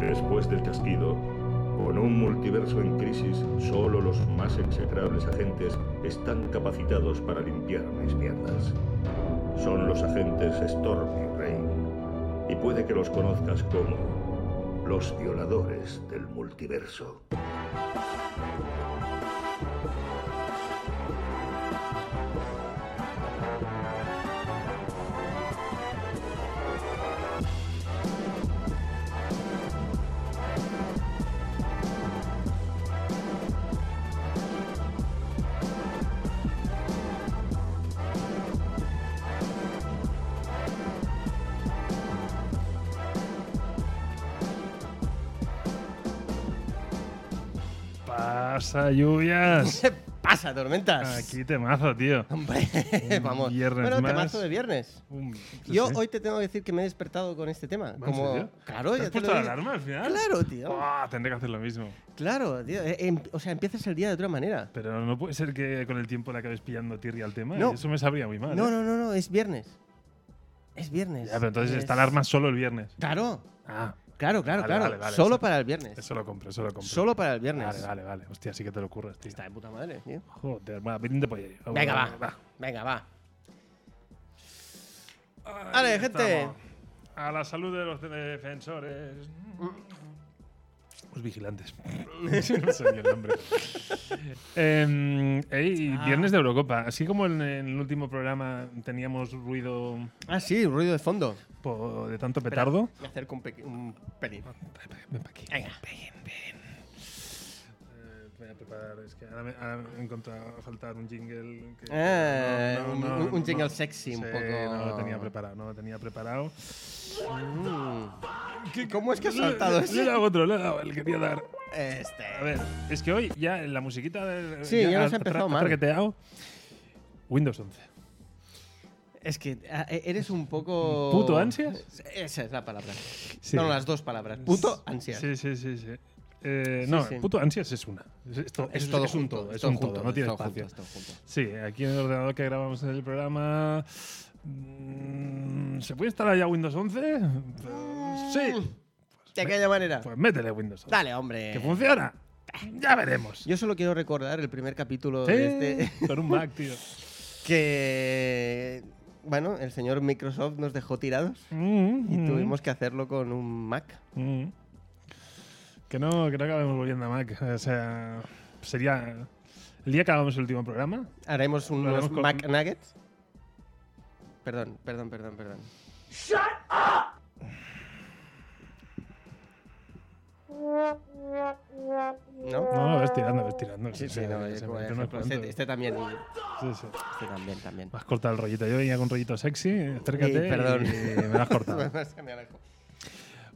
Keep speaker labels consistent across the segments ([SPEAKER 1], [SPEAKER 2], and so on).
[SPEAKER 1] Después del chasquido, con un multiverso en crisis, solo los más execrables agentes están capacitados para limpiar mis mierdas. Son los agentes Storm y Rain, y puede que los conozcas como los violadores del multiverso.
[SPEAKER 2] Pasa lluvias.
[SPEAKER 3] ¿Qué pasa, tormentas?
[SPEAKER 2] Aquí te mazo, tío.
[SPEAKER 3] Hombre,
[SPEAKER 2] Un
[SPEAKER 3] vamos.
[SPEAKER 2] viernes
[SPEAKER 3] bueno,
[SPEAKER 2] más.
[SPEAKER 3] temazo de viernes.
[SPEAKER 2] Um,
[SPEAKER 3] Yo
[SPEAKER 2] sí.
[SPEAKER 3] hoy te tengo que decir que me he despertado con este tema.
[SPEAKER 2] ¿En
[SPEAKER 3] Como,
[SPEAKER 2] serio?
[SPEAKER 3] claro,
[SPEAKER 2] ¿Te
[SPEAKER 3] ya
[SPEAKER 2] has
[SPEAKER 3] te lo
[SPEAKER 2] puesto la
[SPEAKER 3] dije.
[SPEAKER 2] alarma Ah. al final?
[SPEAKER 3] Claro, tío.
[SPEAKER 2] Buah, tendré que hacer lo mismo.
[SPEAKER 3] Claro, tío. Eh, em- o sea, empiezas el día de otra manera.
[SPEAKER 2] Pero no puede ser que con el tiempo le acabes pillando tirria al tema.
[SPEAKER 3] No.
[SPEAKER 2] y Eso me sabría muy mal.
[SPEAKER 3] No,
[SPEAKER 2] ¿eh?
[SPEAKER 3] no, no, no, es viernes. Es viernes.
[SPEAKER 2] Ya, pero entonces
[SPEAKER 3] Es-
[SPEAKER 2] esta alarma solo el viernes.
[SPEAKER 3] Claro,
[SPEAKER 2] Ah,
[SPEAKER 3] claro, claro,
[SPEAKER 2] Vale,
[SPEAKER 3] claro.
[SPEAKER 2] vale, vale,
[SPEAKER 3] Solo
[SPEAKER 2] eso-
[SPEAKER 3] para el viernes.
[SPEAKER 2] eso lo compro, eso lo compro.
[SPEAKER 3] Solo para el viernes.
[SPEAKER 2] Vale, vale, vale. Hostia, sí que te lo ocurres, tío.
[SPEAKER 3] Está de puta madre, tío.
[SPEAKER 2] Joder, va, vete de pollo.
[SPEAKER 3] Venga, va. Venga, va. Vale,
[SPEAKER 2] Ahí
[SPEAKER 3] gente.
[SPEAKER 2] estamos. A la salud de los defensores. Los vigilantes. no sé el nombre. Em, ey,
[SPEAKER 3] Ah.
[SPEAKER 2] viernes de Eurocopa. Así como en el último programa teníamos ruido
[SPEAKER 3] Ah, sí, un ruido de fondo.
[SPEAKER 2] po- de tanto petardo.
[SPEAKER 3] Me acerco un, pequi- un pelín.
[SPEAKER 2] Ven pa' aquí.
[SPEAKER 3] Venga.
[SPEAKER 2] Eh, voy a preparar. Es que ahora me, ahora me he encontrado a faltar un jingle. que-
[SPEAKER 3] Eh,
[SPEAKER 2] no, no,
[SPEAKER 3] un-
[SPEAKER 2] no,
[SPEAKER 3] un-
[SPEAKER 2] no,
[SPEAKER 3] un
[SPEAKER 2] no.
[SPEAKER 3] jingle sexy un
[SPEAKER 2] Sí,
[SPEAKER 3] poco.
[SPEAKER 2] No lo tenía preparado, no lo tenía preparado.
[SPEAKER 3] Mm. ¿Cómo es que has saltado
[SPEAKER 2] Le- Le he
[SPEAKER 3] ese?
[SPEAKER 2] dado otro, le he dado el que quería dar.
[SPEAKER 3] Este.
[SPEAKER 2] A ver, es que hoy ya la musiquita del.
[SPEAKER 3] Sí, ya nos ha
[SPEAKER 2] tra-
[SPEAKER 3] empezado
[SPEAKER 2] ha
[SPEAKER 3] mal.
[SPEAKER 2] traqueteado. Windows 11.
[SPEAKER 3] Es que ah, e- eres un poco.
[SPEAKER 2] ¿Puto ansias?
[SPEAKER 3] Esa es la palabra.
[SPEAKER 2] Sí.
[SPEAKER 3] No, las dos palabras. Puto ansias.
[SPEAKER 2] Sí, sí, sí. sí. Eh,
[SPEAKER 3] Sí,
[SPEAKER 2] no,
[SPEAKER 3] sí.
[SPEAKER 2] puto ansias es una. Es, es to-
[SPEAKER 3] Es,
[SPEAKER 2] es-
[SPEAKER 3] todo
[SPEAKER 2] es un
[SPEAKER 3] junto.
[SPEAKER 2] todo,
[SPEAKER 3] es
[SPEAKER 2] es
[SPEAKER 3] todo
[SPEAKER 2] un todo,
[SPEAKER 3] junto,
[SPEAKER 2] no
[SPEAKER 3] es
[SPEAKER 2] tiene
[SPEAKER 3] todo
[SPEAKER 2] espacio.
[SPEAKER 3] junto, es todo junto.
[SPEAKER 2] Sí, aquí en el ordenador que grabamos el programa. mm, ¿Se puede instalar ya Windows 11? Pues, sí.
[SPEAKER 3] De aquella manera.
[SPEAKER 2] Pues métele Windows 11.
[SPEAKER 3] Mm. Dale, hombre.
[SPEAKER 2] ¿Que funciona? Ya veremos.
[SPEAKER 3] Yo solo quiero recordar el primer capítulo
[SPEAKER 2] Sí,
[SPEAKER 3] de este.
[SPEAKER 2] Con un Mac, tío.
[SPEAKER 3] Que. Bueno, el señor Microsoft nos dejó tirados.
[SPEAKER 2] Mm,
[SPEAKER 3] Y
[SPEAKER 2] mm,
[SPEAKER 3] tuvimos que hacerlo con un Mac.
[SPEAKER 2] mm. Que no, que no acabemos volviendo a Mac. O sea, sería. El día que hagamos el último programa.
[SPEAKER 3] Haremos unos
[SPEAKER 2] haremos con-
[SPEAKER 3] Mac Nuggets. Perdón, perdón, perdón, perdón. ¡Shut up! ¿No?
[SPEAKER 2] No, ves tirando, ves tirando.
[SPEAKER 3] Sí,
[SPEAKER 2] O
[SPEAKER 3] sí,
[SPEAKER 2] sea,
[SPEAKER 3] no,
[SPEAKER 2] se
[SPEAKER 3] es como
[SPEAKER 2] meten
[SPEAKER 3] ejemplo.
[SPEAKER 2] unos
[SPEAKER 3] este,
[SPEAKER 2] cuantos.
[SPEAKER 3] este también.
[SPEAKER 2] Sí, sí.
[SPEAKER 3] Este también, también.
[SPEAKER 2] Me has cortado el rollito. Yo venía con un rollito sexy. Acércate.
[SPEAKER 3] Ey, perdón.
[SPEAKER 2] y me lo has cortado.
[SPEAKER 3] Se me alejó.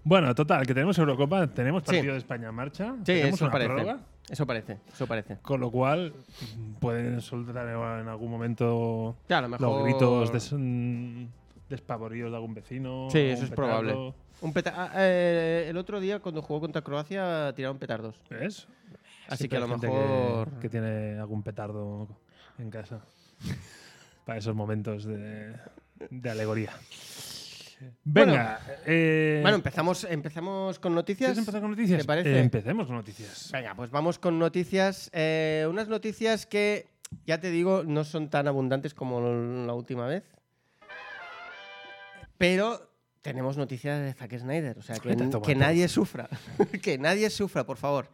[SPEAKER 2] bueno, total, que tenemos Eurocopa, tenemos
[SPEAKER 3] Sí.
[SPEAKER 2] partido de España en marcha.
[SPEAKER 3] sí,
[SPEAKER 2] tenemos
[SPEAKER 3] eso
[SPEAKER 2] una
[SPEAKER 3] parece.
[SPEAKER 2] prórroga.
[SPEAKER 3] Eso parece, eso parece.
[SPEAKER 2] Con lo cual, mm, pueden soltar en algún momento
[SPEAKER 3] Ya, a lo mejor.
[SPEAKER 2] los gritos des- mm, despavoridos de algún vecino.
[SPEAKER 3] Sí,
[SPEAKER 2] algún
[SPEAKER 3] eso es
[SPEAKER 2] petardo.
[SPEAKER 3] probable. Un peta- ah, eh, el otro día, cuando jugó contra Croacia, tiraron petardos.
[SPEAKER 2] ¿Ves? Siempre
[SPEAKER 3] Así que a
[SPEAKER 2] hay
[SPEAKER 3] lo
[SPEAKER 2] gente que-
[SPEAKER 3] mejor.
[SPEAKER 2] Que, tiene algún petardo en casa. para esos momentos de, de alegoría. Venga. eh,
[SPEAKER 3] Bueno, empezamos, empezamos con noticias.
[SPEAKER 2] ¿Quieres empezar con noticias?
[SPEAKER 3] ¿Te parece?
[SPEAKER 2] Eh, empecemos con noticias.
[SPEAKER 3] Venga, pues vamos con noticias. Eh, unas noticias que, ya te digo, no son tan abundantes como la última vez. Pero tenemos noticias de Zack Snyder. O sea, que,
[SPEAKER 2] Vete a tomar
[SPEAKER 3] que
[SPEAKER 2] por
[SPEAKER 3] nadie sufra. que nadie sufra, por favor.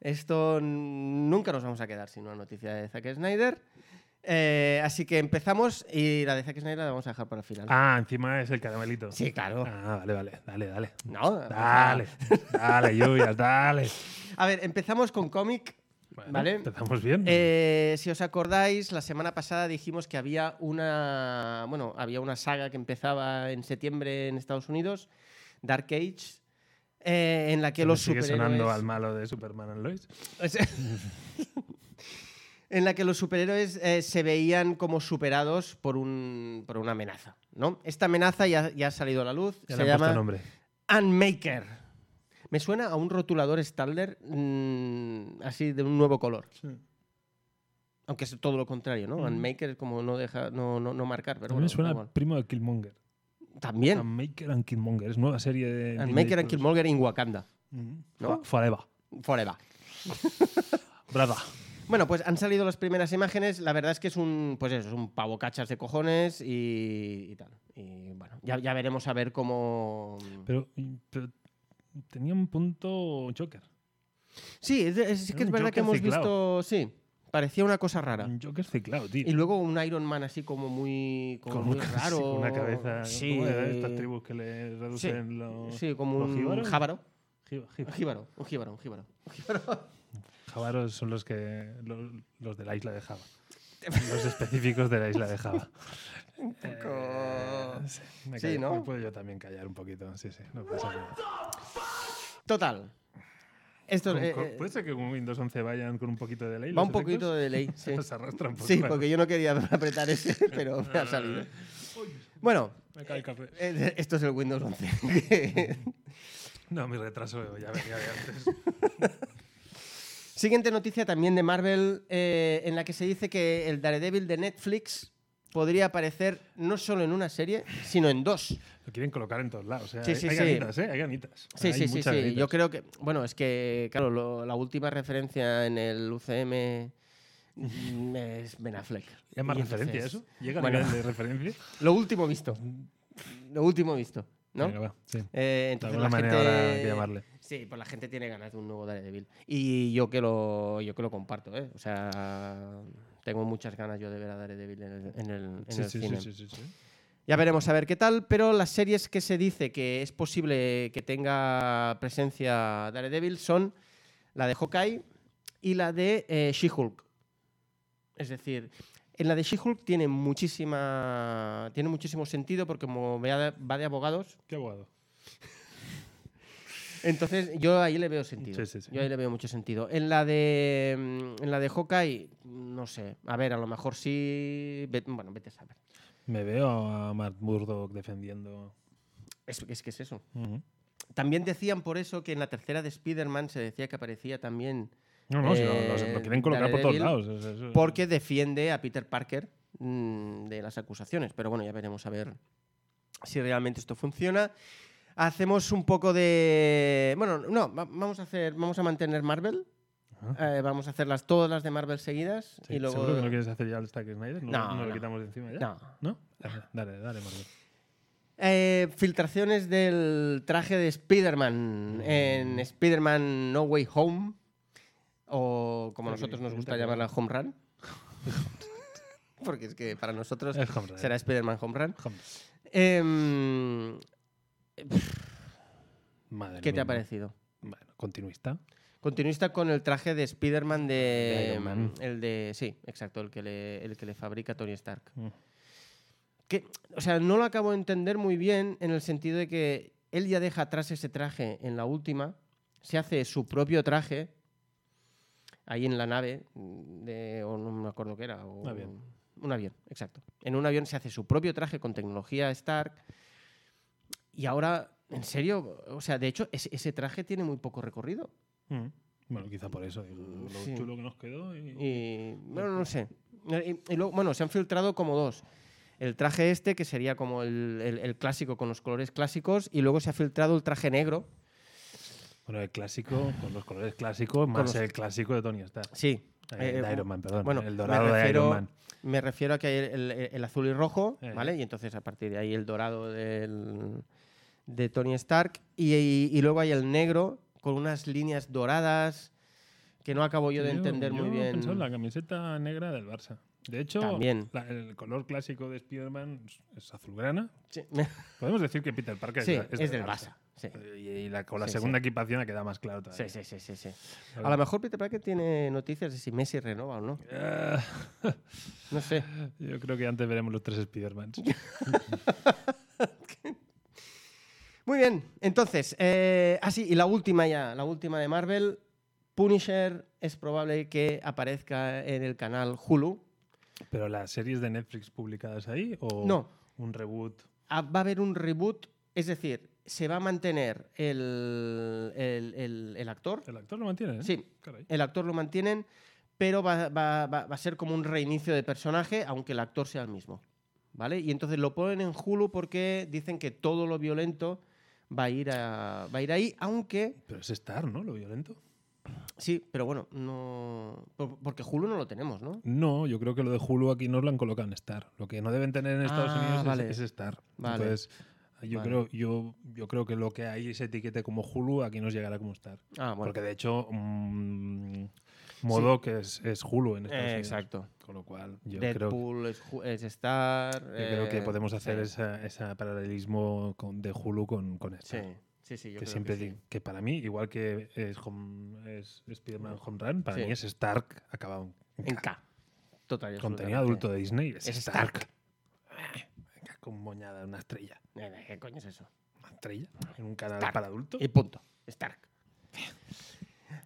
[SPEAKER 3] Esto n- nunca nos vamos a quedar sin una noticia de Zack Snyder. Eh, así que empezamos y la de Zack Snyder la vamos a dejar para el final.
[SPEAKER 2] Ah, encima es el caramelito.
[SPEAKER 3] Sí, claro.
[SPEAKER 2] Ah, vale, vale. Dale, dale.
[SPEAKER 3] No, o sea,
[SPEAKER 2] Dale, dale, lluvias, dale.
[SPEAKER 3] A ver, empezamos con cómic.
[SPEAKER 2] Bueno,
[SPEAKER 3] Vale.
[SPEAKER 2] Empezamos bien.
[SPEAKER 3] Eh, si os acordáis, la semana pasada dijimos que había una, bueno, había una saga que empezaba en septiembre en Estados Unidos, Dark Age, eh, en la que
[SPEAKER 2] Me
[SPEAKER 3] los
[SPEAKER 2] sigue
[SPEAKER 3] superhéroes
[SPEAKER 2] sonando al malo de Superman and Lois.
[SPEAKER 3] en la que los superhéroes eh, se veían como superados por un por una amenaza, ¿no? Esta amenaza ya, ya ha salido a la luz,
[SPEAKER 2] Ya
[SPEAKER 3] se
[SPEAKER 2] le han puesto
[SPEAKER 3] llama
[SPEAKER 2] nombre.
[SPEAKER 3] Unmaker. Me suena a un rotulador Stalder mm, así de un nuevo color. Aunque es todo lo contrario, ¿no?
[SPEAKER 2] Mm.
[SPEAKER 3] Unmaker es como no deja, no, no, no marcar, pero
[SPEAKER 2] A mí me
[SPEAKER 3] bueno,
[SPEAKER 2] suena
[SPEAKER 3] da igual.
[SPEAKER 2] primo de Killmonger.
[SPEAKER 3] También.
[SPEAKER 2] And Maker and Killmonger. Es nueva serie de.
[SPEAKER 3] And Maker and
[SPEAKER 2] Disney
[SPEAKER 3] Killmonger in Wakanda.
[SPEAKER 2] Plus. Ujú.
[SPEAKER 3] ¿no?
[SPEAKER 2] Forever.
[SPEAKER 3] Forever.
[SPEAKER 2] Brada.
[SPEAKER 3] Bueno, pues han salido las primeras imágenes. La verdad es que es un, pues eso, es un pavo cachas de cojones y, y tal. Y bueno, ya, ya veremos a ver cómo.
[SPEAKER 2] Pero, pero tenía un punto Joker.
[SPEAKER 3] Sí, es, es- es que es
[SPEAKER 2] Un
[SPEAKER 3] verdad que
[SPEAKER 2] Joker
[SPEAKER 3] hemos
[SPEAKER 2] ciclado.
[SPEAKER 3] visto. Sí, parecía una cosa rara.
[SPEAKER 2] Un Joker ciclado, tío.
[SPEAKER 3] Y luego un Iron Man así como muy, como
[SPEAKER 2] con
[SPEAKER 3] muy
[SPEAKER 2] un- sí,
[SPEAKER 3] raro.
[SPEAKER 2] con una cabeza.
[SPEAKER 3] Sí.
[SPEAKER 2] ¿cómo era? Estas tribus que le reducen los.
[SPEAKER 3] Sí, como
[SPEAKER 2] los
[SPEAKER 3] un
[SPEAKER 2] jíbaros.
[SPEAKER 3] jábaro.
[SPEAKER 2] Jí-
[SPEAKER 3] Un
[SPEAKER 2] jí-
[SPEAKER 3] jíbaro, un jíbaro, un jíbaro.
[SPEAKER 2] Jabaros son los que los, los de la isla de Java. Los específicos de la isla de Java. Un
[SPEAKER 3] poco-
[SPEAKER 2] sí, me,
[SPEAKER 3] Eh, Sí,
[SPEAKER 2] callo-
[SPEAKER 3] ¿no?
[SPEAKER 2] me puedo yo también callar un poquito. Sí, sí, no pasa nada.
[SPEAKER 3] Total. Esto
[SPEAKER 2] Con-
[SPEAKER 3] eh,
[SPEAKER 2] con-
[SPEAKER 3] eh,
[SPEAKER 2] puede ser que con Windows 11 vayan con un poquito de ley.
[SPEAKER 3] va
[SPEAKER 2] los
[SPEAKER 3] un
[SPEAKER 2] efectos?
[SPEAKER 3] poquito de ley. Sí.
[SPEAKER 2] Se arrastran por
[SPEAKER 3] Sí,
[SPEAKER 2] la-
[SPEAKER 3] porque yo no quería apretar ese, pero me ha salido.
[SPEAKER 2] Ah.
[SPEAKER 3] Bueno,
[SPEAKER 2] Me cae el café.
[SPEAKER 3] eh, esto es el Windows 11.
[SPEAKER 2] No, mi retraso ya venía de antes.
[SPEAKER 3] Siguiente noticia también de Marvel, eh, en la que se dice que el Daredevil de Netflix podría aparecer no solo en una serie, sino en dos.
[SPEAKER 2] Lo quieren colocar en todos lados. o sea,
[SPEAKER 3] Sí, sí,
[SPEAKER 2] hay
[SPEAKER 3] sí.
[SPEAKER 2] ganitas, ¿eh? Hay ganitas.
[SPEAKER 3] Sí,
[SPEAKER 2] Hay
[SPEAKER 3] sí, sí,
[SPEAKER 2] muchas
[SPEAKER 3] sí.
[SPEAKER 2] ganitas.
[SPEAKER 3] Yo creo que, bueno, es que, claro, lo- la última referencia en el UCM mm, es Ben Affleck.
[SPEAKER 2] ¿Es más
[SPEAKER 3] Y
[SPEAKER 2] referencia
[SPEAKER 3] entonces-
[SPEAKER 2] eso? ¿Llega
[SPEAKER 3] bueno.
[SPEAKER 2] a nivel de referencia?
[SPEAKER 3] Lo último visto. Lo último visto, ¿no?
[SPEAKER 2] Venga, va, sí.
[SPEAKER 3] Eh,
[SPEAKER 2] De
[SPEAKER 3] entonces
[SPEAKER 2] alguna
[SPEAKER 3] la
[SPEAKER 2] manera
[SPEAKER 3] gente-
[SPEAKER 2] habrá que llamarle.
[SPEAKER 3] Sí, pues la gente tiene ganas de un nuevo Daredevil. Y yo que lo, yo que lo comparto, ¿eh? O sea, tengo muchas ganas yo de ver a Daredevil en el, en el- en
[SPEAKER 2] Sí,
[SPEAKER 3] el
[SPEAKER 2] sí, sí,
[SPEAKER 3] cine.
[SPEAKER 2] sí, sí, sí.
[SPEAKER 3] Ya veremos a ver qué tal, pero las series que se dice que es posible que tenga presencia Daredevil son la de Hawkeye y la de eh, She-Hulk. Es decir, en la de She-Hulk tiene muchísima tiene muchísimo sentido porque como va de- va de abogados,
[SPEAKER 2] Qué abogado.
[SPEAKER 3] Entonces, yo ahí le veo sentido.
[SPEAKER 2] Sí, sí, sí.
[SPEAKER 3] Yo ahí le veo mucho sentido. En la de mm, en la de Hawkeye, no sé. A ver, a lo mejor sí. ve- bueno, vete a saber.
[SPEAKER 2] Me veo a Matt Murdock defendiendo.
[SPEAKER 3] Es, es que es eso. También decían por eso que en la tercera de Spider-Man se decía que aparecía también.
[SPEAKER 2] No, no, si lo-
[SPEAKER 3] Eh,
[SPEAKER 2] lo, lo quieren colocar por todos
[SPEAKER 3] Daredevil,
[SPEAKER 2] lados. es- es- es-
[SPEAKER 3] Porque defiende a Peter Parker mm, de las acusaciones. Pero bueno, ya veremos a ver si realmente esto funciona. Hacemos un poco de. Bueno, no, va- vamos a hacer. Vamos a mantener Marvel.
[SPEAKER 2] Ajá.
[SPEAKER 3] Eh, vamos a hacerlas todas las de Marvel seguidas.
[SPEAKER 2] Sí,
[SPEAKER 3] y luego...
[SPEAKER 2] ¿Seguro que no quieres hacer ya el Stack Snyder? ¿No,
[SPEAKER 3] No,
[SPEAKER 2] no
[SPEAKER 3] no.
[SPEAKER 2] lo quitamos de encima ya?
[SPEAKER 3] No.
[SPEAKER 2] ¿No? Dale, dale, dale Marvel.
[SPEAKER 3] Eh, filtraciones del traje de Spider-Man en Spider-Man No Way Home, o como a nosotros nos gusta llamarla Home Run. Porque es que para nosotros
[SPEAKER 2] Es ¿eh? Home Run.
[SPEAKER 3] será Spider-Man Home Run.
[SPEAKER 2] Home.
[SPEAKER 3] Em,
[SPEAKER 2] Madre
[SPEAKER 3] ¿Qué te
[SPEAKER 2] mía.
[SPEAKER 3] ha parecido?
[SPEAKER 2] Bueno, continuista.
[SPEAKER 3] Continuista con el traje de Spider-Man de.
[SPEAKER 2] De Iron Man.
[SPEAKER 3] El de. Sí, exacto, el que le, el que le fabrica Tony Stark.
[SPEAKER 2] Mm.
[SPEAKER 3] que, o sea, no lo acabo de entender muy bien en el sentido de que él ya deja atrás ese traje en la última, se hace su propio traje ahí en la nave, de, o no me acuerdo qué era. o-
[SPEAKER 2] Un avión.
[SPEAKER 3] Un avión, exacto. En un avión se hace su propio traje con tecnología Stark. Y ahora, en serio, o sea, de hecho, ese, ese traje tiene muy poco recorrido.
[SPEAKER 2] Mm. Bueno, quizá por eso. y Lo, lo
[SPEAKER 3] Sí.
[SPEAKER 2] chulo que nos quedó. Y...
[SPEAKER 3] Y bueno, no sé. Y, y luego, bueno, se han filtrado como dos. El traje este, que sería como el, el- el clásico con los colores clásicos, y luego se ha filtrado el traje negro.
[SPEAKER 2] Bueno, el clásico, con los colores clásicos, más
[SPEAKER 3] los-
[SPEAKER 2] el clásico de Tony Stark.
[SPEAKER 3] Sí.
[SPEAKER 2] Eh,
[SPEAKER 3] eh,
[SPEAKER 2] de Iron Man, perdón.
[SPEAKER 3] bueno,
[SPEAKER 2] el
[SPEAKER 3] me
[SPEAKER 2] dorado de
[SPEAKER 3] refiero-
[SPEAKER 2] Iron Man.
[SPEAKER 3] Me refiero a que hay el, el- el azul y rojo,
[SPEAKER 2] Eh.
[SPEAKER 3] ¿vale? Y entonces a partir de ahí el dorado del- de Tony Stark. Y, y- y luego hay el negro con unas líneas doradas que no acabo yo de entender
[SPEAKER 2] yo
[SPEAKER 3] muy
[SPEAKER 2] he
[SPEAKER 3] bien.
[SPEAKER 2] pensado en la camiseta negra del Barça. De hecho,
[SPEAKER 3] También.
[SPEAKER 2] la- el color clásico de Spider-Man es- es azulgrana.
[SPEAKER 3] Sí,
[SPEAKER 2] Podemos decir que Peter Parker
[SPEAKER 3] sí,
[SPEAKER 2] es, Eh,
[SPEAKER 3] es, del Barça. sí.
[SPEAKER 2] Y, y la- con la
[SPEAKER 3] Sí, sí.
[SPEAKER 2] segunda equipación ha quedado más claro todavía.
[SPEAKER 3] Sí, sí, sí, sí, sí.
[SPEAKER 2] A
[SPEAKER 3] A
[SPEAKER 2] ver.
[SPEAKER 3] lo mejor Peter Parker tiene noticias de si Messi renova o no.
[SPEAKER 2] Ah,
[SPEAKER 3] No sé.
[SPEAKER 2] yo creo que antes veremos los tres Spider-Man.
[SPEAKER 3] Muy bien, entonces, eh, ah sí, y la última ya, la última de Marvel, Punisher es probable que aparezca en el canal Hulu.
[SPEAKER 2] ¿Pero las series de Netflix publicadas ahí o
[SPEAKER 3] No.
[SPEAKER 2] un reboot?
[SPEAKER 3] Ah, Va a haber un reboot, es decir, se va a mantener el, el- el- el actor,
[SPEAKER 2] ¿El actor lo mantiene? eh?
[SPEAKER 3] Sí.
[SPEAKER 2] Caray.
[SPEAKER 3] el actor lo mantienen, pero va, va- va- va a ser como un reinicio de personaje, aunque el actor sea el mismo. ¿vale? Y entonces lo ponen en Hulu porque dicen que todo lo violento va a ir, a, va a ir ahí, aunque...
[SPEAKER 2] Pero es Star, ¿no? Lo violento.
[SPEAKER 3] Sí, pero bueno, no... por- Porque Hulu no lo tenemos, ¿no?
[SPEAKER 2] No, yo creo que lo de Hulu aquí no lo han colocado en Star. Lo que no deben tener en Estados
[SPEAKER 3] Ah,
[SPEAKER 2] Unidos es-
[SPEAKER 3] vale.
[SPEAKER 2] es, Star.
[SPEAKER 3] Vale.
[SPEAKER 2] Entonces, yo,
[SPEAKER 3] Vale.
[SPEAKER 2] creo, yo, yo creo que lo que ahí se etiquete como Hulu aquí nos llegará como Star.
[SPEAKER 3] Ah, bueno.
[SPEAKER 2] Porque de hecho, modo que es, es Hulu en Estados
[SPEAKER 3] Eh,
[SPEAKER 2] Unidos.
[SPEAKER 3] exacto.
[SPEAKER 2] Con lo cual, yo creo, yo
[SPEAKER 3] Deadpool es Ju- es, Star.
[SPEAKER 2] creo que
[SPEAKER 3] eh,
[SPEAKER 2] podemos hacer
[SPEAKER 3] sí,
[SPEAKER 2] esa- ese paralelismo con- de Hulu con, con Star.
[SPEAKER 3] Sí, sí, sí, yo
[SPEAKER 2] que
[SPEAKER 3] creo
[SPEAKER 2] siempre
[SPEAKER 3] que sí.
[SPEAKER 2] di- que para mí, igual que es, Home- es Spider-Man Home Run, para
[SPEAKER 3] Sí.
[SPEAKER 2] mí es Stark acabado en
[SPEAKER 3] En
[SPEAKER 2] K.
[SPEAKER 3] K. Total. y
[SPEAKER 2] Contenido
[SPEAKER 3] absolutamente.
[SPEAKER 2] adulto de Disney es,
[SPEAKER 3] Es
[SPEAKER 2] Stark. Ah, Venga, con moñada, una estrella.
[SPEAKER 3] Eh, ¿Qué coño es eso?
[SPEAKER 2] Una estrella en un canal
[SPEAKER 3] Stark.
[SPEAKER 2] para adultos.
[SPEAKER 3] Y punto. Stark.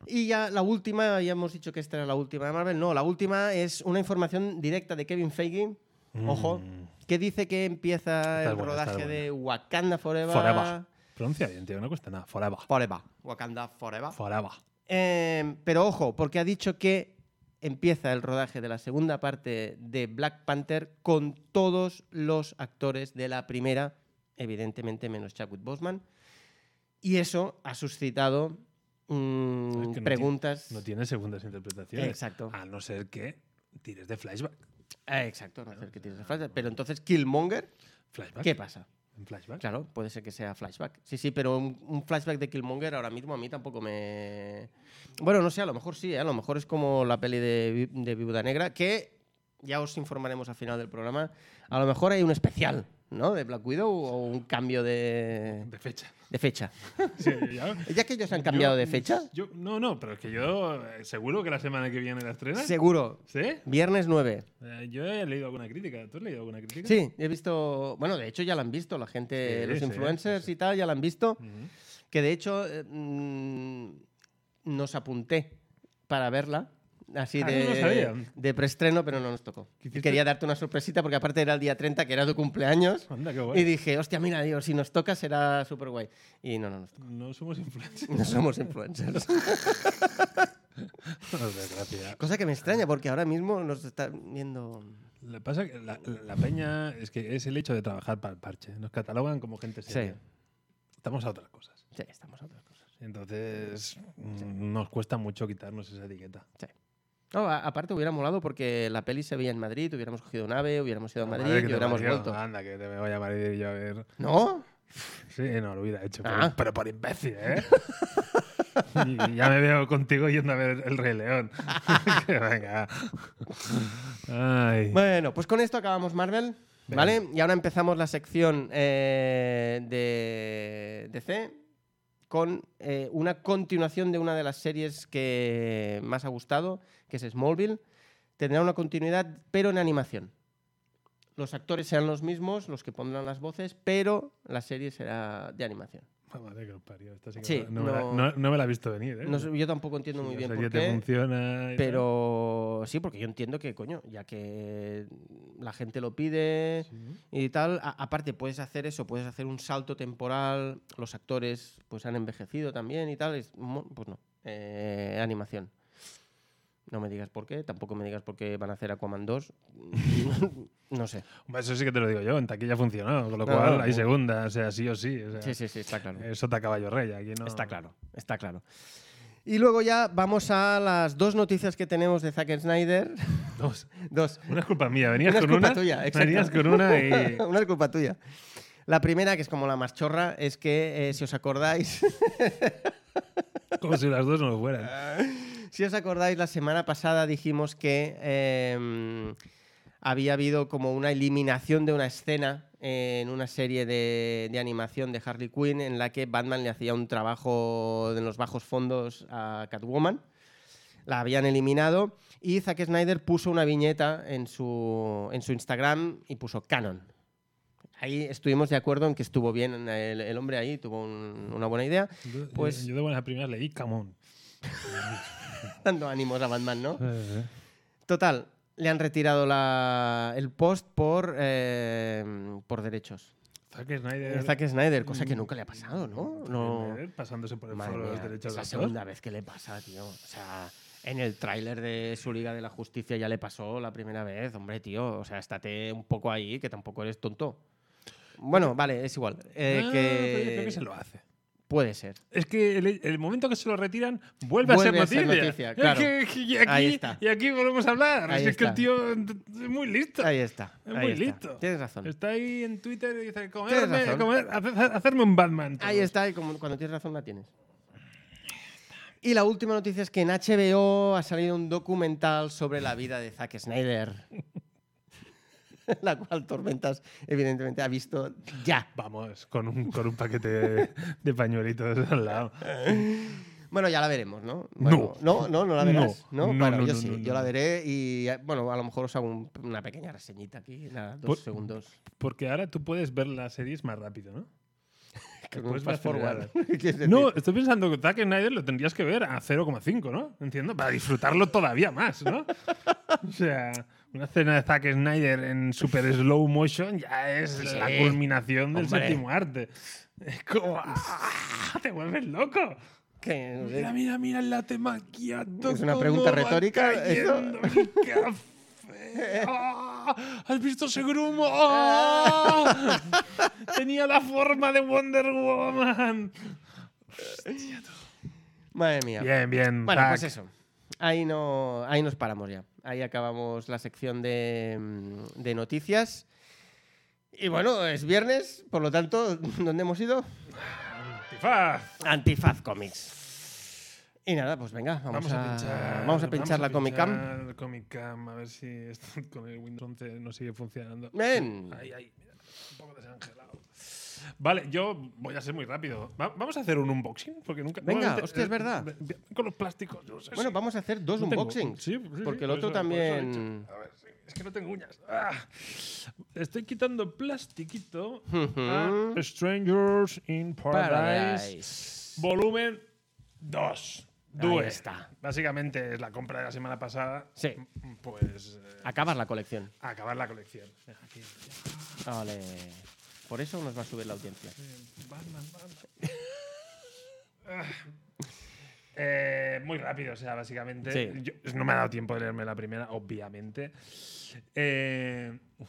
[SPEAKER 3] Y ya la última, ya hemos dicho que esta era la última de Marvel. No, la última es una información directa de Kevin Feige, ojo,
[SPEAKER 2] Mm.
[SPEAKER 3] que dice que empieza
[SPEAKER 2] Está
[SPEAKER 3] el
[SPEAKER 2] buena, está
[SPEAKER 3] rodaje de Wakanda Forever.
[SPEAKER 2] Forever. Pronuncia bien, tío, no cuesta nada. Forever.
[SPEAKER 3] Forever. Wakanda Forever.
[SPEAKER 2] Forever.
[SPEAKER 3] Eh, pero ojo, porque ha dicho que empieza el rodaje de la segunda parte de Black Panther con todos los actores de la primera, evidentemente menos Chadwick Boseman. Y eso ha suscitado mm,
[SPEAKER 2] Es que no tiene-
[SPEAKER 3] preguntas.
[SPEAKER 2] No tiene Ah. segundas interpretaciones.
[SPEAKER 3] Exacto.
[SPEAKER 2] A no ser que tires de flashback.
[SPEAKER 3] Eh, exacto, no hacer que tires de flashback. Pero entonces Killmonger,
[SPEAKER 2] Flashback.
[SPEAKER 3] ¿qué pasa?
[SPEAKER 2] En flashback.
[SPEAKER 3] Claro, puede ser que sea flashback. Sí, sí, pero un, un flashback de Killmonger ahora mismo a mí tampoco me. Bueno, no sé, a lo mejor sí, ¿eh? a lo mejor es como la peli de, Vi- de Viuda Negra, que ya os informaremos al final del programa. A lo mejor hay un especial, ¿no? De Black Widow o un cambio de,
[SPEAKER 2] De fecha.
[SPEAKER 3] de fecha.
[SPEAKER 2] Sí, ya.
[SPEAKER 3] Ya que ellos han cambiado
[SPEAKER 2] Yo- mm,
[SPEAKER 3] de fecha,
[SPEAKER 2] yo- no, no, pero es que yo eh, seguro que la semana que viene la estrenan.
[SPEAKER 3] seguro.
[SPEAKER 2] ¿Sí?
[SPEAKER 3] Viernes 9.
[SPEAKER 2] Eh, yo he leído alguna crítica. ¿Tú has leído alguna crítica?
[SPEAKER 3] Sí, he visto. Bueno, de hecho ya la han visto, la gente,
[SPEAKER 2] Sí,
[SPEAKER 3] los
[SPEAKER 2] sí,
[SPEAKER 3] influencers
[SPEAKER 2] sí, sí.
[SPEAKER 3] y tal, ya la han visto.
[SPEAKER 2] Ujú.
[SPEAKER 3] que de hecho eh, mm, nos apunté para verla. Así
[SPEAKER 2] Ah,
[SPEAKER 3] de,
[SPEAKER 2] no lo sabía.
[SPEAKER 3] de preestreno, pero no nos tocó.
[SPEAKER 2] ¿Qué hiciste?
[SPEAKER 3] Quería darte una sorpresita porque aparte era el día 30, que era tu cumpleaños.
[SPEAKER 2] Anda, qué
[SPEAKER 3] Y
[SPEAKER 2] guay.
[SPEAKER 3] dije, hostia, mira, digo, si nos toca será súper guay. Y no, no nos tocó.
[SPEAKER 2] No somos influencers.
[SPEAKER 3] No somos influencers.
[SPEAKER 2] Por desgracia.
[SPEAKER 3] Cosa que me extraña porque ahora mismo nos están viendo...
[SPEAKER 2] Lo que pasa es que la, la- la peña es que es el hecho de trabajar para el parche. Nos catalogan como gente seria. Estamos a otras cosas.
[SPEAKER 3] Sí, estamos a otras cosas.
[SPEAKER 2] Entonces, mm, nos cuesta mucho quitarnos esa etiqueta.
[SPEAKER 3] No, a- aparte hubiera molado porque la peli se veía en Madrid, hubiéramos cogido un ave, hubiéramos ido a Madrid
[SPEAKER 2] Madre que
[SPEAKER 3] y
[SPEAKER 2] te
[SPEAKER 3] hubiéramos
[SPEAKER 2] parió. Ah.
[SPEAKER 3] vuelto.
[SPEAKER 2] Anda, que te me voy a Madrid y yo a ver.
[SPEAKER 3] ¿No?
[SPEAKER 2] Sí, no, lo hubiera hecho. pero-
[SPEAKER 3] Ah.
[SPEAKER 2] Pero, por imbécil, ¿eh? Y ya me veo contigo yendo a ver el Rey León. Que Venga. Ay.
[SPEAKER 3] Bueno, pues con esto acabamos Marvel,
[SPEAKER 2] Venga.
[SPEAKER 3] ¿vale? Y ahora empezamos la sección eh, de DC con eh, una continuación de una de las series que más ha gustado, que es Smallville. Tendrá una continuidad, pero en animación. Los actores serán los mismos, los que pondrán las voces, pero la serie será de animación.
[SPEAKER 2] Ah, Madre que os parió. Esta sí que
[SPEAKER 3] Sí,
[SPEAKER 2] no, me la-
[SPEAKER 3] no-
[SPEAKER 2] no- no me la he visto venir, ¿eh?
[SPEAKER 3] No sé, yo tampoco entiendo
[SPEAKER 2] Sí,
[SPEAKER 3] muy
[SPEAKER 2] la
[SPEAKER 3] bien
[SPEAKER 2] serie
[SPEAKER 3] por
[SPEAKER 2] te
[SPEAKER 3] qué.
[SPEAKER 2] funciona y tal.
[SPEAKER 3] Pero sí, porque yo entiendo que, coño, ya que la gente lo pide y tal, a- aparte puedes hacer eso, puedes hacer un salto temporal, los actores pues han envejecido también y tal, es mo- pues no, Eh, animación. No me digas por qué, tampoco me digas por qué van a hacer Aquaman 2, no sé.
[SPEAKER 2] Hombre, Eso sí que te lo digo yo, en taquilla funcionó, con lo
[SPEAKER 3] No,
[SPEAKER 2] cual
[SPEAKER 3] no,
[SPEAKER 2] hay
[SPEAKER 3] no.
[SPEAKER 2] segunda, o sea, sí o sí. o sea,
[SPEAKER 3] Sí, sí, sí, está claro.
[SPEAKER 2] Es sota caballo rey, aquí no.
[SPEAKER 3] Está claro, está claro. Y luego ya vamos a las dos noticias que tenemos de Zack Snyder.
[SPEAKER 2] Dos.
[SPEAKER 3] Dos.
[SPEAKER 2] Una es culpa mía, venías
[SPEAKER 3] Una es
[SPEAKER 2] con
[SPEAKER 3] culpa
[SPEAKER 2] una.
[SPEAKER 3] tuya, exacto.
[SPEAKER 2] venías con una y.
[SPEAKER 3] Una es culpa tuya. La primera, que es como la más chorra, es que, eh, si os acordáis,
[SPEAKER 2] Como si las dos no lo fueran.
[SPEAKER 3] si os acordáis, la semana pasada dijimos que eh, había habido como una eliminación de una escena en una serie de, de animación de Harley Quinn en la que Batman le hacía un trabajo en los bajos fondos a Catwoman. La habían eliminado y Zack Snyder puso una viñeta en su, en su Instagram y puso Canon. Ahí estuvimos de acuerdo en que estuvo bien el, el hombre ahí, tuvo un- una buena idea,
[SPEAKER 2] Yo-
[SPEAKER 3] Pues-
[SPEAKER 2] Yo de buenas a primeras leí Camón.
[SPEAKER 3] dando ánimos a Batman, ¿no? Total, le han retirado la- el post por, eh, por derechos.
[SPEAKER 2] Zack Snyder. Mm.
[SPEAKER 3] El Zack Snyder, cosa que nunca le ha pasado, ¿no?
[SPEAKER 2] Eh, Zack
[SPEAKER 3] no...
[SPEAKER 2] Snyder Pasándose por el
[SPEAKER 3] Madre
[SPEAKER 2] foro de los
[SPEAKER 3] mía,
[SPEAKER 2] derechos
[SPEAKER 3] es
[SPEAKER 2] de
[SPEAKER 3] la
[SPEAKER 2] autor.
[SPEAKER 3] segunda vez que le pasa, tío. O sea, En el tráiler de su Liga de la Justicia ya le pasó la primera vez, hombre, tío. O sea, estate un poco ahí, que tampoco eres tonto. Bueno, vale, es igual. Eh,
[SPEAKER 2] Ah, pero yo creo
[SPEAKER 3] que
[SPEAKER 2] que se lo hace.
[SPEAKER 3] Puede ser.
[SPEAKER 2] Es que el, el momento que se lo retiran, vuelve,
[SPEAKER 3] Vuelve
[SPEAKER 2] a ser noticia. Es
[SPEAKER 3] claro.
[SPEAKER 2] que- y, aquí,
[SPEAKER 3] Ahí está.
[SPEAKER 2] y aquí volvemos a hablar.
[SPEAKER 3] Ahí
[SPEAKER 2] es que el
[SPEAKER 3] está.
[SPEAKER 2] tío es muy listo.
[SPEAKER 3] Ahí está.
[SPEAKER 2] Es
[SPEAKER 3] ahí
[SPEAKER 2] muy
[SPEAKER 3] está.
[SPEAKER 2] listo.
[SPEAKER 3] Tienes razón.
[SPEAKER 2] Está ahí en Twitter y dice,
[SPEAKER 3] Tienes
[SPEAKER 2] comerme,
[SPEAKER 3] razón.
[SPEAKER 2] comer- hace- hacerme un Batman. todos".
[SPEAKER 3] Ahí está, y como- cuando tienes razón la tienes. Y la última noticia es que en HBO ha salido un documental sobre la vida de Zack Snyder. la cual Tormentas, evidentemente, ha visto ya.
[SPEAKER 2] Vamos, con un, con un paquete de, de pañuelitos al lado.
[SPEAKER 3] Bueno, ya la veremos, ¿no? Bueno, no. No, no, la
[SPEAKER 2] No,
[SPEAKER 3] verás. No,
[SPEAKER 2] no,
[SPEAKER 3] Bueno,
[SPEAKER 2] no,
[SPEAKER 3] yo
[SPEAKER 2] no,
[SPEAKER 3] sí,
[SPEAKER 2] no,
[SPEAKER 3] yo la
[SPEAKER 2] no.
[SPEAKER 3] veré y, eh, bueno, a lo mejor os hago un- una pequeña reseñita aquí, nada, dos
[SPEAKER 2] Por-
[SPEAKER 3] segundos.
[SPEAKER 2] Porque ahora tú puedes ver las series más rápido, ¿no?
[SPEAKER 3] Que
[SPEAKER 2] Después
[SPEAKER 3] un
[SPEAKER 2] va
[SPEAKER 3] fast forward.
[SPEAKER 2] acelerada.
[SPEAKER 3] ¿Quieres decir?
[SPEAKER 2] No, estoy pensando que Zack Snyder lo tendrías que ver a 0,5, ¿no? Entiendo, para disfrutarlo todavía más, ¿no? O sea, una escena de Zack Snyder en super slow motion ya es
[SPEAKER 3] Sí,
[SPEAKER 2] la culminación del
[SPEAKER 3] hombre.
[SPEAKER 2] séptimo arte. Es como. ¡ah! ¡Te vuelves loco!
[SPEAKER 3] Que, no sé.
[SPEAKER 2] Mira, mira, mira el latte macchiato.
[SPEAKER 3] ¿Es una
[SPEAKER 2] cómo
[SPEAKER 3] pregunta
[SPEAKER 2] va
[SPEAKER 3] retórica, eso?
[SPEAKER 2] cayendo el café. ¡Ah! ¿Has visto ese grumo? ¡Ah! Tenía la forma de Wonder Woman.
[SPEAKER 3] Madre mía.
[SPEAKER 2] Bien, bien.
[SPEAKER 3] Bueno, pues
[SPEAKER 2] Zack.
[SPEAKER 3] eso. Ahí, no, ahí nos paramos ya. Ahí acabamos la sección de, mm, de noticias. Y bueno, es viernes, por lo tanto, ¿dónde hemos ido?
[SPEAKER 2] Antifaz.
[SPEAKER 3] Antifaz Comics. Y nada, pues venga, vamos, a, vamos a pinchar la Comic Cam.
[SPEAKER 2] Cam. Comic Cam, a ver si esto con el Windows 11 no sigue funcionando.
[SPEAKER 3] Ven.
[SPEAKER 2] Ay, ay, mira, un poco desangelado. Vale, yo voy a ser muy rápido. Va- vamos a hacer un unboxing, porque nunca.
[SPEAKER 3] Venga,
[SPEAKER 2] normalmente-
[SPEAKER 3] hostia, es verdad.
[SPEAKER 2] eh, Con los plásticos. no sé
[SPEAKER 3] Bueno,
[SPEAKER 2] si-
[SPEAKER 3] vamos a hacer dos
[SPEAKER 2] no pues tengo-
[SPEAKER 3] unboxings.
[SPEAKER 2] Sí, sí, sí,
[SPEAKER 3] porque el
[SPEAKER 2] por
[SPEAKER 3] otro
[SPEAKER 2] eso- por eso he dicho.
[SPEAKER 3] también.
[SPEAKER 2] A ver, sí, es que no tengo uñas. Ah. estoy quitando plastiquito
[SPEAKER 3] Ujú.
[SPEAKER 2] a Strangers in Paradise.
[SPEAKER 3] Paradise.
[SPEAKER 2] Volumen 2.
[SPEAKER 3] Ahí está.
[SPEAKER 2] Básicamente es la compra de la semana pasada.
[SPEAKER 3] Sí.
[SPEAKER 2] Mm, Pues eh,
[SPEAKER 3] Acabar la colección.
[SPEAKER 2] acabar la colección. Aquí.
[SPEAKER 3] Vale. Por eso nos va a subir la audiencia.
[SPEAKER 2] Batman, Batman. Ah. Eh, muy rápido, o sea, básicamente.
[SPEAKER 3] Sí.
[SPEAKER 2] yo- pues, no me ha dado tiempo de leerme la primera, obviamente. Eh, uf,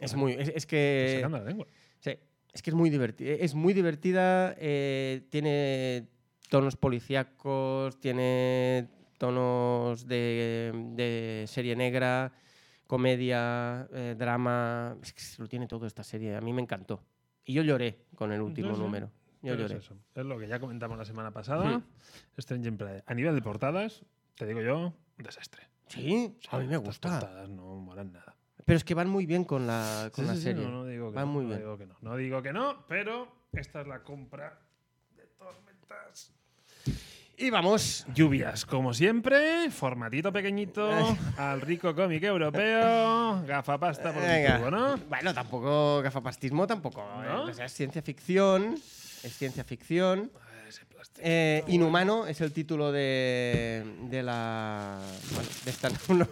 [SPEAKER 3] Es muy. Es, es
[SPEAKER 2] estoy
[SPEAKER 3] que.
[SPEAKER 2] sacando la lengua.
[SPEAKER 3] Sí, es que es muy divertida. Es muy divertida, eh, tiene tonos policíacos, tiene tonos de, de serie negra, comedia, eh, drama. Es que se lo tiene todo esta serie. A mí me encantó. Y yo lloré con el último
[SPEAKER 2] Sí, sí.
[SPEAKER 3] número. Yo
[SPEAKER 2] Pero
[SPEAKER 3] lloré.
[SPEAKER 2] Es, eso, es lo que ya comentamos la semana pasada.
[SPEAKER 3] Hmm.
[SPEAKER 2] Stranger in Paradise. A nivel de portadas, te digo yo, un desastre.
[SPEAKER 3] Sí,
[SPEAKER 2] O sea,
[SPEAKER 3] a mí me
[SPEAKER 2] estas
[SPEAKER 3] gusta.
[SPEAKER 2] portadas no molan nada.
[SPEAKER 3] Pero es que van muy bien con la, con
[SPEAKER 2] Sí,
[SPEAKER 3] la
[SPEAKER 2] sí, sí,
[SPEAKER 3] serie.
[SPEAKER 2] no, no digo que
[SPEAKER 3] Van
[SPEAKER 2] no,
[SPEAKER 3] muy
[SPEAKER 2] no
[SPEAKER 3] bien.
[SPEAKER 2] digo que no. No digo que no, pero esta es la compra de tormentas.
[SPEAKER 3] Y vamos.
[SPEAKER 2] Lluvias, como siempre, formatito pequeñito, al rico cómic europeo, gafapasta por un
[SPEAKER 3] Venga.
[SPEAKER 2] tubo, ¿no?
[SPEAKER 3] Bueno, tampoco gafapastismo, tampoco. ¿eh?
[SPEAKER 2] ¿No?
[SPEAKER 3] O sea, es ciencia ficción. Es ciencia ficción.
[SPEAKER 2] Ese plástico.
[SPEAKER 3] Eh, Inhumano es el título de, de la. Bueno, de esta. no-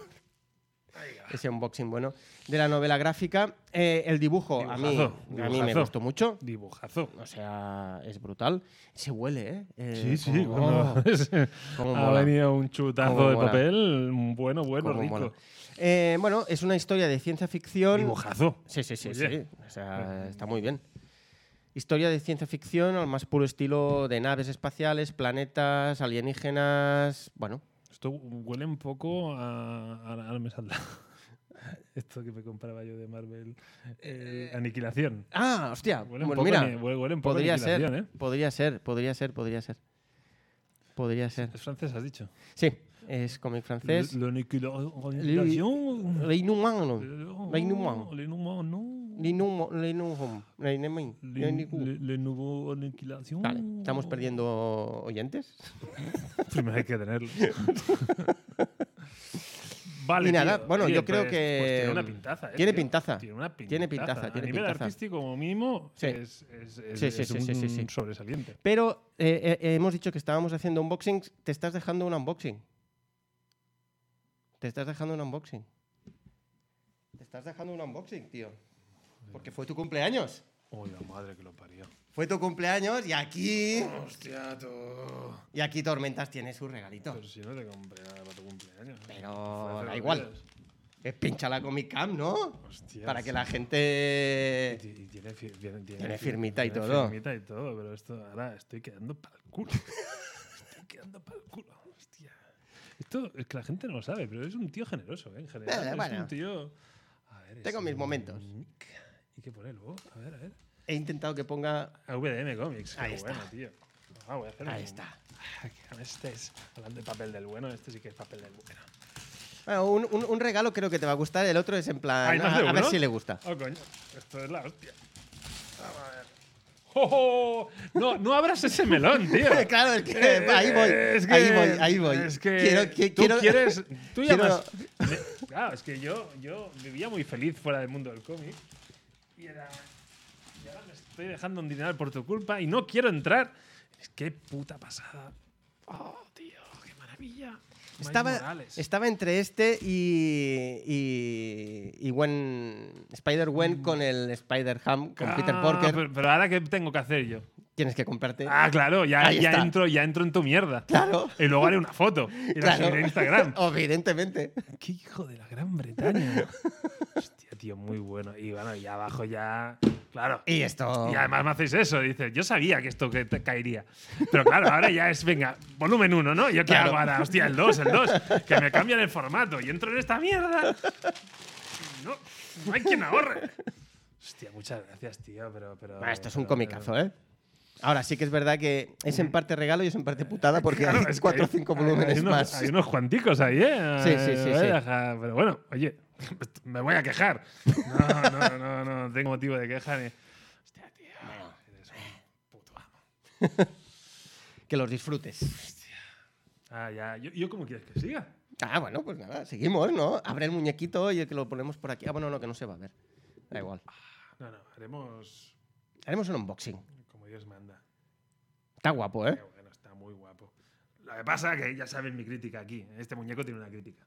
[SPEAKER 3] ese unboxing bueno. De la novela gráfica. Eh, el dibujo, a mí,
[SPEAKER 2] Dibujazo,
[SPEAKER 3] a mí me
[SPEAKER 2] dibujazo.
[SPEAKER 3] gustó mucho.
[SPEAKER 2] Dibujazo.
[SPEAKER 3] O sea, es brutal. Se huele, ¿eh? Eh,
[SPEAKER 2] Sí, sí. cuando-
[SPEAKER 3] como- oh, cómo
[SPEAKER 2] ha
[SPEAKER 3] mola.
[SPEAKER 2] venido un chutazo
[SPEAKER 3] Cómo
[SPEAKER 2] de
[SPEAKER 3] mola.
[SPEAKER 2] papel bueno, bueno,
[SPEAKER 3] cómo
[SPEAKER 2] rico.
[SPEAKER 3] mola. Eh, bueno, es una historia de ciencia ficción.
[SPEAKER 2] Dibujazo.
[SPEAKER 3] Sí, sí, sí,
[SPEAKER 2] Oye.
[SPEAKER 3] sí. O sea, está muy bien. Historia de ciencia ficción al más puro estilo de naves espaciales, planetas, alienígenas. Bueno,
[SPEAKER 2] Esto huele un poco a. Ahora, ahora me saldrá. Esto que me compraba yo de Marvel. eh, Aniquilación.
[SPEAKER 3] Ah, hostia.
[SPEAKER 2] Huele un
[SPEAKER 3] bueno,
[SPEAKER 2] poco
[SPEAKER 3] mira,
[SPEAKER 2] ani- huele- huele un poco
[SPEAKER 3] podría ser,
[SPEAKER 2] aniquilación, ¿eh?
[SPEAKER 3] podría ser, podría ser, podría ser. Podría ser.
[SPEAKER 2] Es francés, has dicho.
[SPEAKER 3] Sí, es cómic francés.
[SPEAKER 2] L'aniquilación.
[SPEAKER 3] L'inhumano. L'inhumain.
[SPEAKER 2] L'inhumain, no.
[SPEAKER 3] L'inhumo- l'inhumo- l'inhumain.
[SPEAKER 2] Le,
[SPEAKER 3] L'inhumo.
[SPEAKER 2] le- le nouveau aniquilación.
[SPEAKER 3] Vale, estamos perdiendo oyentes.
[SPEAKER 2] Primero hay que tenerlo. vale.
[SPEAKER 3] Y nada,
[SPEAKER 2] tío.
[SPEAKER 3] bueno,
[SPEAKER 2] Oye,
[SPEAKER 3] yo creo
[SPEAKER 2] pues-
[SPEAKER 3] que-
[SPEAKER 2] pues tiene una pintaza. eh,
[SPEAKER 3] tiene
[SPEAKER 2] tío.
[SPEAKER 3] pintaza.
[SPEAKER 2] Tiene una pintaza.
[SPEAKER 3] Tiene pintaza,
[SPEAKER 2] A
[SPEAKER 3] tiene
[SPEAKER 2] nivel
[SPEAKER 3] pintaza.
[SPEAKER 2] artístico, como mínimo,
[SPEAKER 3] Sí.
[SPEAKER 2] es, es, es-
[SPEAKER 3] Sí, sí,
[SPEAKER 2] es
[SPEAKER 3] sí,
[SPEAKER 2] un
[SPEAKER 3] sí, sí, sí.
[SPEAKER 2] sobresaliente.
[SPEAKER 3] Pero eh, eh, hemos dicho que estábamos haciendo unboxings. Te estás dejando un unboxing. Te estás dejando un unboxing. Te estás dejando un unboxing, tío. Porque fue tu cumpleaños.
[SPEAKER 2] Uy, la madre que lo parió.
[SPEAKER 3] Fue tu cumpleaños y aquí.
[SPEAKER 2] Hostia, tú.
[SPEAKER 3] Y aquí Tormentas tiene sus regalitos.
[SPEAKER 2] Pero si no te compré nada para tu cumpleaños. ¿eh?
[SPEAKER 3] Pero
[SPEAKER 2] Hacer
[SPEAKER 3] da
[SPEAKER 2] lo
[SPEAKER 3] igual.
[SPEAKER 2] quieras.
[SPEAKER 3] Es pinchala con mi cam, ¿no?
[SPEAKER 2] Hostias.
[SPEAKER 3] Para que la gente.
[SPEAKER 2] Y ti- y tiene, fir- tiene- tiene
[SPEAKER 3] Tiene
[SPEAKER 2] fir-
[SPEAKER 3] firmita y
[SPEAKER 2] tiene
[SPEAKER 3] todo.
[SPEAKER 2] Firmita y todo, pero esto ahora estoy quedando para el culo. estoy quedando para el culo, hostia. Esto es que la gente no lo sabe, pero es un tío generoso, ¿eh? En general.
[SPEAKER 3] Eh,
[SPEAKER 2] es
[SPEAKER 3] bueno.
[SPEAKER 2] un tío. A ver,
[SPEAKER 3] Tengo
[SPEAKER 2] es
[SPEAKER 3] mis
[SPEAKER 2] un
[SPEAKER 3] momentos.
[SPEAKER 2] mic. ¿Y qué pone luego? A ver, Ah, a ver.
[SPEAKER 3] He intentado que ponga.
[SPEAKER 2] A VDM Comics.
[SPEAKER 3] Ahí
[SPEAKER 2] Ahí
[SPEAKER 3] está.
[SPEAKER 2] bueno, tío. Ah, voy a hacer
[SPEAKER 3] Ahí
[SPEAKER 2] un-
[SPEAKER 3] está.
[SPEAKER 2] Ah, que no estés hablando de papel del bueno, este sí que es papel del bueno.
[SPEAKER 3] Bueno, un, un- un regalo creo que te va a gustar. El otro es en plan.
[SPEAKER 2] Ay, ¿no es
[SPEAKER 3] a,
[SPEAKER 2] de
[SPEAKER 3] Ah, a ver
[SPEAKER 2] uno?
[SPEAKER 3] si le gusta.
[SPEAKER 2] Oh, coño, esto es la hostia. Vamos a ver. ¡Oh, oh! No, no abras ese melón, tío.
[SPEAKER 3] claro, es que
[SPEAKER 2] Eh,
[SPEAKER 3] ahí voy.
[SPEAKER 2] es que-
[SPEAKER 3] ahí voy, ahí voy.
[SPEAKER 2] Es que
[SPEAKER 3] Quiero- qui-
[SPEAKER 2] tú
[SPEAKER 3] quiero-
[SPEAKER 2] quieres. Tú
[SPEAKER 3] quiero-
[SPEAKER 2] llamas. Me- Claro, es que yo, yo vivía muy feliz fuera del mundo del cómic. Y era. Y ahora me estoy dejando un dineral por tu culpa y no quiero entrar. Es que puta pasada. Oh, tío, qué maravilla. Miles
[SPEAKER 3] Estaba,
[SPEAKER 2] Morales.
[SPEAKER 3] estaba entre este y. y. y Gwen- Spider-Gwen con el Spider-Ham, con Peter
[SPEAKER 2] Mm. Ah,
[SPEAKER 3] Parker.
[SPEAKER 2] Pero, pero ahora, ¿qué tengo que hacer yo?
[SPEAKER 3] Tienes que comprarte.
[SPEAKER 2] Ah, claro, ya,
[SPEAKER 3] Ahí
[SPEAKER 2] ya,
[SPEAKER 3] está.
[SPEAKER 2] entro, ya entro en tu mierda.
[SPEAKER 3] Claro.
[SPEAKER 2] Y luego haré una foto y la
[SPEAKER 3] Claro.
[SPEAKER 2] subiré a Instagram.
[SPEAKER 3] Evidentemente.
[SPEAKER 2] ¡Qué hijo de la Gran Bretaña! Hostia, tío, muy bueno. Y bueno, y abajo ya. Claro.
[SPEAKER 3] Y esto.
[SPEAKER 2] Y además me hacéis eso, dices, yo sabía que esto que te caería. Pero claro, ahora ya es, venga, volumen 1, ¿no? Yo
[SPEAKER 3] Claro.
[SPEAKER 2] claro. hago ahora, hostia, el 2, el 2, que me cambian el formato y entro en esta mierda. No, no hay quien ahorre. Hostia, muchas gracias, tío, pero... pero
[SPEAKER 3] Bueno, Ah, esto es un
[SPEAKER 2] pero- pero-
[SPEAKER 3] comicazo, ¿eh? Ahora sí que es verdad que es en parte regalo y es en parte putada porque
[SPEAKER 2] Claro,
[SPEAKER 3] hay
[SPEAKER 2] es que
[SPEAKER 3] cuatro o
[SPEAKER 2] hay-
[SPEAKER 3] cinco
[SPEAKER 2] hay-
[SPEAKER 3] volúmenes
[SPEAKER 2] hay unos,
[SPEAKER 3] más.
[SPEAKER 2] Hay unos cuanticos ahí, ¿eh?
[SPEAKER 3] Sí, sí, sí,
[SPEAKER 2] Eh,
[SPEAKER 3] sí.
[SPEAKER 2] ajá, Pero bueno, oye, me voy a quejar. No, no, no, no, no tengo motivo de queja ni. Hostia, tío, eres un puto amo.
[SPEAKER 3] Que los disfrutes.
[SPEAKER 2] Ah, ya. ¿Yo, yo cómo quieres que siga?
[SPEAKER 3] Ah, bueno, pues nada, seguimos, ¿no? Abre el muñequito y el que lo ponemos por aquí. Ah, bueno, no, que no se va a ver. Da igual.
[SPEAKER 2] No, no, haremos
[SPEAKER 3] Haremos un unboxing.
[SPEAKER 2] como Dios manda.
[SPEAKER 3] Está guapo, ¿eh?
[SPEAKER 2] Pero bueno, está muy guapo. Lo que pasa es que ya saben mi crítica aquí. Este muñeco tiene una crítica.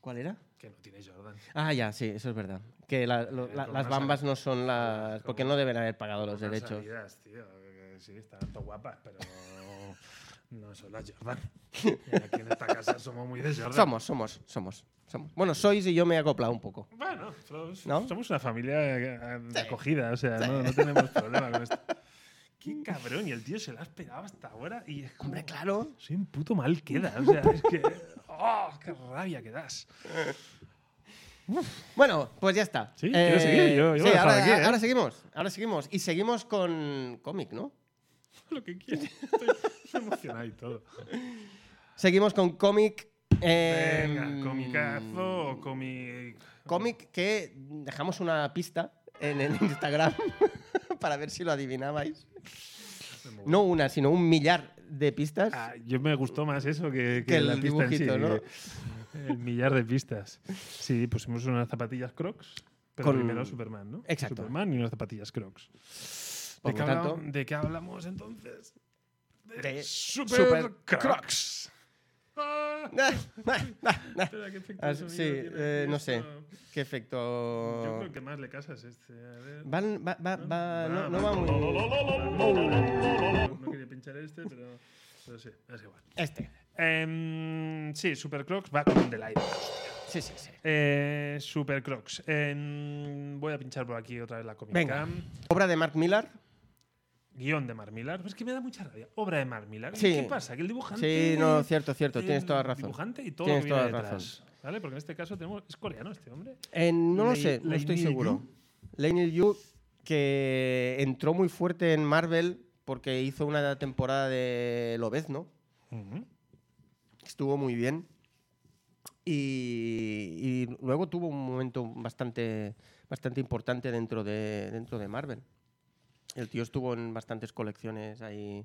[SPEAKER 3] ¿Cuál era?
[SPEAKER 2] Que no tiene Jordan.
[SPEAKER 3] Ah, ya, sí, eso es verdad. Que la- lo- la-
[SPEAKER 2] Con
[SPEAKER 3] las
[SPEAKER 2] una
[SPEAKER 3] bambas no son las...
[SPEAKER 2] con
[SPEAKER 3] Porque
[SPEAKER 2] una-
[SPEAKER 3] no deben haber pagado los
[SPEAKER 2] Unas
[SPEAKER 3] derechos.
[SPEAKER 2] Adidas, tío, que sí, están tan guapas, pero no son las Jordan. Y aquí en esta casa somos muy de Jordan.
[SPEAKER 3] Somos, somos, somos, somos. Bueno, sois y yo me he acoplado un poco.
[SPEAKER 2] Bueno, somos,
[SPEAKER 3] ¿No?
[SPEAKER 2] somos una familia eh, de acogida, o sea, no, no tenemos problema con esto. Qué cabrón, y el tío se la ha esperado hasta ahora y es como,
[SPEAKER 3] Hombre, claro.
[SPEAKER 2] Soy un puto mal queda, o sea, es que. ¡Oh, qué rabia que das!
[SPEAKER 3] Bueno, pues ya está.
[SPEAKER 2] Sí, quiero seguir, yo- yo lo
[SPEAKER 3] sí,
[SPEAKER 2] dejo
[SPEAKER 3] ahora,
[SPEAKER 2] aquí, ¿eh?
[SPEAKER 3] ahora seguimos, ahora seguimos. Y seguimos con cómic, ¿no?
[SPEAKER 2] Lo que quiero. Estoy emocionado y todo.
[SPEAKER 3] Seguimos con cómic. eh,
[SPEAKER 2] Venga, comicazo o comi.
[SPEAKER 3] Cómic que dejamos una pista en el Instagram para ver si lo adivinabais. No una, sino un millar de pistas.
[SPEAKER 2] Ah, yo me gustó más eso que, que
[SPEAKER 3] Que el
[SPEAKER 2] la pista en sí,
[SPEAKER 3] dibujito, ¿no?
[SPEAKER 2] que- El millar de pistas. Sí, pusimos unas zapatillas Crocs, pero
[SPEAKER 3] Con-
[SPEAKER 2] primero Superman, ¿no?
[SPEAKER 3] Exacto.
[SPEAKER 2] Superman y unas zapatillas Crocs.
[SPEAKER 3] Por
[SPEAKER 2] ¿De, qué
[SPEAKER 3] lo tanto-
[SPEAKER 2] hablamos, de qué hablamos entonces?
[SPEAKER 3] De
[SPEAKER 2] Super,
[SPEAKER 3] Super
[SPEAKER 2] Crocs.
[SPEAKER 3] Crocs.
[SPEAKER 2] Ah, espera, ¿qué efecto
[SPEAKER 3] Ah,
[SPEAKER 2] de
[SPEAKER 3] sí,
[SPEAKER 2] sonido tiene
[SPEAKER 3] eh, no sé.
[SPEAKER 2] esto?
[SPEAKER 3] ¿Qué
[SPEAKER 2] Yo
[SPEAKER 3] efecto?
[SPEAKER 2] creo que más le casas este. A ver.
[SPEAKER 3] Van- va- va- va- no, no va muy.
[SPEAKER 2] muy. No quería pinchar este, pero. Pero sí, es igual.
[SPEAKER 3] Este.
[SPEAKER 2] Em, sí, Super Crocs va con del aire.
[SPEAKER 3] Sí, sí, sí.
[SPEAKER 2] Eh, Super Crocs. Em, voy a pinchar por aquí otra vez la Comic
[SPEAKER 3] Venga.
[SPEAKER 2] Cam.
[SPEAKER 3] Obra de Mark Millar.
[SPEAKER 2] Guión de Mar Millar. Pues Es que me da mucha rabia. Obra de Mar Millar.
[SPEAKER 3] Sí.
[SPEAKER 2] ¿Qué pasa? Que el dibujante.
[SPEAKER 3] Sí, no, cierto, cierto. Tienes
[SPEAKER 2] el
[SPEAKER 3] toda la razón.
[SPEAKER 2] Dibujante y todo
[SPEAKER 3] Tienes
[SPEAKER 2] lo que viene
[SPEAKER 3] toda la
[SPEAKER 2] detrás, ¿Vale? Porque en este caso tenemos. ¿Es coreano este hombre?
[SPEAKER 3] Eh, no lo
[SPEAKER 2] Lei-
[SPEAKER 3] sé, no estoy
[SPEAKER 2] Leinil
[SPEAKER 3] seguro. Leinil Yu, que entró muy fuerte en Marvel porque hizo una temporada de Lobezno. Estuvo muy bien. Y, y luego tuvo un momento bastante, bastante importante dentro de, dentro de Marvel. El tío estuvo en bastantes colecciones ahí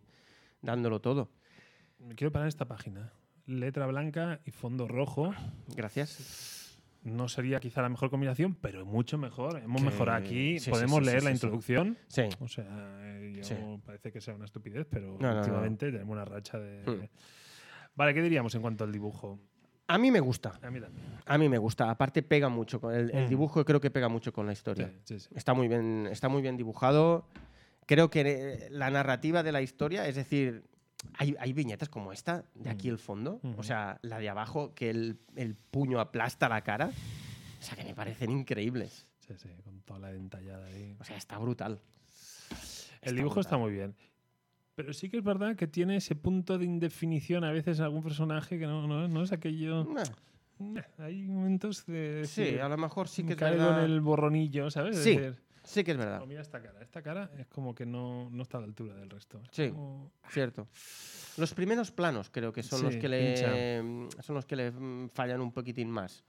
[SPEAKER 3] dándolo todo.
[SPEAKER 2] Me quiero parar en esta página. Letra blanca y fondo rojo.
[SPEAKER 3] Gracias.
[SPEAKER 2] No sería quizá la mejor combinación, pero mucho mejor. Hemos
[SPEAKER 3] Que-
[SPEAKER 2] mejorado aquí.
[SPEAKER 3] sí, sí,
[SPEAKER 2] Podemos
[SPEAKER 3] sí,
[SPEAKER 2] leer
[SPEAKER 3] sí,
[SPEAKER 2] la
[SPEAKER 3] sí, sí.
[SPEAKER 2] introducción.
[SPEAKER 3] Sí.
[SPEAKER 2] O sea, eh, yo
[SPEAKER 3] Sí.
[SPEAKER 2] parece que sea una estupidez, pero
[SPEAKER 3] No, no, no.
[SPEAKER 2] últimamente tenemos una racha de.
[SPEAKER 3] Hmm.
[SPEAKER 2] Vale, ¿qué diríamos en cuanto al dibujo? Ah,
[SPEAKER 3] A mí me gusta.
[SPEAKER 2] A mí también.
[SPEAKER 3] A mí me gusta. Aparte pega mucho. con- El, el
[SPEAKER 2] Mm.
[SPEAKER 3] dibujo creo que pega mucho con la historia.
[SPEAKER 2] Sí, sí, sí.
[SPEAKER 3] Está muy bien, está muy bien dibujado. Creo que eh, la narrativa de la historia, es decir, hay, hay viñetas como esta, de aquí el fondo,
[SPEAKER 2] Mm. Ujú.
[SPEAKER 3] o sea, la de abajo, que el, el puño aplasta la cara. O sea, que me parecen increíbles.
[SPEAKER 2] Sí, sí, con toda la dentallada ahí.
[SPEAKER 3] O sea, está brutal.
[SPEAKER 2] El dibujo está
[SPEAKER 3] brutal.
[SPEAKER 2] muy bien. Pero sí que es verdad que tiene ese punto de indefinición a veces algún personaje que no, no, no es aquello.
[SPEAKER 3] Nah,
[SPEAKER 2] Nah, Hay momentos de.
[SPEAKER 3] Sí,
[SPEAKER 2] decir,
[SPEAKER 3] a lo mejor sí que es
[SPEAKER 2] caigo en
[SPEAKER 3] verdad.
[SPEAKER 2] el borronillo, ¿sabes? Es
[SPEAKER 3] Sí.
[SPEAKER 2] decir,
[SPEAKER 3] Sí que es
[SPEAKER 2] "Oh,
[SPEAKER 3] verdad.
[SPEAKER 2] mira esta cara. Esta cara es como que no, no está a la altura del resto. Es
[SPEAKER 3] Sí.
[SPEAKER 2] como-
[SPEAKER 3] Cierto. Los primeros planos creo que son
[SPEAKER 2] Sí,
[SPEAKER 3] los que le son los que le mm, fallan un poquitin más.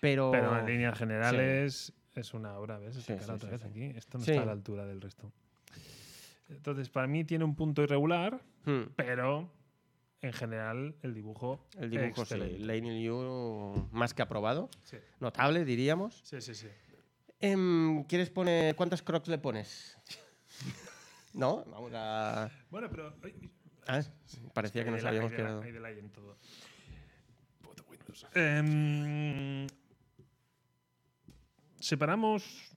[SPEAKER 3] Pero,
[SPEAKER 2] Pero en líneas generales es una obra, ¿ves? Esta
[SPEAKER 3] Sí,
[SPEAKER 2] cara
[SPEAKER 3] sí,
[SPEAKER 2] otra
[SPEAKER 3] sí,
[SPEAKER 2] vez
[SPEAKER 3] sí.
[SPEAKER 2] aquí. Esto no
[SPEAKER 3] Sí.
[SPEAKER 2] está a la altura del resto. Entonces, para mí tiene un punto irregular,
[SPEAKER 3] Hmm,
[SPEAKER 2] pero en general el dibujo.
[SPEAKER 3] el dibujo sí,
[SPEAKER 2] excelente.
[SPEAKER 3] Lane Liu más que aprobado,
[SPEAKER 2] Sí,
[SPEAKER 3] notable diríamos.
[SPEAKER 2] sí, sí. sí.
[SPEAKER 3] Em, ¿Quieres poner cuántas crocs le pones? ¿No? Vamos a
[SPEAKER 2] Bueno, pero. ay,
[SPEAKER 3] ah, parecía que
[SPEAKER 2] hay
[SPEAKER 3] nos
[SPEAKER 2] de la-
[SPEAKER 3] habíamos
[SPEAKER 2] hay de la-
[SPEAKER 3] quedado.
[SPEAKER 2] hay de la y en todo. Puto Windows. Em, separamos.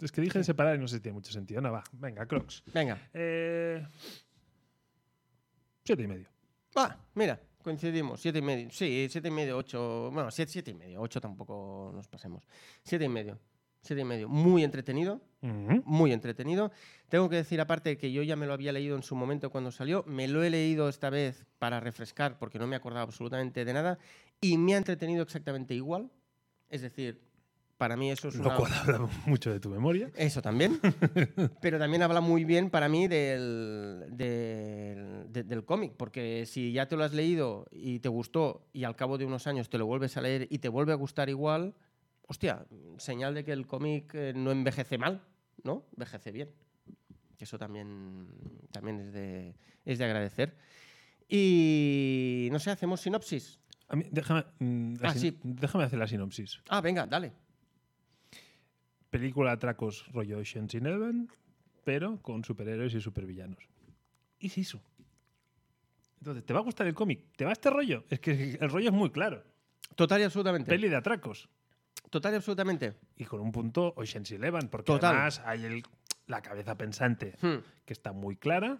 [SPEAKER 2] Es que dije de separar y no sé si tiene mucho sentido. No, va. Venga, Crocs.
[SPEAKER 3] Venga,
[SPEAKER 2] Eh, siete y medio.
[SPEAKER 3] va, mira, coincidimos, siete y medio. Sí, siete y medio, ocho, bueno, siete, siete y medio, ocho tampoco nos pasemos. Siete y medio, siete y medio, muy entretenido.
[SPEAKER 2] Mm-hmm.
[SPEAKER 3] muy entretenido. Tengo que decir aparte que yo ya me lo había leído en su momento cuando salió, me lo he leído esta vez para refrescar porque no me acordaba absolutamente de nada y me ha entretenido exactamente igual. Es decir, para mí eso es
[SPEAKER 2] Lo
[SPEAKER 3] pues una-
[SPEAKER 2] cual habla mucho de tu memoria.
[SPEAKER 3] Eso también, pero también habla muy bien para mí del, del, de- del cómic, porque si ya te lo has leído y te gustó y al cabo de unos años te lo vuelves a leer y te vuelve a gustar igual, hostia, señal de que el cómic eh, no envejece mal, ¿no? Envejece bien. Que Eso también, también es, de, es de agradecer. Y no sé, hacemos sinopsis.
[SPEAKER 2] A mí, déjame, mm, la
[SPEAKER 3] Ah,
[SPEAKER 2] sin-
[SPEAKER 3] sí.
[SPEAKER 2] déjame hacer la sinopsis.
[SPEAKER 3] Ah, venga, dale.
[SPEAKER 2] Película Atracos rollo Ocean's Eleven, pero con superhéroes y supervillanos. Y es eso. Entonces, ¿te va a gustar el cómic? ¿Te va este rollo? Es que el rollo es muy claro.
[SPEAKER 3] Total y absolutamente.
[SPEAKER 2] Peli de atracos.
[SPEAKER 3] Total y absolutamente.
[SPEAKER 2] Y con un punto Ocean's Eleven, porque
[SPEAKER 3] Total.
[SPEAKER 2] además hay el- la cabeza pensante
[SPEAKER 3] Hmm.
[SPEAKER 2] que está muy clara.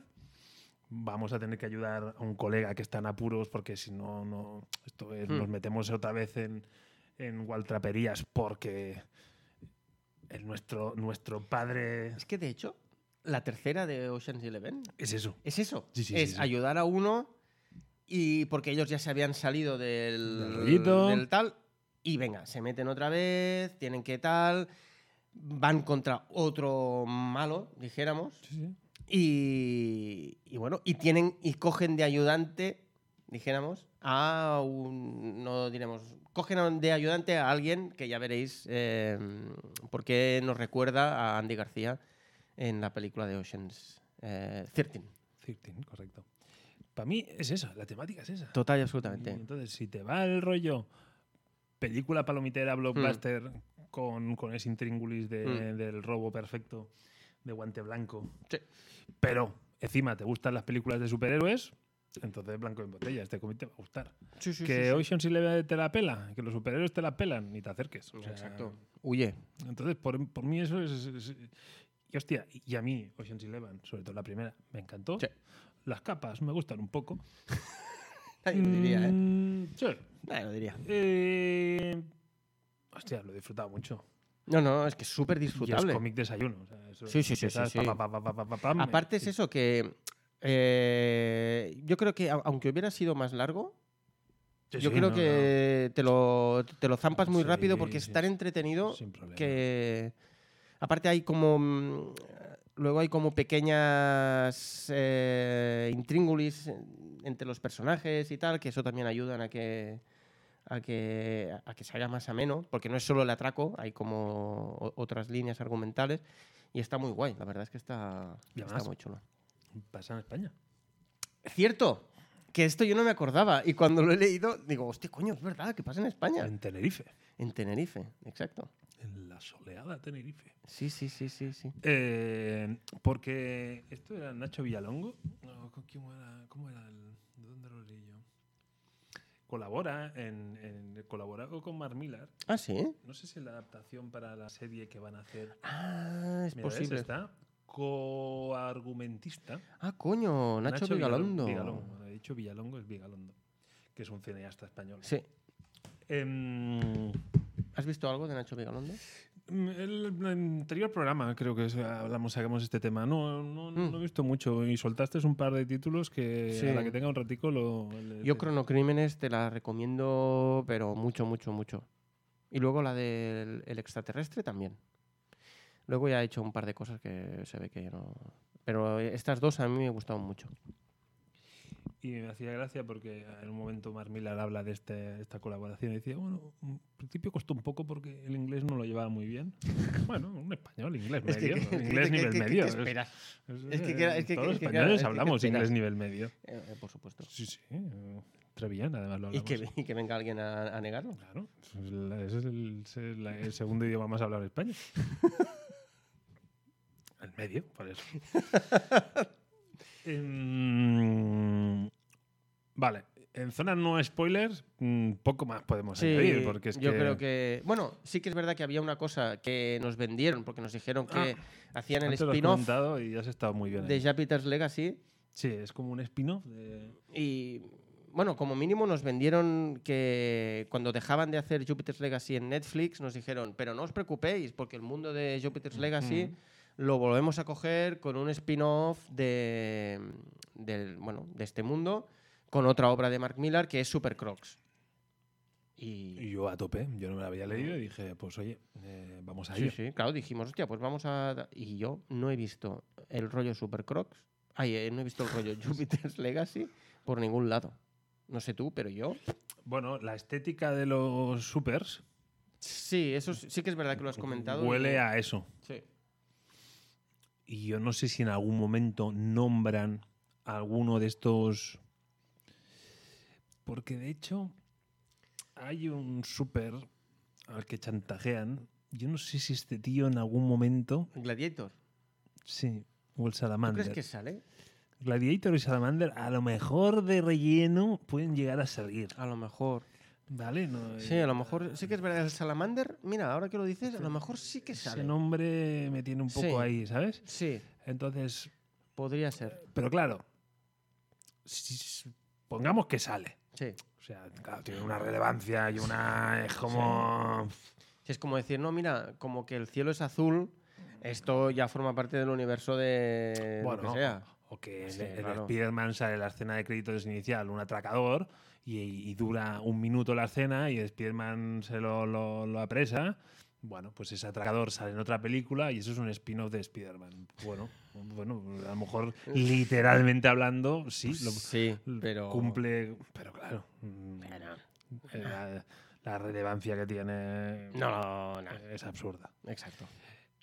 [SPEAKER 2] Vamos a tener que ayudar a un colega que está en apuros porque si no, no esto es-
[SPEAKER 3] Hmm.
[SPEAKER 2] nos metemos otra vez en, en gualtraperías porque el nuestro, nuestro padre
[SPEAKER 3] Es que de hecho, la tercera de Ocean's Eleven
[SPEAKER 2] es eso.
[SPEAKER 3] es eso.
[SPEAKER 2] Sí, sí,
[SPEAKER 3] es
[SPEAKER 2] sí, sí.
[SPEAKER 3] ayudar a uno y porque ellos ya se habían salido del,
[SPEAKER 2] Del rollito.
[SPEAKER 3] del tal y venga, se meten otra vez, tienen que tal, van contra otro malo, dijéramos, y, y bueno, y tienen y cogen de ayudante, dijéramos, a un no diremos, cogen a- de ayudante a alguien que ya veréis eh, porque nos recuerda a Andy García en la película de Ocean's eh, 13.
[SPEAKER 2] 13, correcto. Para mí es eso, la temática es esa.
[SPEAKER 3] Total y
[SPEAKER 2] Y
[SPEAKER 3] absolutamente.
[SPEAKER 2] Entonces, si te va el rollo película palomitera,
[SPEAKER 3] Hmm.
[SPEAKER 2] blockbuster, con, con ese intríngulis de-
[SPEAKER 3] Mm.
[SPEAKER 2] del robo perfecto, de guante blanco.
[SPEAKER 3] Sí.
[SPEAKER 2] Pero encima te gustan las películas de superhéroes, entonces blanco en botella, este comité va a gustar.
[SPEAKER 3] Sí, sí,
[SPEAKER 2] que
[SPEAKER 3] sí,
[SPEAKER 2] Ocean si le te la pela, que los superhéroes te la pelan, ni te acerques.
[SPEAKER 3] sí.
[SPEAKER 2] O sea,
[SPEAKER 3] Exacto. Huye.
[SPEAKER 2] Entonces, por, por mí eso es, es- es- Y hostia, y a mí Ocean's Eleven, sobre todo la primera, me encantó.
[SPEAKER 3] Sí.
[SPEAKER 2] Las capas me gustan un poco.
[SPEAKER 3] Nadie lo diría, ¿eh?
[SPEAKER 2] Mm, sí.
[SPEAKER 3] Nadie lo diría.
[SPEAKER 2] Eh, hostia, lo he disfrutado mucho.
[SPEAKER 3] No, no, es que es súper
[SPEAKER 2] Y es
[SPEAKER 3] disfrutable.
[SPEAKER 2] cómic desayuno. o sea, eso
[SPEAKER 3] Sí, sí, sí,
[SPEAKER 2] empiezas
[SPEAKER 3] sí, sí.
[SPEAKER 2] pa, pa, pa, pa, pa, pa, pam,
[SPEAKER 3] Aparte
[SPEAKER 2] y-
[SPEAKER 3] es eso, que eh, yo creo que au- aunque hubiera sido más largo,
[SPEAKER 2] Sí,
[SPEAKER 3] yo
[SPEAKER 2] sí,
[SPEAKER 3] creo
[SPEAKER 2] no,
[SPEAKER 3] que Te, lo, te lo zampas muy
[SPEAKER 2] Sí,
[SPEAKER 3] rápido porque
[SPEAKER 2] sí.
[SPEAKER 3] es tan
[SPEAKER 2] no,
[SPEAKER 3] entretenido
[SPEAKER 2] sin problema.
[SPEAKER 3] que... Aparte hay como... mm, Luego hay como pequeñas eh, intríngulis en- entre los personajes y tal, que eso también ayudan a que, a que, a que se haga más ameno, porque no es solo el atraco, hay como o- otras líneas argumentales y está muy guay, la verdad es que está,
[SPEAKER 2] Y
[SPEAKER 3] está
[SPEAKER 2] además-
[SPEAKER 3] muy chulo.
[SPEAKER 2] Pasa en España.
[SPEAKER 3] Cierto, que esto yo no me acordaba. Y cuando lo he leído, digo, hostia, coño, es verdad, que pasa en España.
[SPEAKER 2] En Tenerife.
[SPEAKER 3] En Tenerife, exacto.
[SPEAKER 2] En la soleada Tenerife.
[SPEAKER 3] Sí, sí, sí, sí, sí.
[SPEAKER 2] Eh, porque esto era Nacho Villalongo. No, ¿con ¿quién era? ¿Cómo era? el- ¿De dónde lo leí yo? colabora en, en- colaboró con Mark Millar.
[SPEAKER 3] Ah, sí.
[SPEAKER 2] No sé si es la adaptación para la serie que van a hacer.
[SPEAKER 3] Ah, es
[SPEAKER 2] Mira, ves,
[SPEAKER 3] posible.
[SPEAKER 2] está coargumentista.
[SPEAKER 3] Ah, coño, Nacho, Vigalondo.
[SPEAKER 2] Vigalondo. He dicho Villalongo, es Vigalondo, que es un cineasta español.
[SPEAKER 3] Sí.
[SPEAKER 2] Em,
[SPEAKER 3] ¿Has visto algo de Nacho Vigalondo?
[SPEAKER 2] Mm, El el anterior programa creo que es- hablamos, sacamos este tema. No, no, no,
[SPEAKER 3] Mm.
[SPEAKER 2] he visto mucho y soltaste un par de títulos que
[SPEAKER 3] Sí.
[SPEAKER 2] a la que tenga un ratico lo... le-
[SPEAKER 3] Yo
[SPEAKER 2] le-
[SPEAKER 3] Cronocrímenes te la recomiendo, pero mucho, mucho, mucho. Y luego la del el extraterrestre también. Luego ya he hecho un par de cosas que se ve que no... Pero estas dos a mí me gustaron mucho.
[SPEAKER 2] Y me hacía gracia porque en un momento Mark Millar habla de este- esta colaboración y decía, bueno, en principio costó un poco porque el inglés no lo llevaba muy bien. bueno, un español, inglés medio. inglés nivel medio. es- eh,
[SPEAKER 3] Es que queda- es que-
[SPEAKER 2] todos los
[SPEAKER 3] es que queda-
[SPEAKER 2] españoles
[SPEAKER 3] es que
[SPEAKER 2] hablamos
[SPEAKER 3] esperas.
[SPEAKER 2] inglés nivel medio.
[SPEAKER 3] por supuesto.
[SPEAKER 2] Sí, sí. eh, Treviñán, además lo
[SPEAKER 3] Y
[SPEAKER 2] hablamos.
[SPEAKER 3] que, y que venga alguien a, a negarlo.
[SPEAKER 2] Claro, eso es la- ese es el, ese es la- el segundo idioma más hablado en España. El medio, por eso. Em, vale, en zona no spoilers, mm, poco más podemos añadir, porque es
[SPEAKER 3] yo creo que... Bueno, sí que es verdad que había una cosa que nos vendieron, porque nos dijeron que hacían el
[SPEAKER 2] Ah, antes lo has
[SPEAKER 3] spin-off
[SPEAKER 2] comentado y has estado muy bien.
[SPEAKER 3] de
[SPEAKER 2] ahí.
[SPEAKER 3] Jupiter's Legacy.
[SPEAKER 2] Sí, es como un spin-off de...
[SPEAKER 3] Y bueno, como mínimo nos vendieron que cuando dejaban de hacer Jupiter's Legacy en Netflix, nos dijeron, pero no os preocupéis, porque el mundo de Jupiter's Legacy
[SPEAKER 2] Ujú.
[SPEAKER 3] lo volvemos a coger con un spin-off de, del, bueno, de este mundo, con otra obra de Mark Millar que es Super Crocs.
[SPEAKER 2] Y
[SPEAKER 3] Y,
[SPEAKER 2] yo a tope, yo no me la había leído y dije, pues oye, eh, vamos a
[SPEAKER 3] sí,
[SPEAKER 2] ello.
[SPEAKER 3] sí, claro, dijimos, hostia, pues vamos a... Y yo no he visto el rollo Super Crocs, ay, eh, no he visto el rollo Jupiter's Legacy por ningún lado. No sé tú, pero yo...
[SPEAKER 2] Bueno, la estética de los supers
[SPEAKER 3] Sí, eso sí sí que es verdad que lo has comentado. y-
[SPEAKER 2] huele a eso.
[SPEAKER 3] Sí.
[SPEAKER 2] Y yo no sé si en algún momento nombran a alguno de estos. Porque de hecho, hay un súper al que chantajean. Yo no sé si este tío en algún momento.
[SPEAKER 3] Gladiator.
[SPEAKER 2] Sí, o el
[SPEAKER 3] ¿Tú
[SPEAKER 2] Salamander.
[SPEAKER 3] crees que sale?
[SPEAKER 2] Gladiator y Salamander, a lo mejor de relleno, pueden llegar a salir.
[SPEAKER 3] A lo mejor.
[SPEAKER 2] ¿Vale? No,
[SPEAKER 3] Sí, a lo mejor. Sí que es verdad. El Salamander, mira, ahora que lo dices, a lo mejor sí que
[SPEAKER 2] Ese
[SPEAKER 3] sale.
[SPEAKER 2] nombre me tiene un poco
[SPEAKER 3] Sí.
[SPEAKER 2] ahí, ¿sabes?
[SPEAKER 3] Sí,
[SPEAKER 2] Entonces,
[SPEAKER 3] podría ser.
[SPEAKER 2] pero claro, si- si- pongamos que sale.
[SPEAKER 3] Sí.
[SPEAKER 2] O sea, claro, tiene una relevancia y una. Es como.
[SPEAKER 3] Sí, Es como decir, no, mira, como que el cielo es azul, esto ya forma parte del universo de.
[SPEAKER 2] Bueno,
[SPEAKER 3] lo que sea.
[SPEAKER 2] O que
[SPEAKER 3] Sí,
[SPEAKER 2] en, en
[SPEAKER 3] claro.
[SPEAKER 2] Spider-Man sale la escena de créditos inicial, un atracador, y, y dura un minuto la escena y Spider-Man se lo, lo- lo apresa. Bueno, pues ese atracador sale en otra película y eso es un spin-off de Spider-Man. Bueno, bueno, a lo mejor literalmente hablando, sí, lo-
[SPEAKER 3] Sí, pero.
[SPEAKER 2] cumple. Pero claro. mm, La, la relevancia que tiene
[SPEAKER 3] No, no.
[SPEAKER 2] es absurda.
[SPEAKER 3] Exacto.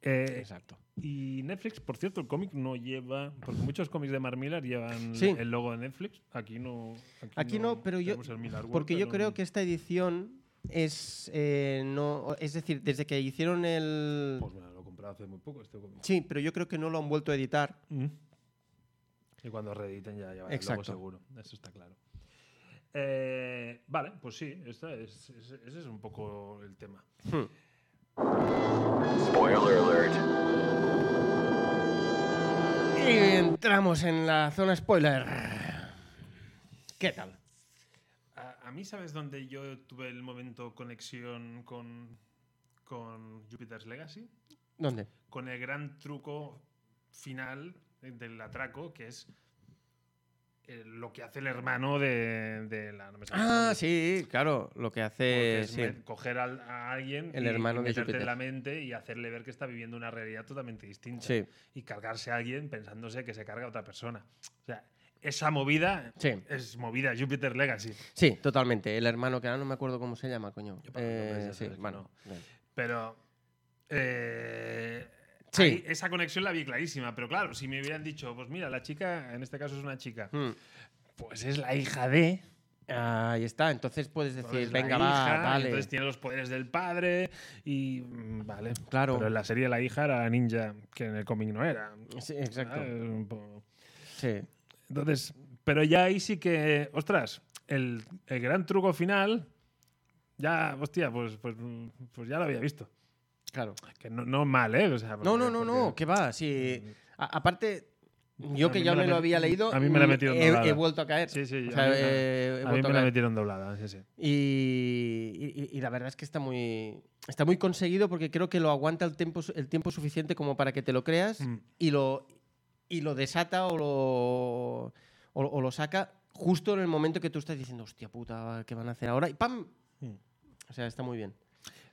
[SPEAKER 2] Eh,
[SPEAKER 3] Exacto.
[SPEAKER 2] Y Netflix, por cierto, el cómic no lleva. Porque muchos cómics de Mark Millar llevan
[SPEAKER 3] Sí.
[SPEAKER 2] el logo de Netflix. Aquí no. Aquí,
[SPEAKER 3] Aquí no, pero yo-
[SPEAKER 2] tenemos el Millar World,
[SPEAKER 3] Porque yo
[SPEAKER 2] pero-
[SPEAKER 3] creo que esta edición es. eh, no, es decir, desde que hicieron el.
[SPEAKER 2] Pues bueno, lo he comprado hace muy poco este cómic.
[SPEAKER 3] Sí, pero yo creo que no lo han vuelto a editar.
[SPEAKER 2] Mm. Y cuando reediten ya llevan el logo
[SPEAKER 3] Exacto.
[SPEAKER 2] seguro. Eso está claro. Eh, vale, pues sí, esta es- es- ese es un poco el tema.
[SPEAKER 4] Spoiler alert.
[SPEAKER 3] Y entramos en la zona spoiler. ¿Qué tal?
[SPEAKER 2] A, a mí, ¿sabes dónde yo tuve el momento conexión con, con Jupiter's Legacy?
[SPEAKER 3] ¿Dónde?
[SPEAKER 2] Con el gran truco final del atraco, que es eh, lo que hace el hermano de, de la. No me sale el
[SPEAKER 3] Ah,
[SPEAKER 2] nombre,
[SPEAKER 3] sí, claro, lo que
[SPEAKER 2] porque
[SPEAKER 3] hace.
[SPEAKER 2] es
[SPEAKER 3] sí.
[SPEAKER 2] me- coger al- a alguien
[SPEAKER 3] El
[SPEAKER 2] y-
[SPEAKER 3] hermano
[SPEAKER 2] y
[SPEAKER 3] de
[SPEAKER 2] meterte
[SPEAKER 3] Júpiter.
[SPEAKER 2] en la mente y hacerle ver que está viviendo una realidad totalmente distinta
[SPEAKER 3] Sí.
[SPEAKER 2] y cargarse a alguien pensándose que se carga a otra persona o sea esa movida
[SPEAKER 3] Sí.
[SPEAKER 2] es movida Jupiter Legacy
[SPEAKER 3] Sí, totalmente. El hermano que ahora no me acuerdo cómo se llama, coño.
[SPEAKER 2] Yo para los nombres
[SPEAKER 3] Eh,
[SPEAKER 2] ya
[SPEAKER 3] sí,
[SPEAKER 2] sabes que
[SPEAKER 3] bueno.
[SPEAKER 2] Pero. eh,
[SPEAKER 3] Sí.
[SPEAKER 2] ahí esa conexión la vi clarísima. Pero claro, si me hubieran dicho, pues mira, la chica, en este caso es una chica,
[SPEAKER 3] Hmm.
[SPEAKER 2] pues es la hija de.
[SPEAKER 3] Ahí está, entonces puedes decir,
[SPEAKER 2] entonces la
[SPEAKER 3] venga,
[SPEAKER 2] hija,
[SPEAKER 3] va,
[SPEAKER 2] y
[SPEAKER 3] dale.
[SPEAKER 2] Entonces tiene los poderes del padre y. mm, Vale.
[SPEAKER 3] Claro.
[SPEAKER 2] Pero en la serie la hija era la ninja, que en el cómic no era.
[SPEAKER 3] Sí, exacto.
[SPEAKER 2] Ah, es un poco-
[SPEAKER 3] Sí.
[SPEAKER 2] Entonces, pero ya ahí sí que. Ostras, el, el gran truco final, ya, hostia, pues, pues, pues ya lo había visto.
[SPEAKER 3] Claro.
[SPEAKER 2] Que no, no mal, ¿eh? O sea,
[SPEAKER 3] No,
[SPEAKER 2] porque-
[SPEAKER 3] no, no, no,
[SPEAKER 2] porque-
[SPEAKER 3] que va. Si, a- aparte, yo
[SPEAKER 2] A
[SPEAKER 3] que
[SPEAKER 2] mí
[SPEAKER 3] ya
[SPEAKER 2] me la
[SPEAKER 3] me lo
[SPEAKER 2] met-
[SPEAKER 3] había leído,
[SPEAKER 2] a mí me la
[SPEAKER 3] mm,
[SPEAKER 2] metieron doblada.
[SPEAKER 3] he, he vuelto a caer.
[SPEAKER 2] Sí, sí,
[SPEAKER 3] O
[SPEAKER 2] a
[SPEAKER 3] sea,
[SPEAKER 2] mí me-
[SPEAKER 3] eh, he
[SPEAKER 2] A mí
[SPEAKER 3] vuelto a
[SPEAKER 2] me la
[SPEAKER 3] caer.
[SPEAKER 2] metieron doblada, sí, sí.
[SPEAKER 3] Y, y- y la verdad es que está muy, está muy conseguido porque creo que lo aguanta el tiempo, su- el tiempo suficiente como para que te lo creas
[SPEAKER 2] Mm.
[SPEAKER 3] y, lo, y lo desata o lo, o, o lo saca justo en el momento que tú estás diciendo, hostia puta, ¿qué van a hacer ahora? Y ¡pam!
[SPEAKER 2] Mm.
[SPEAKER 3] O sea, está muy bien.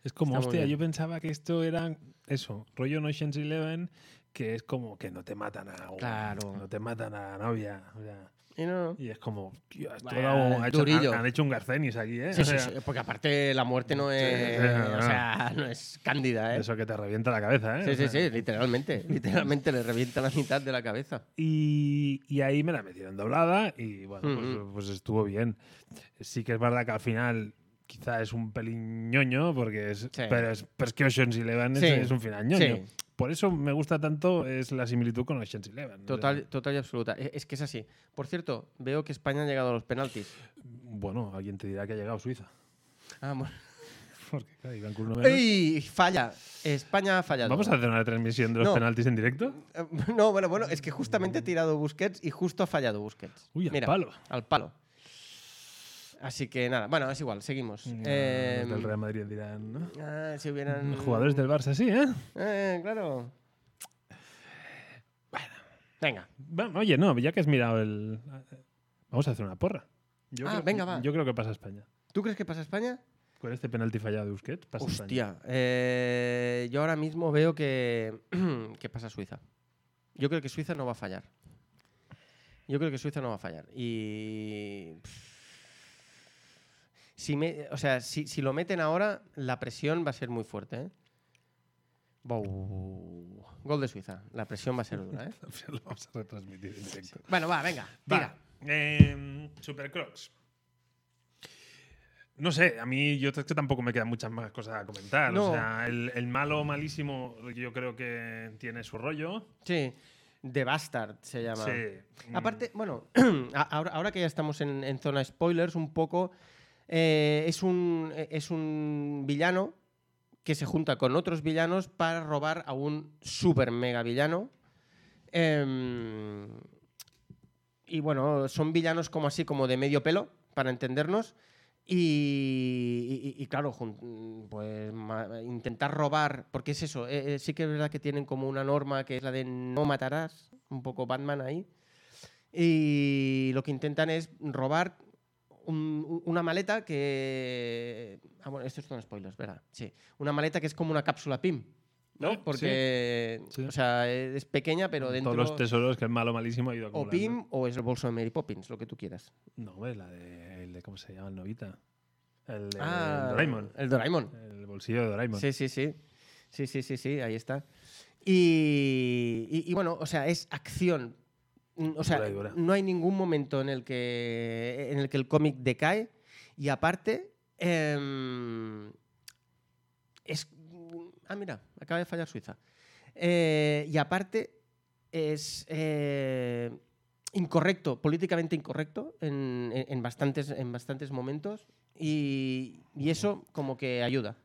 [SPEAKER 2] Es como,
[SPEAKER 3] Está muy
[SPEAKER 2] hostia,
[SPEAKER 3] bien.
[SPEAKER 2] yo pensaba que esto era eso, rollo No Ocean's Eleven, que es como que no te matan a un-
[SPEAKER 3] Claro.
[SPEAKER 2] no te matan a la novia. o sea,
[SPEAKER 3] Y no-
[SPEAKER 2] y es como, tío, esto
[SPEAKER 3] Vaya,
[SPEAKER 2] da un- ha hecho-
[SPEAKER 3] durillo.
[SPEAKER 2] han, han hecho un Garcenis aquí, ¿eh?
[SPEAKER 3] Sí,
[SPEAKER 2] O
[SPEAKER 3] sí,
[SPEAKER 2] sea,
[SPEAKER 3] sí, porque aparte la muerte no es,
[SPEAKER 2] sí, no,
[SPEAKER 3] o sea, no es cándida, ¿eh?
[SPEAKER 2] Eso que te revienta la cabeza, ¿eh?
[SPEAKER 3] Sí,
[SPEAKER 2] O
[SPEAKER 3] sí,
[SPEAKER 2] sea,
[SPEAKER 3] sí, literalmente. Literalmente le revienta la mitad de la cabeza.
[SPEAKER 2] Y, y ahí me la metieron doblada y bueno, pues-
[SPEAKER 3] Ujú.
[SPEAKER 2] pues, estuvo bien. Sí que es verdad que al final quizá es un pelín ñoño, porque es,
[SPEAKER 3] Sí.
[SPEAKER 2] pero, es, pero es que Ocean's Eleven es-
[SPEAKER 3] Sí.
[SPEAKER 2] es, un final ñoño.
[SPEAKER 3] Sí.
[SPEAKER 2] Por eso me gusta tanto es la similitud con Ocean's Eleven. Eh,
[SPEAKER 3] Total, total y absoluta. E- Es que es así. Por cierto, veo que España ha llegado a los penaltis.
[SPEAKER 2] Bueno, alguien te dirá que ha llegado Suiza.
[SPEAKER 3] Ah, bueno.
[SPEAKER 2] Porque, claro, iban con uno menos.
[SPEAKER 3] ¡Ey! Falla. España ha fallado.
[SPEAKER 2] ¿Vamos a hacer una transmisión de los
[SPEAKER 3] No.
[SPEAKER 2] penaltis en directo?
[SPEAKER 3] Eh, No, bueno, bueno, es que justamente ha tirado Busquets y justo ha fallado Busquets.
[SPEAKER 2] Uy, al palo.
[SPEAKER 3] Al palo. Así que nada, bueno, es igual, seguimos. Eh,
[SPEAKER 2] Los del Real Madrid dirán, ¿no?
[SPEAKER 3] ah, si hubieran.
[SPEAKER 2] Jugadores del Barça, sí, ¿eh?
[SPEAKER 3] Eh, claro. Venga.
[SPEAKER 2] Bueno, oye, no, ya que has mirado el. Vamos a hacer una porra. Yo
[SPEAKER 3] Ah,
[SPEAKER 2] creo-
[SPEAKER 3] venga, va.
[SPEAKER 2] Yo creo que pasa España.
[SPEAKER 3] ¿Tú crees que pasa España?
[SPEAKER 2] Con este penalti fallado de Busquets, pasa España.
[SPEAKER 3] Hostia, eh, yo ahora mismo veo que, que pasa Suiza. Yo creo que Suiza no va a fallar. Yo creo que Suiza no va a fallar. Y. Si me- o sea, si, si lo meten ahora, la presión va a ser muy fuerte. ¿eh? Bou. Gol de Suiza. La presión va a ser dura. ¿eh?
[SPEAKER 2] Lo vamos a retransmitir en directo.
[SPEAKER 3] Bueno, va, venga.
[SPEAKER 2] Va.
[SPEAKER 3] Mira.
[SPEAKER 2] Eh, Supercrocs. No sé, a mí yo es que tampoco me quedan muchas más cosas a comentar.
[SPEAKER 3] No.
[SPEAKER 2] O sea, el, el malo malísimo yo creo que tiene su rollo.
[SPEAKER 3] Sí. The Bastard se llama.
[SPEAKER 2] Sí. Mm,
[SPEAKER 3] Aparte, bueno, a- ahora, ahora que ya estamos en, en zona spoilers, un poco. eh, es, un, eh, es un villano que se junta con otros villanos para robar a un super mega villano. Em, y bueno, son villanos como así, como de medio pelo, para entendernos. Y, y- y claro, jun- pues ma- intentar robar, porque es eso, eh, eh, sí que es verdad que tienen como una norma que es la de no matarás, un poco Batman ahí. Y lo que intentan es robar un- u- una maleta que... Ah, bueno, esto es un spoilers, ¿verdad? Sí. Una maleta que es como una cápsula PIM,
[SPEAKER 2] Eh,
[SPEAKER 3] ¿no? Porque,
[SPEAKER 2] sí.
[SPEAKER 3] o sea, es pequeña, pero
[SPEAKER 2] Todos
[SPEAKER 3] dentro...
[SPEAKER 2] los tesoros que el malo malísimo ha ido
[SPEAKER 3] O
[SPEAKER 2] acumulando.
[SPEAKER 3] PIM o es el bolso de Mary Poppins, lo que tú quieras.
[SPEAKER 2] No, hombre, la de, el de- ¿Cómo se llama el novita? El, de
[SPEAKER 3] Ah,
[SPEAKER 2] Doraemon.
[SPEAKER 3] El Doraemon.
[SPEAKER 2] El bolsillo de Doraemon.
[SPEAKER 3] Sí, sí, sí. Sí, sí, sí, sí, ahí está. Y, y- y bueno, o sea, es acción. Mm, O sea,
[SPEAKER 2] Dura y dura.
[SPEAKER 3] no hay ningún momento en el que, en el, que el cómic decae. Y aparte, em, es... Ah, mira, acaba de fallar Suiza. Eh, y aparte, es eh, incorrecto, políticamente incorrecto en, en- en bastantes, en bastantes momentos. Y, y eso como que ayuda.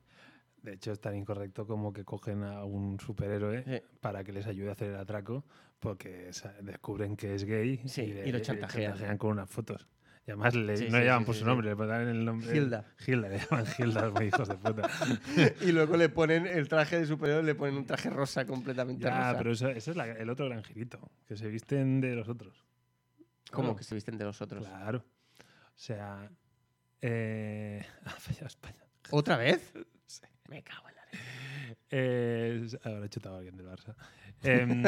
[SPEAKER 2] De hecho, es tan incorrecto como que cogen a un superhéroe
[SPEAKER 3] Sí.
[SPEAKER 2] para que les ayude a hacer el atraco, porque sa- descubren que es gay
[SPEAKER 3] Sí,
[SPEAKER 2] le-
[SPEAKER 3] y lo
[SPEAKER 2] le
[SPEAKER 3] chantajean.
[SPEAKER 2] con unas fotos. Y además le-
[SPEAKER 3] Sí,
[SPEAKER 2] no
[SPEAKER 3] sí,
[SPEAKER 2] le llaman
[SPEAKER 3] sí,
[SPEAKER 2] por
[SPEAKER 3] sí,
[SPEAKER 2] su
[SPEAKER 3] sí.
[SPEAKER 2] nombre, le ponen el nombre.
[SPEAKER 3] Gilda.
[SPEAKER 2] Gilda, le llaman Gilda, los hijos de puta.
[SPEAKER 3] Y luego le ponen el traje de superhéroe, le ponen un traje rosa completamente
[SPEAKER 2] ya,
[SPEAKER 3] rosa.
[SPEAKER 2] pero eso- ese es la- el otro gran girito, que se visten de los otros.
[SPEAKER 3] ¿Cómo
[SPEAKER 2] Claro.
[SPEAKER 3] que se visten de los otros?
[SPEAKER 2] Claro. O sea. Eh, ha fallado España.
[SPEAKER 3] ¿Otra vez?
[SPEAKER 2] Sí.
[SPEAKER 3] Me cago en la leche.
[SPEAKER 2] Eh, s- ahora he chutado a alguien del Barça. Em,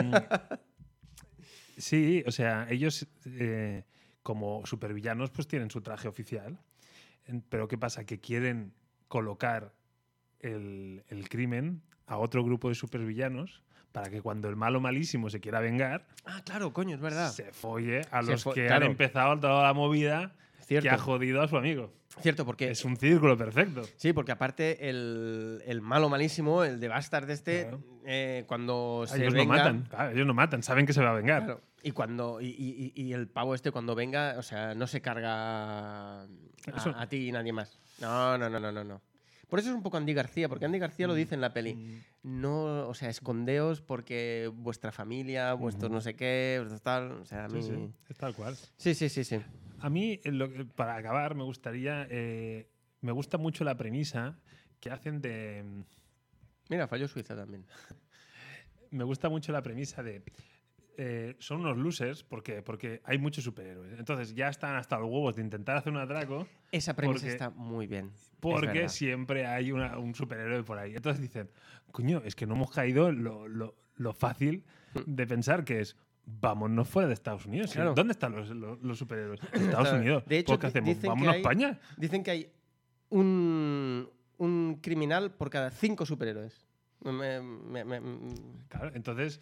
[SPEAKER 2] sí, o sea, ellos eh, como supervillanos pues tienen su traje oficial. En- Pero ¿qué pasa? Que quieren colocar el, el crimen a otro grupo de supervillanos para que cuando el malo malísimo se quiera vengar,
[SPEAKER 3] Ah, claro, coño, es verdad.
[SPEAKER 2] se folle a
[SPEAKER 3] Se
[SPEAKER 2] los
[SPEAKER 3] fo-
[SPEAKER 2] que
[SPEAKER 3] claro.
[SPEAKER 2] han empezado toda la movida que ha
[SPEAKER 3] Cierto, Eh, pues
[SPEAKER 2] jodido a su amigo.
[SPEAKER 3] cierto, porque...
[SPEAKER 2] Es un círculo perfecto.
[SPEAKER 3] Sí, porque aparte el, el malo malísimo, el de Bastard este,
[SPEAKER 2] Claro. Ah,
[SPEAKER 3] eh, cuando se
[SPEAKER 2] ellos
[SPEAKER 3] venga-
[SPEAKER 2] no matan, claro, ellos no matan, saben que se va a vengar.
[SPEAKER 3] Claro, Y cuando y, y- y- y el pavo este cuando venga, o sea, no se carga a,
[SPEAKER 2] Eso-
[SPEAKER 3] a ti y nadie más. No, no, no, no, no, no. Por eso es un poco Andy García, porque Andy
[SPEAKER 2] Mm,
[SPEAKER 3] García lo dice en la peli. No, o sea, escondeos porque vuestra familia, vuestros no sé qué, vuestros tal, o sea, a mí...
[SPEAKER 2] Sí, sí,
[SPEAKER 3] Sí,
[SPEAKER 2] es tal cual.
[SPEAKER 3] sí, sí, sí.
[SPEAKER 2] A mí, eh, lo que- para acabar, me gustaría. eh, me gusta mucho la premisa que hacen de.
[SPEAKER 3] Mira, falló Suiza también.
[SPEAKER 2] Me gusta mucho la premisa de. eh, son unos losers porque, porque hay muchos superhéroes. Entonces ya están hasta los huevos de intentar hacer un atraco
[SPEAKER 3] Esa premisa
[SPEAKER 2] Porque-
[SPEAKER 3] está muy bien. es
[SPEAKER 2] porque
[SPEAKER 3] verdad.
[SPEAKER 2] siempre hay una- un superhéroe por ahí. Entonces dicen, coño, es que no hemos caído lo, lo- lo fácil de pensar que es. Vámonos fuera de Estados Unidos. ¿sí?
[SPEAKER 3] Claro.
[SPEAKER 2] ¿Dónde están los, los- los superhéroes? En Estados Unidos.
[SPEAKER 3] De
[SPEAKER 2] ¿Por
[SPEAKER 3] hecho,
[SPEAKER 2] qué
[SPEAKER 3] di-
[SPEAKER 2] hacemos?
[SPEAKER 3] dicen que
[SPEAKER 2] ¿Vámonos a
[SPEAKER 3] hay-
[SPEAKER 2] España?
[SPEAKER 3] Dicen que hay un, un criminal por cada cinco superhéroes. Me- me- me- me-
[SPEAKER 2] Claro, entonces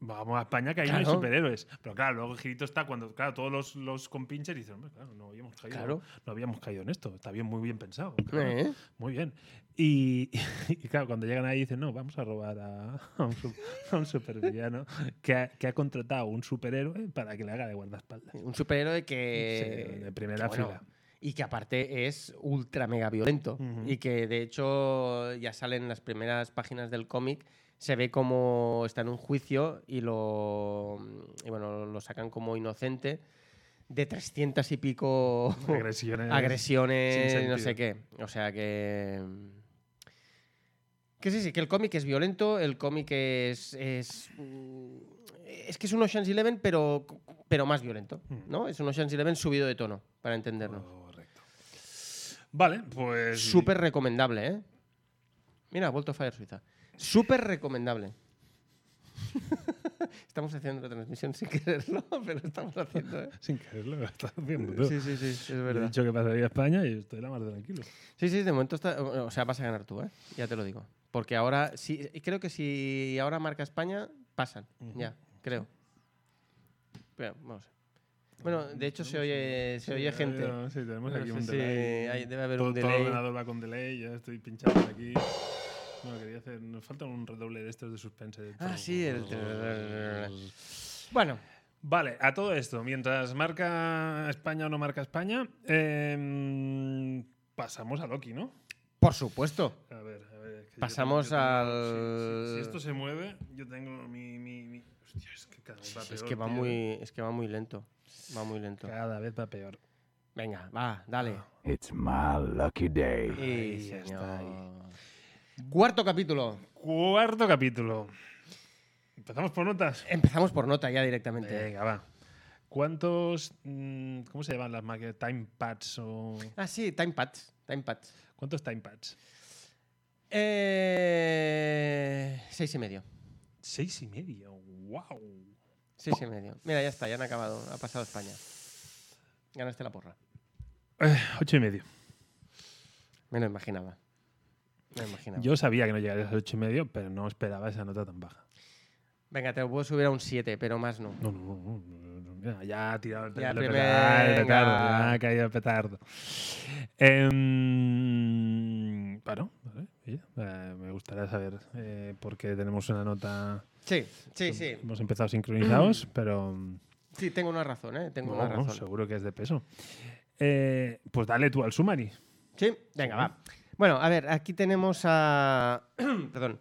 [SPEAKER 2] vamos a España que ahí no
[SPEAKER 3] Claro.
[SPEAKER 2] hay superhéroes. Pero claro, luego el girito está cuando, claro, todos los, los compinches dicen, hombre, claro, no habíamos caído,
[SPEAKER 3] Claro.
[SPEAKER 2] no habíamos caído en esto. Está bien, muy bien pensado. claro,
[SPEAKER 3] ¿Eh?
[SPEAKER 2] Muy bien. Y, y claro, cuando llegan ahí dicen, no, vamos a robar a, a un, su- a un supervillano que ha, que ha contratado a un superhéroe para que le haga de guardaespaldas.
[SPEAKER 3] Un superhéroe que.
[SPEAKER 2] Sí, de primera
[SPEAKER 3] que, Eh, bueno,
[SPEAKER 2] fila.
[SPEAKER 3] Y que aparte es ultra mega violento.
[SPEAKER 2] Ujú.
[SPEAKER 3] Y que de hecho ya salen las primeras páginas del cómic. Se ve como está en un juicio y lo. y bueno, lo sacan como inocente de 300 y pico Eh,
[SPEAKER 2] Agresiones.
[SPEAKER 3] agresiones,
[SPEAKER 2] sin
[SPEAKER 3] no sé qué. O sea que. mm, Que sí, sí, que el cómic es violento, el cómic es. Es, mm, es que es un Ocean's Eleven, pero, pero más violento,
[SPEAKER 2] Mm.
[SPEAKER 3] ¿no? Es un Ocean's Eleven subido de tono, para entenderlo.
[SPEAKER 2] Correcto. Vale, pues.
[SPEAKER 3] Súper recomendable, ¿eh? Mira, ha vuelto a Fire Suiza. Súper recomendable. estamos haciendo la transmisión sin quererlo, pero estamos haciendo, ¿eh?
[SPEAKER 2] Sin quererlo, lo estás haciendo tú.
[SPEAKER 3] Sí, sí, sí, es
[SPEAKER 2] Yo He
[SPEAKER 3] verdad.
[SPEAKER 2] dicho que pasaría a España y estoy la más tranquilo.
[SPEAKER 3] Sí, sí, de momento está. O sea, vas a ganar tú, ¿eh? Ya te lo digo. Porque ahora, sí, creo que si ahora marca España, pasan.
[SPEAKER 2] Ujú.
[SPEAKER 3] Ya, creo. Pero, vamos. Bueno, de hecho se oye, se oye
[SPEAKER 2] Sí,
[SPEAKER 3] gente.
[SPEAKER 2] no, Sí, tenemos
[SPEAKER 3] No
[SPEAKER 2] aquí
[SPEAKER 3] sé
[SPEAKER 2] un
[SPEAKER 3] si
[SPEAKER 2] delay.
[SPEAKER 3] hay- debe haber
[SPEAKER 2] todo,
[SPEAKER 3] un
[SPEAKER 2] Todo
[SPEAKER 3] delay.
[SPEAKER 2] el ordenador va con delay, ya estoy pinchando aquí. No, quería hacer. Nos falta un redoble de estos de suspense. de
[SPEAKER 3] Ah,
[SPEAKER 2] todo.
[SPEAKER 3] sí, el. Bueno,
[SPEAKER 2] Vale, a todo esto, mientras marca España o no marca España, em, pasamos a Loki, ¿no?
[SPEAKER 3] por supuesto.
[SPEAKER 2] A ver, a ver. es que yo
[SPEAKER 3] Pasamos
[SPEAKER 2] tengo- yo
[SPEAKER 3] al-
[SPEAKER 2] tengo- si- si, si esto se mueve, yo tengo mi. mi, mi- Hostia, es que cada vez va
[SPEAKER 3] Es
[SPEAKER 2] peor,
[SPEAKER 3] que va
[SPEAKER 2] tío.
[SPEAKER 3] muy, es que va muy lento. Va muy lento.
[SPEAKER 2] Cada vez va peor.
[SPEAKER 3] Venga, va, dale.
[SPEAKER 4] It's my lucky day.
[SPEAKER 3] Y,
[SPEAKER 2] Ah, Ahí
[SPEAKER 3] señor.
[SPEAKER 2] está,
[SPEAKER 3] Cuarto capítulo.
[SPEAKER 2] Cuarto capítulo. Empezamos por notas.
[SPEAKER 3] Empezamos por nota ya directamente.
[SPEAKER 2] Venga, va. ¿Cuántos. mm, ¿Cómo se llaman las máquinas? Time pads o.
[SPEAKER 3] Ah, sí, time pads. Time pads.
[SPEAKER 2] ¿Cuántos time pads?
[SPEAKER 3] Eh, seis y medio.
[SPEAKER 2] Seis y medio. ¡Wow!
[SPEAKER 3] Seis y medio. Mira, ya está, ya han acabado. Ha pasado España. Ganaste la porra.
[SPEAKER 2] Eh, ocho y medio.
[SPEAKER 3] Me lo imaginaba. Me lo imaginaba.
[SPEAKER 2] Yo sabía que no llegarías a ocho y medio, pero no esperaba esa nota tan baja.
[SPEAKER 3] Venga, te lo puedo subir a un 7, pero más no.
[SPEAKER 2] No, no, no. no, no, no, mira, ya ha tirado el,
[SPEAKER 3] Ya,
[SPEAKER 2] el
[SPEAKER 3] primer-
[SPEAKER 2] petardo, el petardo,
[SPEAKER 3] venga.
[SPEAKER 2] ya ha caído el petardo. Em, bueno, vale, oye, eh, me gustaría saber eh, por qué tenemos una nota.
[SPEAKER 3] Sí, sí, sí.
[SPEAKER 2] Hemos empezado sincronizados, pero mm,
[SPEAKER 3] Sí, tengo una razón, ¿eh? Tengo
[SPEAKER 2] no,
[SPEAKER 3] una
[SPEAKER 2] no,
[SPEAKER 3] razón.
[SPEAKER 2] seguro que es de peso. Eh, pues dale tú al Sumari.
[SPEAKER 3] Sí, venga, va. Bueno, a ver, aquí tenemos a. Perdón.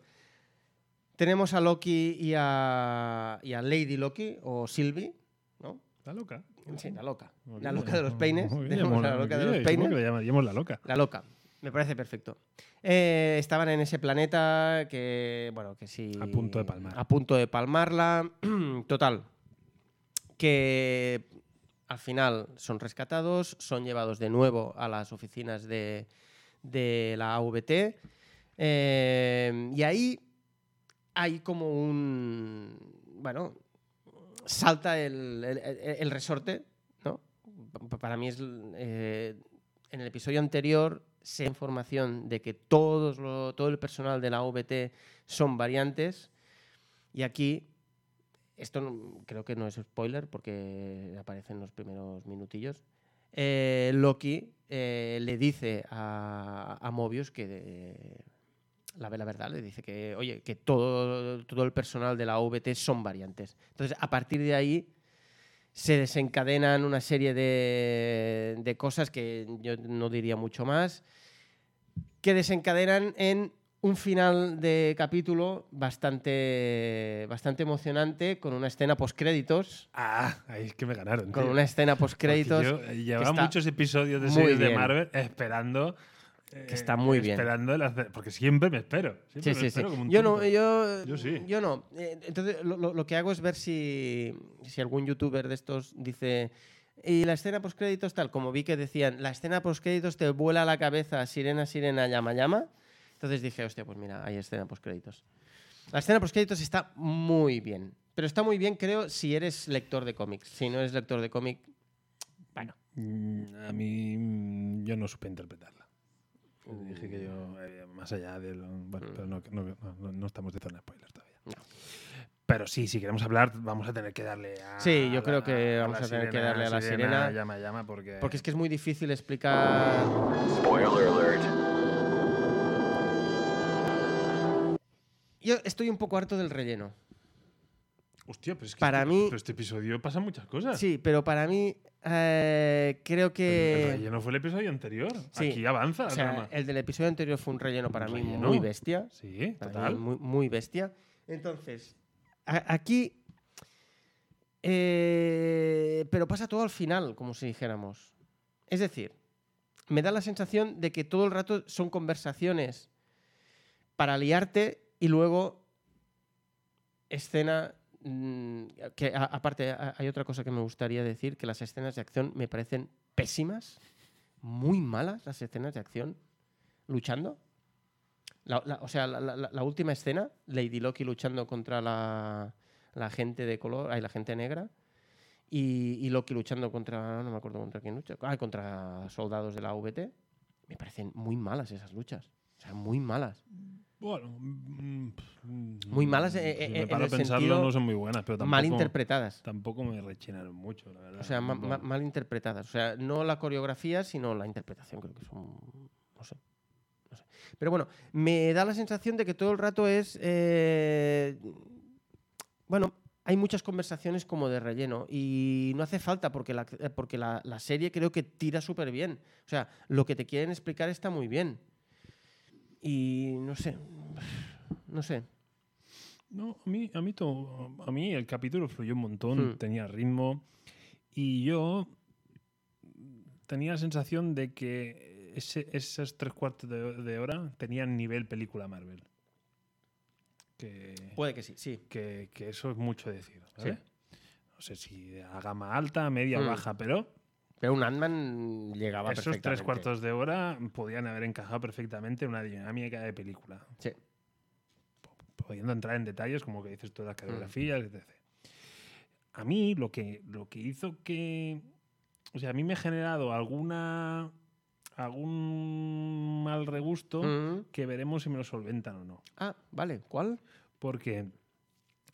[SPEAKER 3] Tenemos a Loki y a, y a Lady Loki o Sylvie, ¿no?
[SPEAKER 2] La loca.
[SPEAKER 3] Sí, la loca.
[SPEAKER 2] Muy
[SPEAKER 3] La
[SPEAKER 2] bien.
[SPEAKER 3] loca de los peines.
[SPEAKER 2] Muy bien,
[SPEAKER 3] Tenemos a la
[SPEAKER 2] llamamos-
[SPEAKER 3] loca de los
[SPEAKER 2] oye, ¿cómo
[SPEAKER 3] peines.
[SPEAKER 2] que le llama- llamamos la loca.
[SPEAKER 3] La loca. Me parece perfecto. Eh, estaban en ese planeta que, bueno, que sí.
[SPEAKER 2] A punto de palmar.
[SPEAKER 3] A punto de palmarla. Total. Que al final son rescatados, son llevados de nuevo a las oficinas de, de la AVT. eh, y ahí hay como un. Bueno, salta el, el- el- el resorte, ¿no? Pa- Para mí es. eh, en el episodio anterior se da información de que todos lo- todo el personal de la AVT son variantes. Y aquí, esto no- creo que no es spoiler porque aparecen los primeros minutillos. eh, Loki eh, le dice a, a Mobius que, la ve la verdad, le dice que, oye, que todo, todo el personal de la OVT son variantes. Entonces, a partir de ahí se desencadenan una serie de, de cosas que yo no diría mucho más, que desencadenan en un final de capítulo bastante, bastante emocionante, con una escena postcréditos.
[SPEAKER 2] Ah, ahí es que me ganaron.
[SPEAKER 3] Con
[SPEAKER 2] tío.
[SPEAKER 3] una escena postcréditos.
[SPEAKER 2] Porque yo llevaba
[SPEAKER 3] está
[SPEAKER 2] muchos episodios de
[SPEAKER 3] muy
[SPEAKER 2] series de
[SPEAKER 3] bien.
[SPEAKER 2] Marvel esperando. eh,
[SPEAKER 3] está muy bien.
[SPEAKER 2] Esperando la- porque siempre me espero. Siempre
[SPEAKER 3] Sí,
[SPEAKER 2] me
[SPEAKER 3] sí, sí.
[SPEAKER 2] espero como un
[SPEAKER 3] Yo no,
[SPEAKER 2] tonto.
[SPEAKER 3] yo,
[SPEAKER 2] Yo sí.
[SPEAKER 3] yo no. Eh, Entonces, lo, lo- lo que hago es ver si, si algún youtuber de estos dice. Y la escena postcréditos, tal, como vi que decían, la escena postcréditos te vuela la cabeza, sirena, sirena, llama, llama. Entonces dije, hostia, pues mira, hay escena postcréditos. La escena postcréditos está muy bien. Pero está muy bien, creo, si eres lector de cómics. Si no eres lector de cómic, bueno.
[SPEAKER 2] Mm, A mí mm, yo no supe interpretarla.
[SPEAKER 3] Uh.
[SPEAKER 2] Dije que yo, eh, más allá de lo- Bueno,
[SPEAKER 3] Mm.
[SPEAKER 2] pero no, no- no- no estamos de zona spoiler todavía. Pero sí, si queremos hablar, vamos a tener que darle a.
[SPEAKER 3] Sí, yo
[SPEAKER 2] a
[SPEAKER 3] creo
[SPEAKER 2] la-
[SPEAKER 3] que
[SPEAKER 2] la
[SPEAKER 3] vamos a tener que
[SPEAKER 2] sirena,
[SPEAKER 3] darle a la sirena.
[SPEAKER 2] Llama, llama, porque.
[SPEAKER 3] Porque es que es muy difícil explicar.
[SPEAKER 4] Spoiler alert.
[SPEAKER 3] Yo estoy un poco harto del relleno.
[SPEAKER 2] Hostia, pero es que.
[SPEAKER 3] para
[SPEAKER 2] este,
[SPEAKER 3] mí-
[SPEAKER 2] pero este episodio pasa muchas cosas.
[SPEAKER 3] Sí, pero para mí eh, creo
[SPEAKER 2] El
[SPEAKER 3] que...
[SPEAKER 2] relleno fue el episodio anterior.
[SPEAKER 3] Sí.
[SPEAKER 2] Aquí avanza
[SPEAKER 3] o
[SPEAKER 2] la
[SPEAKER 3] sea,
[SPEAKER 2] trama.
[SPEAKER 3] el del episodio anterior fue un relleno para
[SPEAKER 2] Un
[SPEAKER 3] mí
[SPEAKER 2] relleno.
[SPEAKER 3] muy bestia.
[SPEAKER 2] Sí,
[SPEAKER 3] Para mí
[SPEAKER 2] total.
[SPEAKER 3] muy, muy bestia. Entonces, a- aquí... eh, pero pasa todo al final, como si dijéramos. Es decir, me da la sensación de que todo el rato son conversaciones para liarte y luego escena mm, que a- aparte a- hay otra cosa que me gustaría decir que las escenas de acción me parecen pésimas muy malas las escenas de acción luchando La- la- o sea la, la- la- la última escena Lady Loki luchando contra la, la gente de color ay, la gente negra y, y Loki luchando contra no me acuerdo contra quién lucha ah, contra soldados de la VT me parecen muy malas esas luchas o sea muy malas
[SPEAKER 2] Bueno, mm, mm,
[SPEAKER 3] Muy malas, eh,
[SPEAKER 2] si
[SPEAKER 3] eh,
[SPEAKER 2] me
[SPEAKER 3] en
[SPEAKER 2] paro a
[SPEAKER 3] el
[SPEAKER 2] pensarlo,
[SPEAKER 3] sentido
[SPEAKER 2] no son muy buenas, pero
[SPEAKER 3] mal
[SPEAKER 2] tampoco,
[SPEAKER 3] interpretadas
[SPEAKER 2] tampoco me rechinaron mucho, la verdad.
[SPEAKER 3] O sea, ma- ma-
[SPEAKER 2] Tampoco.
[SPEAKER 3] mal interpretadas. O sea, no la coreografía, sino la interpretación, creo que es un... No sé. No sé. Pero bueno, me da la sensación de que todo el rato es... eh, Bueno, hay muchas conversaciones como de relleno y no hace falta porque la, eh, porque la, la serie creo que tira súper bien. O sea, lo que te quieren explicar está muy bien. Y no sé, no sé.
[SPEAKER 2] No, a mí, a, mí to- a mí el capítulo fluyó un montón,
[SPEAKER 3] Hmm.
[SPEAKER 2] tenía ritmo y yo tenía la sensación de que ese- esas tres cuartos de, de hora tenían nivel película Marvel. Que,
[SPEAKER 3] Puede que sí, sí.
[SPEAKER 2] que, que eso es mucho decir. ¿vale? No sé si de la gama alta, media,
[SPEAKER 3] Hmm.
[SPEAKER 2] baja, pero
[SPEAKER 3] Pero un Ant-Man llegaba
[SPEAKER 2] Esos tres
[SPEAKER 3] perfectamente.
[SPEAKER 2] cuartos de hora podían haber encajado perfectamente en una dinámica de película,
[SPEAKER 3] Sí.
[SPEAKER 2] pudiendo entrar en detalles como que dices tú de
[SPEAKER 3] Mm.
[SPEAKER 2] las coreografías, etc. A mí lo que, lo que hizo que... O sea, a mí me ha generado alguna algún mal regusto
[SPEAKER 3] Mm.
[SPEAKER 2] que veremos si me lo solventan o no.
[SPEAKER 3] Ah, vale. ¿Cuál?
[SPEAKER 2] Porque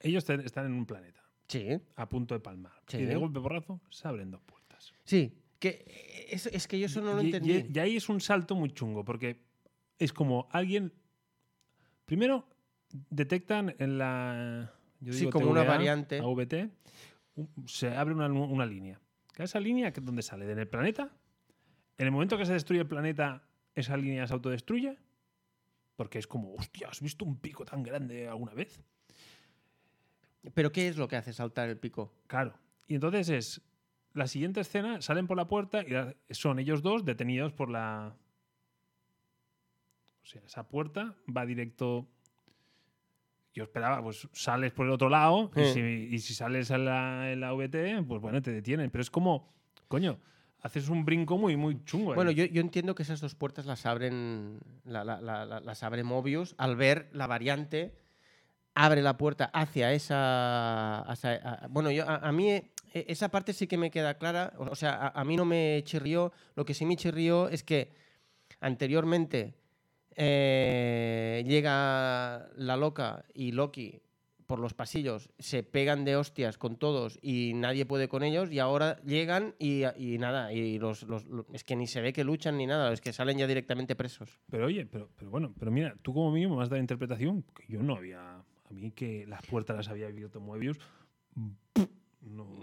[SPEAKER 2] ellos te- están en un planeta,
[SPEAKER 3] Sí.
[SPEAKER 2] a punto de palmar.
[SPEAKER 3] Sí.
[SPEAKER 2] Y de golpe porrazo se abren dos puertas.
[SPEAKER 3] Sí, que eh, es, es que yo eso no lo
[SPEAKER 2] y, y-
[SPEAKER 3] entendí.
[SPEAKER 2] y ahí es un salto muy chungo, porque es como alguien. Primero, detectan en la. yo
[SPEAKER 3] Sí,
[SPEAKER 2] digo
[SPEAKER 3] como una
[SPEAKER 2] TVA,
[SPEAKER 3] variante.
[SPEAKER 2] AVT, un- se abre una, nu- una línea. Que ¿Esa línea que- dónde sale? ¿En el planeta? ¿En el momento que se destruye el planeta, esa línea se autodestruye? Porque es como, hostia, ¿has visto un pico tan grande alguna vez?
[SPEAKER 3] Pero ¿qué es lo que hace saltar el pico?
[SPEAKER 2] Claro. Y entonces es. La siguiente escena, salen por la puerta y la- son ellos dos detenidos por la. O sea, esa puerta va directo. Yo esperaba, pues sales por el otro lado y,
[SPEAKER 3] Sí.
[SPEAKER 2] si, y si sales a la, en la VT, pues bueno, te detienen. Pero es como, coño, haces un brinco muy, muy chungo. ¿eh? ahí.
[SPEAKER 3] Bueno, yo, yo entiendo que esas dos puertas las abren, la- la- la- la- las abre Mobius al ver la variante, abre la puerta hacia esa... hacia- a- bueno, yo, a, a mí eh, esa parte sí que me queda clara, o, o sea, a, a mí no me chirrió, lo que sí me chirrió es que anteriormente eh, llega la loca y Loki por los pasillos, se pegan de hostias con todos y nadie puede con ellos y ahora llegan y, y nada, y los, los- lo- es que ni se ve que luchan ni nada, es que salen ya directamente presos.
[SPEAKER 2] Pero oye, pero, pero bueno, pero mira, tú como mínimo me has dado la interpretación que yo no había. A mí que las puertas las había abierto Moebius. No.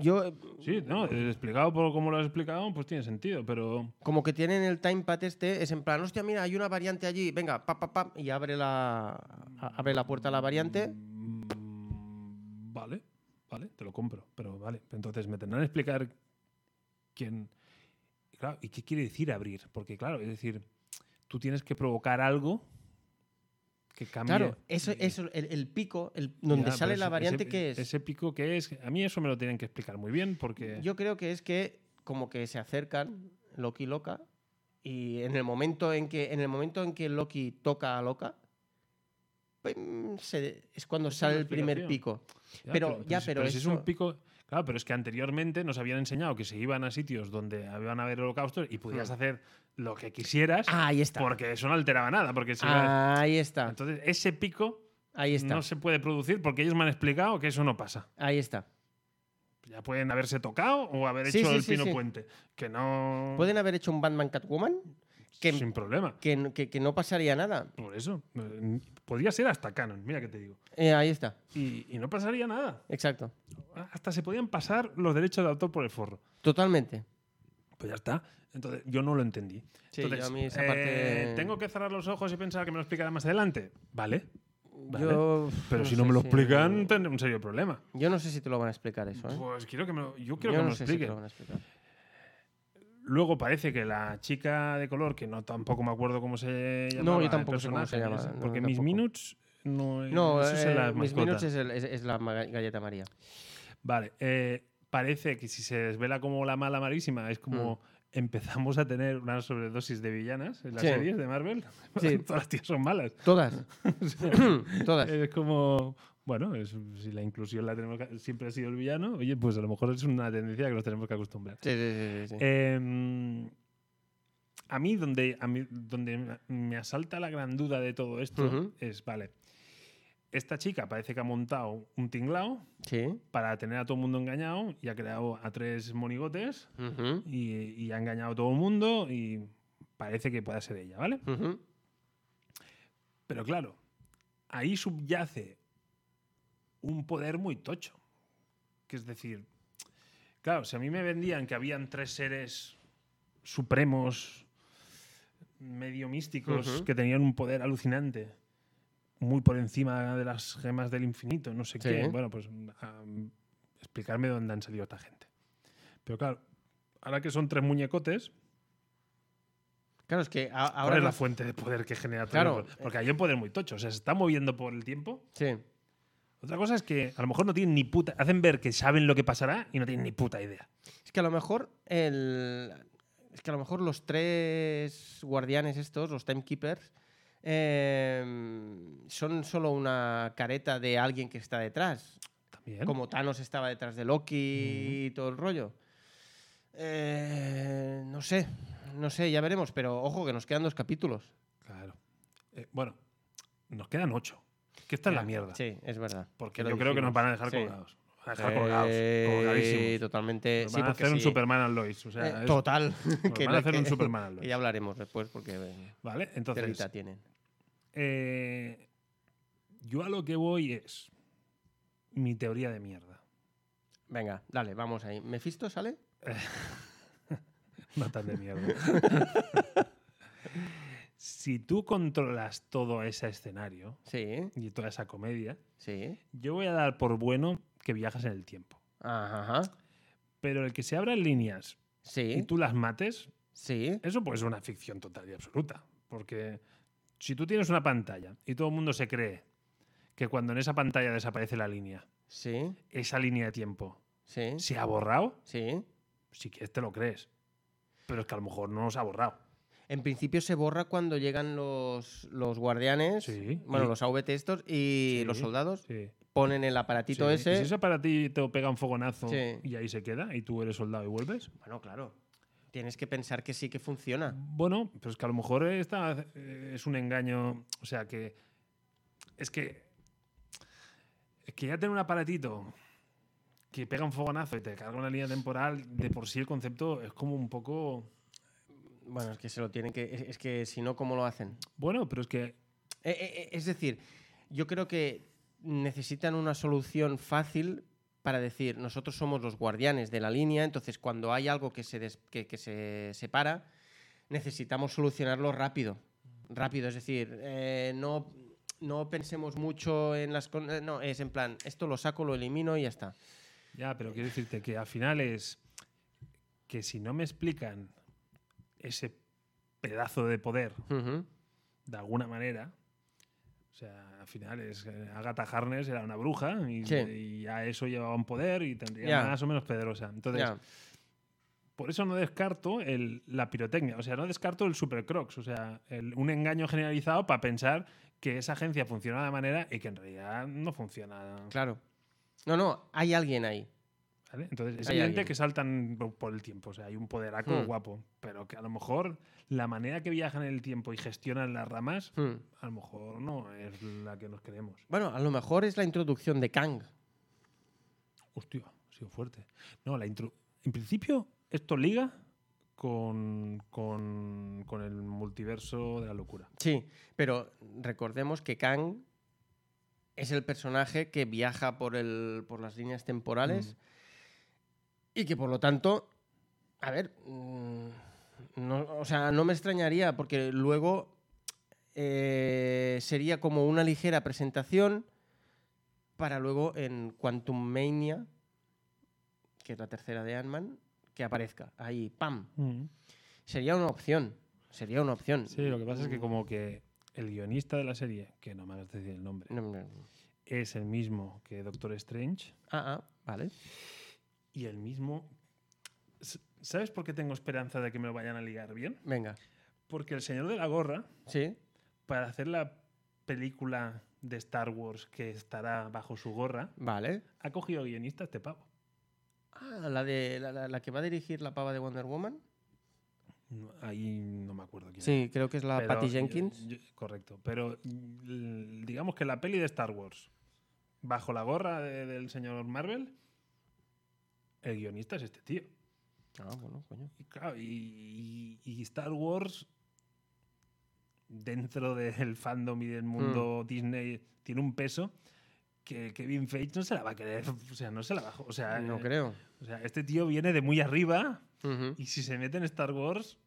[SPEAKER 3] Yo, eh,
[SPEAKER 2] Sí, no, eh, explicado por cómo lo has explicado, pues tiene sentido, pero.
[SPEAKER 3] como que tienen el timepad este, es en plan, hostia, mira, hay una variante allí, venga, pa, pa, pa, y abre la, a- abre la puerta a la variante.
[SPEAKER 2] Mm, Vale, vale, te lo compro, pero vale. Entonces me tendrán que explicar quién. y Claro, ¿y qué quiere decir abrir? Porque, claro, es decir, tú tienes que provocar algo que cambie.
[SPEAKER 3] Claro, eso,
[SPEAKER 2] eh,
[SPEAKER 3] eso, el, el pico, el, donde
[SPEAKER 2] Ya,
[SPEAKER 3] sale
[SPEAKER 2] pero
[SPEAKER 3] la
[SPEAKER 2] ese-
[SPEAKER 3] variante
[SPEAKER 2] ese-
[SPEAKER 3] que es.
[SPEAKER 2] Ese pico que es. A mí eso me lo tienen que explicar muy bien porque.
[SPEAKER 3] Yo creo que es que como que se acercan Loki y Loca y en el momento en que en el momento en que Loki toca a Loca pim, se- es cuando
[SPEAKER 2] Esa es
[SPEAKER 3] sale
[SPEAKER 2] la
[SPEAKER 3] el primer
[SPEAKER 2] explicación.
[SPEAKER 3] pico. pero- ya,
[SPEAKER 2] si-
[SPEAKER 3] pero
[SPEAKER 2] si es un
[SPEAKER 3] eso-
[SPEAKER 2] pico. Claro, pero es que anteriormente nos habían enseñado que se iban a sitios donde iban a haber holocaustos y podías
[SPEAKER 3] Hmm.
[SPEAKER 2] hacer lo que quisieras.
[SPEAKER 3] Ah, Ahí está. Ah,
[SPEAKER 2] Porque eso no alteraba nada. Porque si iba-
[SPEAKER 3] Ahí está.
[SPEAKER 2] Entonces, ese pico
[SPEAKER 3] Ahí está.
[SPEAKER 2] no se puede producir porque ellos me han explicado que eso no pasa.
[SPEAKER 3] Ahí está.
[SPEAKER 2] Ya pueden haberse tocado o haber
[SPEAKER 3] Sí,
[SPEAKER 2] hecho
[SPEAKER 3] sí,
[SPEAKER 2] el
[SPEAKER 3] sí,
[SPEAKER 2] pino
[SPEAKER 3] sí.
[SPEAKER 2] puente. Que no.
[SPEAKER 3] Pueden haber hecho un Batman Catwoman que,
[SPEAKER 2] Sin problema.
[SPEAKER 3] que no- que- que no pasaría nada.
[SPEAKER 2] Por eso. eh, Podría ser hasta canon, mira que te digo.
[SPEAKER 3] Eh, ahí está.
[SPEAKER 2] Y, y no pasaría nada.
[SPEAKER 3] Exacto.
[SPEAKER 2] Hasta se podían pasar los derechos de autor por el forro.
[SPEAKER 3] Totalmente.
[SPEAKER 2] Pues ya está. Entonces, yo no lo entendí.
[SPEAKER 3] Sí,
[SPEAKER 2] Entonces,
[SPEAKER 3] yo a mí esa
[SPEAKER 2] eh,
[SPEAKER 3] parte-
[SPEAKER 2] ¿Tengo que cerrar los ojos y pensar que me lo explicarán más adelante? Vale. Vale.
[SPEAKER 3] Yo,
[SPEAKER 2] Pero si no
[SPEAKER 3] sé
[SPEAKER 2] me lo
[SPEAKER 3] si-
[SPEAKER 2] explican, tendré un serio problema.
[SPEAKER 3] Yo no sé si te lo van a explicar eso. ¿eh?
[SPEAKER 2] Pues quiero que me lo, yo
[SPEAKER 3] Yo
[SPEAKER 2] quiero que me
[SPEAKER 3] no
[SPEAKER 2] lo
[SPEAKER 3] sé si te
[SPEAKER 2] expliquen.
[SPEAKER 3] lo van a explicar.
[SPEAKER 2] Luego parece que la chica de color, que no tampoco me acuerdo cómo se llama.
[SPEAKER 3] yo tampoco sé cómo se llama, no,
[SPEAKER 2] Porque
[SPEAKER 3] yo
[SPEAKER 2] Miss
[SPEAKER 3] tampoco.
[SPEAKER 2] Minutes no es.
[SPEAKER 3] No,
[SPEAKER 2] eso es
[SPEAKER 3] eh,
[SPEAKER 2] en la
[SPEAKER 3] Miss
[SPEAKER 2] mascota.
[SPEAKER 3] Minutes es, el- es- es la ma- galleta María.
[SPEAKER 2] Vale. eh, parece que si se desvela como la mala malísima, es como. Empezamos a tener una sobredosis de villanas en las
[SPEAKER 3] Mm. Sí.
[SPEAKER 2] series de Marvel.
[SPEAKER 3] Sí.
[SPEAKER 2] Todas las tías son malas.
[SPEAKER 3] Todas.
[SPEAKER 2] O sea,
[SPEAKER 3] Todas.
[SPEAKER 2] es como. Bueno, es- si la inclusión la tenemos que- siempre ha sido el villano, oye, pues a lo mejor es una tendencia que nos tenemos que acostumbrar.
[SPEAKER 3] Sí, sí, sí, sí,
[SPEAKER 2] eh,
[SPEAKER 3] sí.
[SPEAKER 2] Em, a mí donde, a mí donde me- me asalta la gran duda de todo esto
[SPEAKER 3] Ujú.
[SPEAKER 2] es, vale, esta chica parece que ha montado un tinglao
[SPEAKER 3] Sí.
[SPEAKER 2] para tener a todo el mundo engañado y ha creado a tres monigotes
[SPEAKER 3] Ujú,
[SPEAKER 2] y, y ha engañado a todo el mundo y parece que pueda ser ella, ¿vale?
[SPEAKER 3] ujú.
[SPEAKER 2] Pero claro, ahí subyace un poder muy tocho. Que es decir, claro, si a mí me vendían que habían tres seres supremos, medio místicos,
[SPEAKER 3] Ujú.
[SPEAKER 2] que tenían un poder alucinante, muy por encima de las gemas del infinito, no sé
[SPEAKER 3] Sí.
[SPEAKER 2] qué, bueno, pues am, explicarme dónde han salido esta gente. Pero claro, ahora que son tres muñecotes,
[SPEAKER 3] Claro, es que a-
[SPEAKER 2] Ahora
[SPEAKER 3] ahora.
[SPEAKER 2] es la
[SPEAKER 3] no-
[SPEAKER 2] fuente de poder que genera todo
[SPEAKER 3] Claro.
[SPEAKER 2] el- Porque hay un poder muy tocho. O sea, se está moviendo por el tiempo.
[SPEAKER 3] Sí.
[SPEAKER 2] Otra cosa es que a lo mejor no tienen ni puta. Hacen ver que saben lo que pasará y no tienen ni puta idea.
[SPEAKER 3] Es que a lo mejor el. Es que a lo mejor los tres guardianes estos, los timekeepers, eh, son solo una careta de alguien que está detrás.
[SPEAKER 2] También.
[SPEAKER 3] Como Thanos estaba detrás de Loki y todo el rollo. Eh, no sé, no sé, ya veremos, pero ojo que nos quedan dos capítulos.
[SPEAKER 2] Claro. Eh, bueno, nos quedan ocho. Que esta es la mierda.
[SPEAKER 3] Eh, Sí, es verdad.
[SPEAKER 2] Porque
[SPEAKER 3] Lo
[SPEAKER 2] yo creo que nos
[SPEAKER 3] dijimos.
[SPEAKER 2] van a dejar
[SPEAKER 3] Sí.
[SPEAKER 2] colgados. Nos Van a dejar colgados.
[SPEAKER 3] Eh,
[SPEAKER 2] Colgadísimos.
[SPEAKER 3] totalmente.
[SPEAKER 2] Nos
[SPEAKER 3] sí,
[SPEAKER 2] van a
[SPEAKER 3] porque
[SPEAKER 2] hacer un
[SPEAKER 3] sí.
[SPEAKER 2] Superman and Lois. O sea,
[SPEAKER 3] Eh,
[SPEAKER 2] es-
[SPEAKER 3] total.
[SPEAKER 2] van a
[SPEAKER 3] no-
[SPEAKER 2] hacer un Superman al
[SPEAKER 3] que ya hablaremos después porque eh,
[SPEAKER 2] ¿Vale? Entonces,
[SPEAKER 3] telita tienen.
[SPEAKER 2] eh, yo a lo que voy es mi teoría de mierda.
[SPEAKER 3] Venga, dale, vamos ahí. ¿Mefisto sale?
[SPEAKER 2] No tan de mierda. si tú controlas todo ese escenario
[SPEAKER 3] Sí,
[SPEAKER 2] y toda esa comedia,
[SPEAKER 3] sí.
[SPEAKER 2] yo voy a dar por bueno que viajas en el tiempo.
[SPEAKER 3] Ajá, ajá.
[SPEAKER 2] Pero el que se abran líneas y
[SPEAKER 3] Sí,
[SPEAKER 2] tú las mates,
[SPEAKER 3] sí.
[SPEAKER 2] eso pues es una ficción total y absoluta. Porque si tú tienes una pantalla y todo el mundo se cree que cuando en esa pantalla desaparece la línea,
[SPEAKER 3] Sí,
[SPEAKER 2] esa línea de tiempo
[SPEAKER 3] sí.
[SPEAKER 2] se ha borrado,
[SPEAKER 3] Sí.
[SPEAKER 2] si quieres te lo crees. Pero es que a lo mejor no se ha borrado.
[SPEAKER 3] En principio se borra cuando llegan los, los guardianes,
[SPEAKER 2] Sí.
[SPEAKER 3] bueno,
[SPEAKER 2] Y-
[SPEAKER 3] los AVT estos y
[SPEAKER 2] Sí,
[SPEAKER 3] los soldados
[SPEAKER 2] Sí.
[SPEAKER 3] ponen el aparatito
[SPEAKER 2] Sí, y
[SPEAKER 3] ese.
[SPEAKER 2] si eso para ti te pega un fogonazo
[SPEAKER 3] Sí.
[SPEAKER 2] y ahí se queda y tú eres soldado y vuelves.
[SPEAKER 3] Bueno, claro. Tienes que pensar que sí que funciona.
[SPEAKER 2] Bueno, pero es que a lo mejor esta eh, es un engaño. O sea que. Es que. Es que ya tener un aparatito que pega un fogonazo y te carga una línea temporal, de por sí el concepto es como un poco.
[SPEAKER 3] Bueno, es que se lo tienen que. Es, es que si no, ¿cómo lo hacen?
[SPEAKER 2] Bueno, pero es que.
[SPEAKER 3] Eh, eh, eh, es decir, yo creo que necesitan una solución fácil para decir, nosotros somos los guardianes de la línea, entonces cuando hay algo que se, des- que, que se separa, necesitamos solucionarlo rápido. Rápido, es decir, eh, no, no pensemos mucho en las... con- eh, No, es en plan, esto lo saco, lo elimino y ya está.
[SPEAKER 2] Ya, pero quiero decirte que al final es. Que si no me explican ese pedazo de poder
[SPEAKER 3] Ujú.
[SPEAKER 2] de alguna manera. O sea, al final es eh, Agatha Harness era una bruja y,
[SPEAKER 3] Sí.
[SPEAKER 2] y a eso llevaba un poder y tendría
[SPEAKER 3] Ya.
[SPEAKER 2] más o menos poderosa. Entonces,
[SPEAKER 3] Ya.
[SPEAKER 2] por eso no descarto el- la pirotecnia, o sea, no descarto el supercrox, o sea, el- un engaño generalizado para pensar que esa agencia funciona de una manera y que en realidad no funciona.
[SPEAKER 3] Claro. No, no, hay alguien ahí.
[SPEAKER 2] ¿vale? Entonces, es
[SPEAKER 3] Hay
[SPEAKER 2] evidente
[SPEAKER 3] alguien.
[SPEAKER 2] que saltan po- por el tiempo, o sea, hay un poderaco
[SPEAKER 3] Hmm.
[SPEAKER 2] guapo, pero que a lo mejor la manera que viajan en el tiempo y gestionan las ramas,
[SPEAKER 3] Hmm.
[SPEAKER 2] a lo mejor no es la que nos queremos.
[SPEAKER 3] Bueno, a lo mejor es la introducción de Kang.
[SPEAKER 2] Hostia, ha sido fuerte. No, la intro. En principio, esto liga con, con, con el multiverso de la locura.
[SPEAKER 3] Sí, pero recordemos que Kang es el personaje que viaja por, el, por las líneas temporales y que por lo tanto, a ver, mm, no, o sea, no me extrañaría porque luego eh, sería como una ligera presentación para luego en Quantum Mania, que es la tercera de Ant-Man, que aparezca ahí, ¡pam! Sería una opción, sería una opción.
[SPEAKER 2] Sí, lo que pasa es que como que el guionista de la serie, que no me hagas decir el nombre,
[SPEAKER 3] No, no, no.
[SPEAKER 2] es el mismo que Doctor Strange
[SPEAKER 3] Ah, ah, vale.
[SPEAKER 2] y el mismo... S- ¿Sabes por qué tengo esperanza de que me lo vayan a ligar bien?
[SPEAKER 3] Venga.
[SPEAKER 2] Porque el señor de la gorra,
[SPEAKER 3] Sí.
[SPEAKER 2] para hacer la película de Star Wars que estará bajo su gorra,
[SPEAKER 3] Vale.
[SPEAKER 2] ha cogido guionista este pavo.
[SPEAKER 3] Ah, la de la, la- la que va a dirigir la pava de Wonder Woman.
[SPEAKER 2] No, Ahí no me acuerdo quién
[SPEAKER 3] Sí, creo que es la
[SPEAKER 2] Pero
[SPEAKER 3] Patty
[SPEAKER 2] yo-
[SPEAKER 3] Jenkins.
[SPEAKER 2] yo- correcto. Pero mm, digamos que la peli de Star Wars, bajo la gorra de- del señor Marvel, el guionista es este tío.
[SPEAKER 3] Ah, bueno, coño.
[SPEAKER 2] Y, claro, y- y- y Star Wars, dentro del fandom y del mundo
[SPEAKER 3] Mm.
[SPEAKER 2] Disney, tiene un peso que Kevin Feige no se la va a querer. O sea, no se la va a jo- O sea,
[SPEAKER 3] Ah, No
[SPEAKER 2] eh,
[SPEAKER 3] creo.
[SPEAKER 2] o sea, este tío viene de muy arriba
[SPEAKER 3] Ujú.
[SPEAKER 2] y si se mete en Star Wars,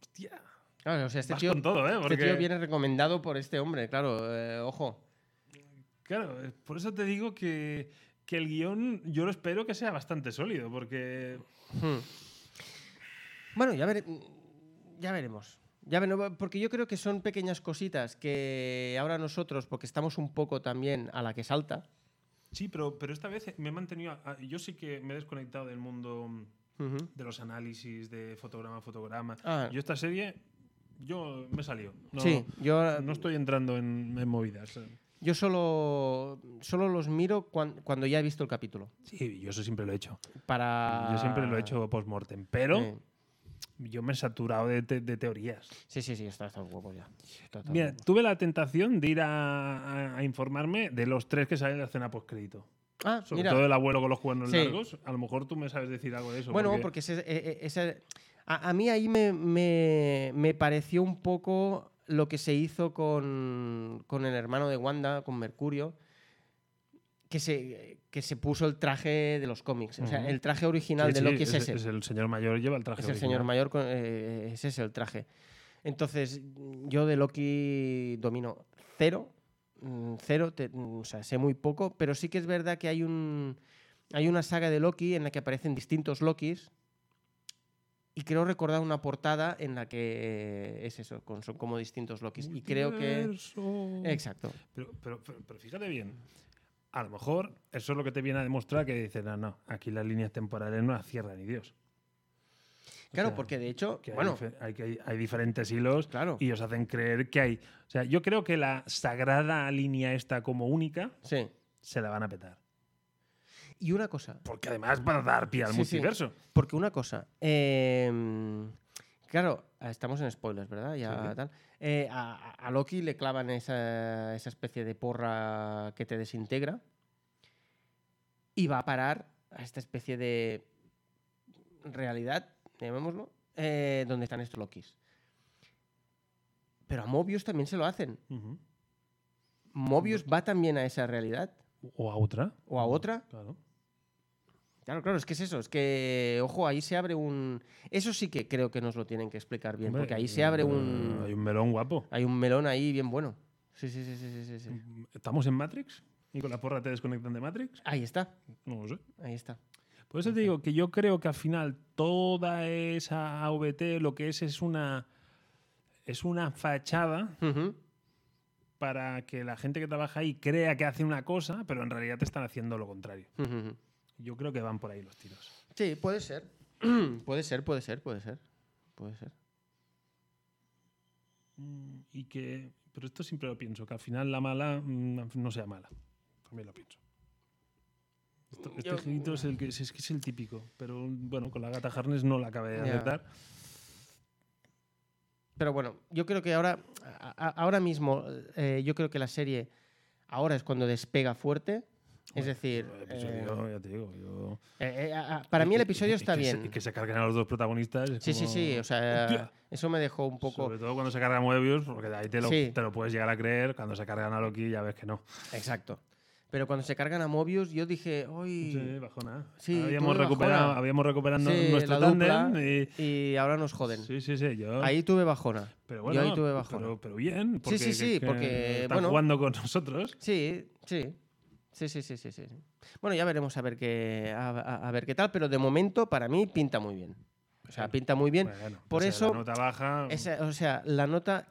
[SPEAKER 2] hostia,
[SPEAKER 3] Claro, o sea, este
[SPEAKER 2] vas
[SPEAKER 3] tío,
[SPEAKER 2] con todo, ¿eh?
[SPEAKER 3] este
[SPEAKER 2] Porque-
[SPEAKER 3] tío viene recomendado por este hombre, claro. eh, ojo.
[SPEAKER 2] Claro, eh, por eso te digo que, que el guión yo lo espero que sea bastante sólido, porque
[SPEAKER 3] Hmm. Bueno, ya, vere- ya veremos. Ya vere- porque yo creo que son pequeñas cositas que ahora nosotros, porque estamos un poco también a la que salta.
[SPEAKER 2] sí, pero, pero esta vez me he mantenido... a- a- yo sí que me he desconectado del mundo mm,
[SPEAKER 3] Ujú.
[SPEAKER 2] de los análisis de fotograma a fotograma.
[SPEAKER 3] Ah.
[SPEAKER 2] Yo esta serie, yo me salió. No,
[SPEAKER 3] sí, yo
[SPEAKER 2] no estoy entrando en, en movidas.
[SPEAKER 3] Yo solo, solo los miro cuan- cuando ya he visto el capítulo.
[SPEAKER 2] Sí, yo eso siempre lo he hecho.
[SPEAKER 3] Para...
[SPEAKER 2] Yo siempre lo he hecho post-mortem, pero
[SPEAKER 3] Ah. Sí.
[SPEAKER 2] yo me he saturado de, te- de teorías.
[SPEAKER 3] Sí, sí, sí, está, está guapo ya. Está- está
[SPEAKER 2] Mira,
[SPEAKER 3] guapo.
[SPEAKER 2] tuve la tentación de ir a, a- a informarme de los tres que salen de la escena post-crédito.
[SPEAKER 3] Ah,
[SPEAKER 2] Sobre
[SPEAKER 3] mira.
[SPEAKER 2] todo el abuelo con los cuernos
[SPEAKER 3] Sí.
[SPEAKER 2] largos. A lo mejor tú me sabes decir algo de eso.
[SPEAKER 3] Bueno, porque, ese- eh, eh, ese- a, a mí ahí me, me- me pareció un poco lo que se hizo con, con el hermano de Wanda, con Mercurio, que se, que se puso el traje de los cómics. O sea,
[SPEAKER 2] Ujú.
[SPEAKER 3] el traje original
[SPEAKER 2] Sí,
[SPEAKER 3] de
[SPEAKER 2] sí,
[SPEAKER 3] Loki es ese.
[SPEAKER 2] es el señor mayor lleva el traje.
[SPEAKER 3] Es el
[SPEAKER 2] original.
[SPEAKER 3] señor mayor, con- eh, es ese el traje. Entonces, yo de Loki domino cero, mm, cero, te- mm, o sea, sé muy poco, pero sí que es verdad que hay un hay una saga de Loki en la que aparecen distintos Lokis y creo recordar una portada en la que eh, es eso, con, son como distintos Lokis y creo que
[SPEAKER 2] Multiverso.
[SPEAKER 3] exacto.
[SPEAKER 2] Pero, pero- pero- pero fíjate bien. A lo mejor eso es lo que te viene a demostrar que dicen, no, no, aquí las líneas temporales no las cierra ni Dios. O
[SPEAKER 3] Claro,
[SPEAKER 2] sea,
[SPEAKER 3] porque de hecho,
[SPEAKER 2] que hay
[SPEAKER 3] bueno,
[SPEAKER 2] dife- hay, que hay- hay diferentes hilos
[SPEAKER 3] claro.
[SPEAKER 2] y os hacen creer que hay. O sea, yo creo que la sagrada línea esta como única
[SPEAKER 3] Sí.
[SPEAKER 2] se la van a petar.
[SPEAKER 3] Y una cosa,
[SPEAKER 2] Porque además van a dar pie al
[SPEAKER 3] Sí, sí.
[SPEAKER 2] multiverso.
[SPEAKER 3] Porque una cosa, em, claro, estamos en spoilers, ¿verdad? Ya
[SPEAKER 2] Sí.
[SPEAKER 3] tal. Eh, a, a Loki le clavan esa, esa especie de porra que te desintegra y va a parar a esta especie de realidad, llamémoslo, eh, donde están estos Lokis. Pero a Mobius también se lo hacen.
[SPEAKER 2] Ujú.
[SPEAKER 3] Mobius va también a esa realidad
[SPEAKER 2] O a otra.
[SPEAKER 3] o a otra.
[SPEAKER 2] Claro.
[SPEAKER 3] Claro, claro, es que es eso, es que, ojo, ahí se abre un... Eso sí que creo que nos lo tienen que explicar bien,
[SPEAKER 2] Hombre,
[SPEAKER 3] porque ahí se abre un...
[SPEAKER 2] Hay un melón guapo.
[SPEAKER 3] Hay un melón ahí bien bueno. Sí, sí, sí, sí, sí, sí,
[SPEAKER 2] Mm.
[SPEAKER 3] sí.
[SPEAKER 2] ¿Estamos en Matrix? ¿Y con la porra te desconectan de Matrix?
[SPEAKER 3] Ahí está,
[SPEAKER 2] No lo sé.
[SPEAKER 3] ahí está.
[SPEAKER 2] Por eso te digo que yo creo que al final toda esa AVT lo que es es una. Es una fachada
[SPEAKER 3] Ujú.
[SPEAKER 2] para que la gente que trabaja ahí crea que hace una cosa, pero en realidad te están haciendo lo contrario.
[SPEAKER 3] Ujú, ujú.
[SPEAKER 2] Yo creo que van por ahí los tiros.
[SPEAKER 3] Sí, puede ser. puede ser, puede ser, puede ser. Puede ser.
[SPEAKER 2] Mm, Y que. Pero esto siempre lo pienso, que al final la mala mm, no sea mala. También lo pienso. Esto- este
[SPEAKER 3] Yo-
[SPEAKER 2] girito es el que es, es que es el típico. Pero bueno, con la gata Harness no la acabé de
[SPEAKER 3] Ya.
[SPEAKER 2] aceptar.
[SPEAKER 3] Pero bueno, yo creo que ahora, a- a- ahora mismo, eh, yo creo que la serie ahora es cuando despega fuerte. Es decir, eh,
[SPEAKER 2] ya te digo, yo-
[SPEAKER 3] eh, eh, a- a- para mí el
[SPEAKER 2] Y-
[SPEAKER 3] episodio
[SPEAKER 2] y-
[SPEAKER 3] está
[SPEAKER 2] y que se-
[SPEAKER 3] bien.
[SPEAKER 2] y que se carguen a los dos protagonistas. es
[SPEAKER 3] Sí, sí,
[SPEAKER 2] como-
[SPEAKER 3] sí. O sea,
[SPEAKER 2] Hostia.
[SPEAKER 3] eso me dejó un poco.
[SPEAKER 2] Sobre todo cuando se carga Moebius, porque de ahí te lo,
[SPEAKER 3] Sí.
[SPEAKER 2] te lo puedes llegar a creer. Cuando se cargan a Loki, ya ves que no.
[SPEAKER 3] Exacto. Pero cuando se cargan a Mobius, yo dije,
[SPEAKER 2] Sí,
[SPEAKER 3] ¡ay!
[SPEAKER 2] bajona.
[SPEAKER 3] Sí,
[SPEAKER 2] habíamos,
[SPEAKER 3] tuve
[SPEAKER 2] recuperado,
[SPEAKER 3] bajona.
[SPEAKER 2] habíamos recuperado
[SPEAKER 3] Sí,
[SPEAKER 2] nuestro
[SPEAKER 3] la dupla,
[SPEAKER 2] tándem. y-
[SPEAKER 3] Y ahora nos joden.
[SPEAKER 2] Sí, sí, sí. Yo,
[SPEAKER 3] Ahí tuve bajona.
[SPEAKER 2] pero bueno,
[SPEAKER 3] yo ahí tuve bajona.
[SPEAKER 2] Pero, pero bien. Porque,
[SPEAKER 3] sí, sí, porque,
[SPEAKER 2] Están
[SPEAKER 3] bueno.
[SPEAKER 2] jugando con nosotros.
[SPEAKER 3] Sí, sí. Sí, sí, sí, sí, sí. sí. Bueno, ya veremos a ver qué a, a- a ver qué tal, pero de momento para mí pinta muy bien. O sea,
[SPEAKER 2] Bueno,
[SPEAKER 3] pinta muy bien.
[SPEAKER 2] Bueno,
[SPEAKER 3] Por
[SPEAKER 2] o sea,
[SPEAKER 3] eso-
[SPEAKER 2] La nota baja.
[SPEAKER 3] Esa- o sea, la nota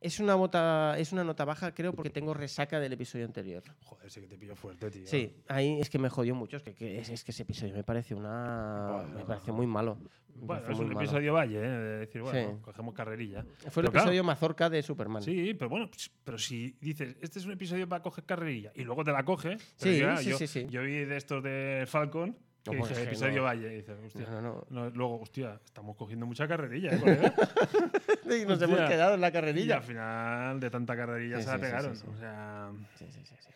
[SPEAKER 3] es una nota es una nota baja, creo, porque tengo resaca del episodio anterior.
[SPEAKER 2] Joder, sí que te pillo fuerte, tío.
[SPEAKER 3] Sí, ahí es que me jodió mucho, es que, que- es, es que ese episodio me parece una me parece muy malo. Me
[SPEAKER 2] Bueno,
[SPEAKER 3] parece
[SPEAKER 2] es
[SPEAKER 3] muy
[SPEAKER 2] un
[SPEAKER 3] malo.
[SPEAKER 2] episodio valle, ¿eh? de decir, bueno,
[SPEAKER 3] Sí.
[SPEAKER 2] cogemos carrerilla.
[SPEAKER 3] Fue el
[SPEAKER 2] Pero claro,
[SPEAKER 3] episodio mazorca de Superman.
[SPEAKER 2] Sí, pero bueno, pues, pero si dices, este es un episodio para coger carrerilla y luego te la coge.
[SPEAKER 3] Sí,
[SPEAKER 2] pero "Ah,
[SPEAKER 3] sí,
[SPEAKER 2] yo,
[SPEAKER 3] sí, sí.
[SPEAKER 2] Yo vi de estos de Falcon, que
[SPEAKER 3] No, pues
[SPEAKER 2] dije,
[SPEAKER 3] es que
[SPEAKER 2] episodio
[SPEAKER 3] no.
[SPEAKER 2] Valle. Y dices, hostia.
[SPEAKER 3] No, no, no.
[SPEAKER 2] no, luego, hostia, estamos cogiendo mucha carrerilla, ¿eh, colega?
[SPEAKER 3] Y nos
[SPEAKER 2] Hostia.
[SPEAKER 3] hemos quedado en la
[SPEAKER 2] y
[SPEAKER 3] carrerilla.
[SPEAKER 2] al final, de tanta carrerilla
[SPEAKER 3] Sí,
[SPEAKER 2] se
[SPEAKER 3] sí,
[SPEAKER 2] la
[SPEAKER 3] sí,
[SPEAKER 2] pegaron.
[SPEAKER 3] sí, sí.
[SPEAKER 2] O sea,
[SPEAKER 3] Sí, sí, sí, sí.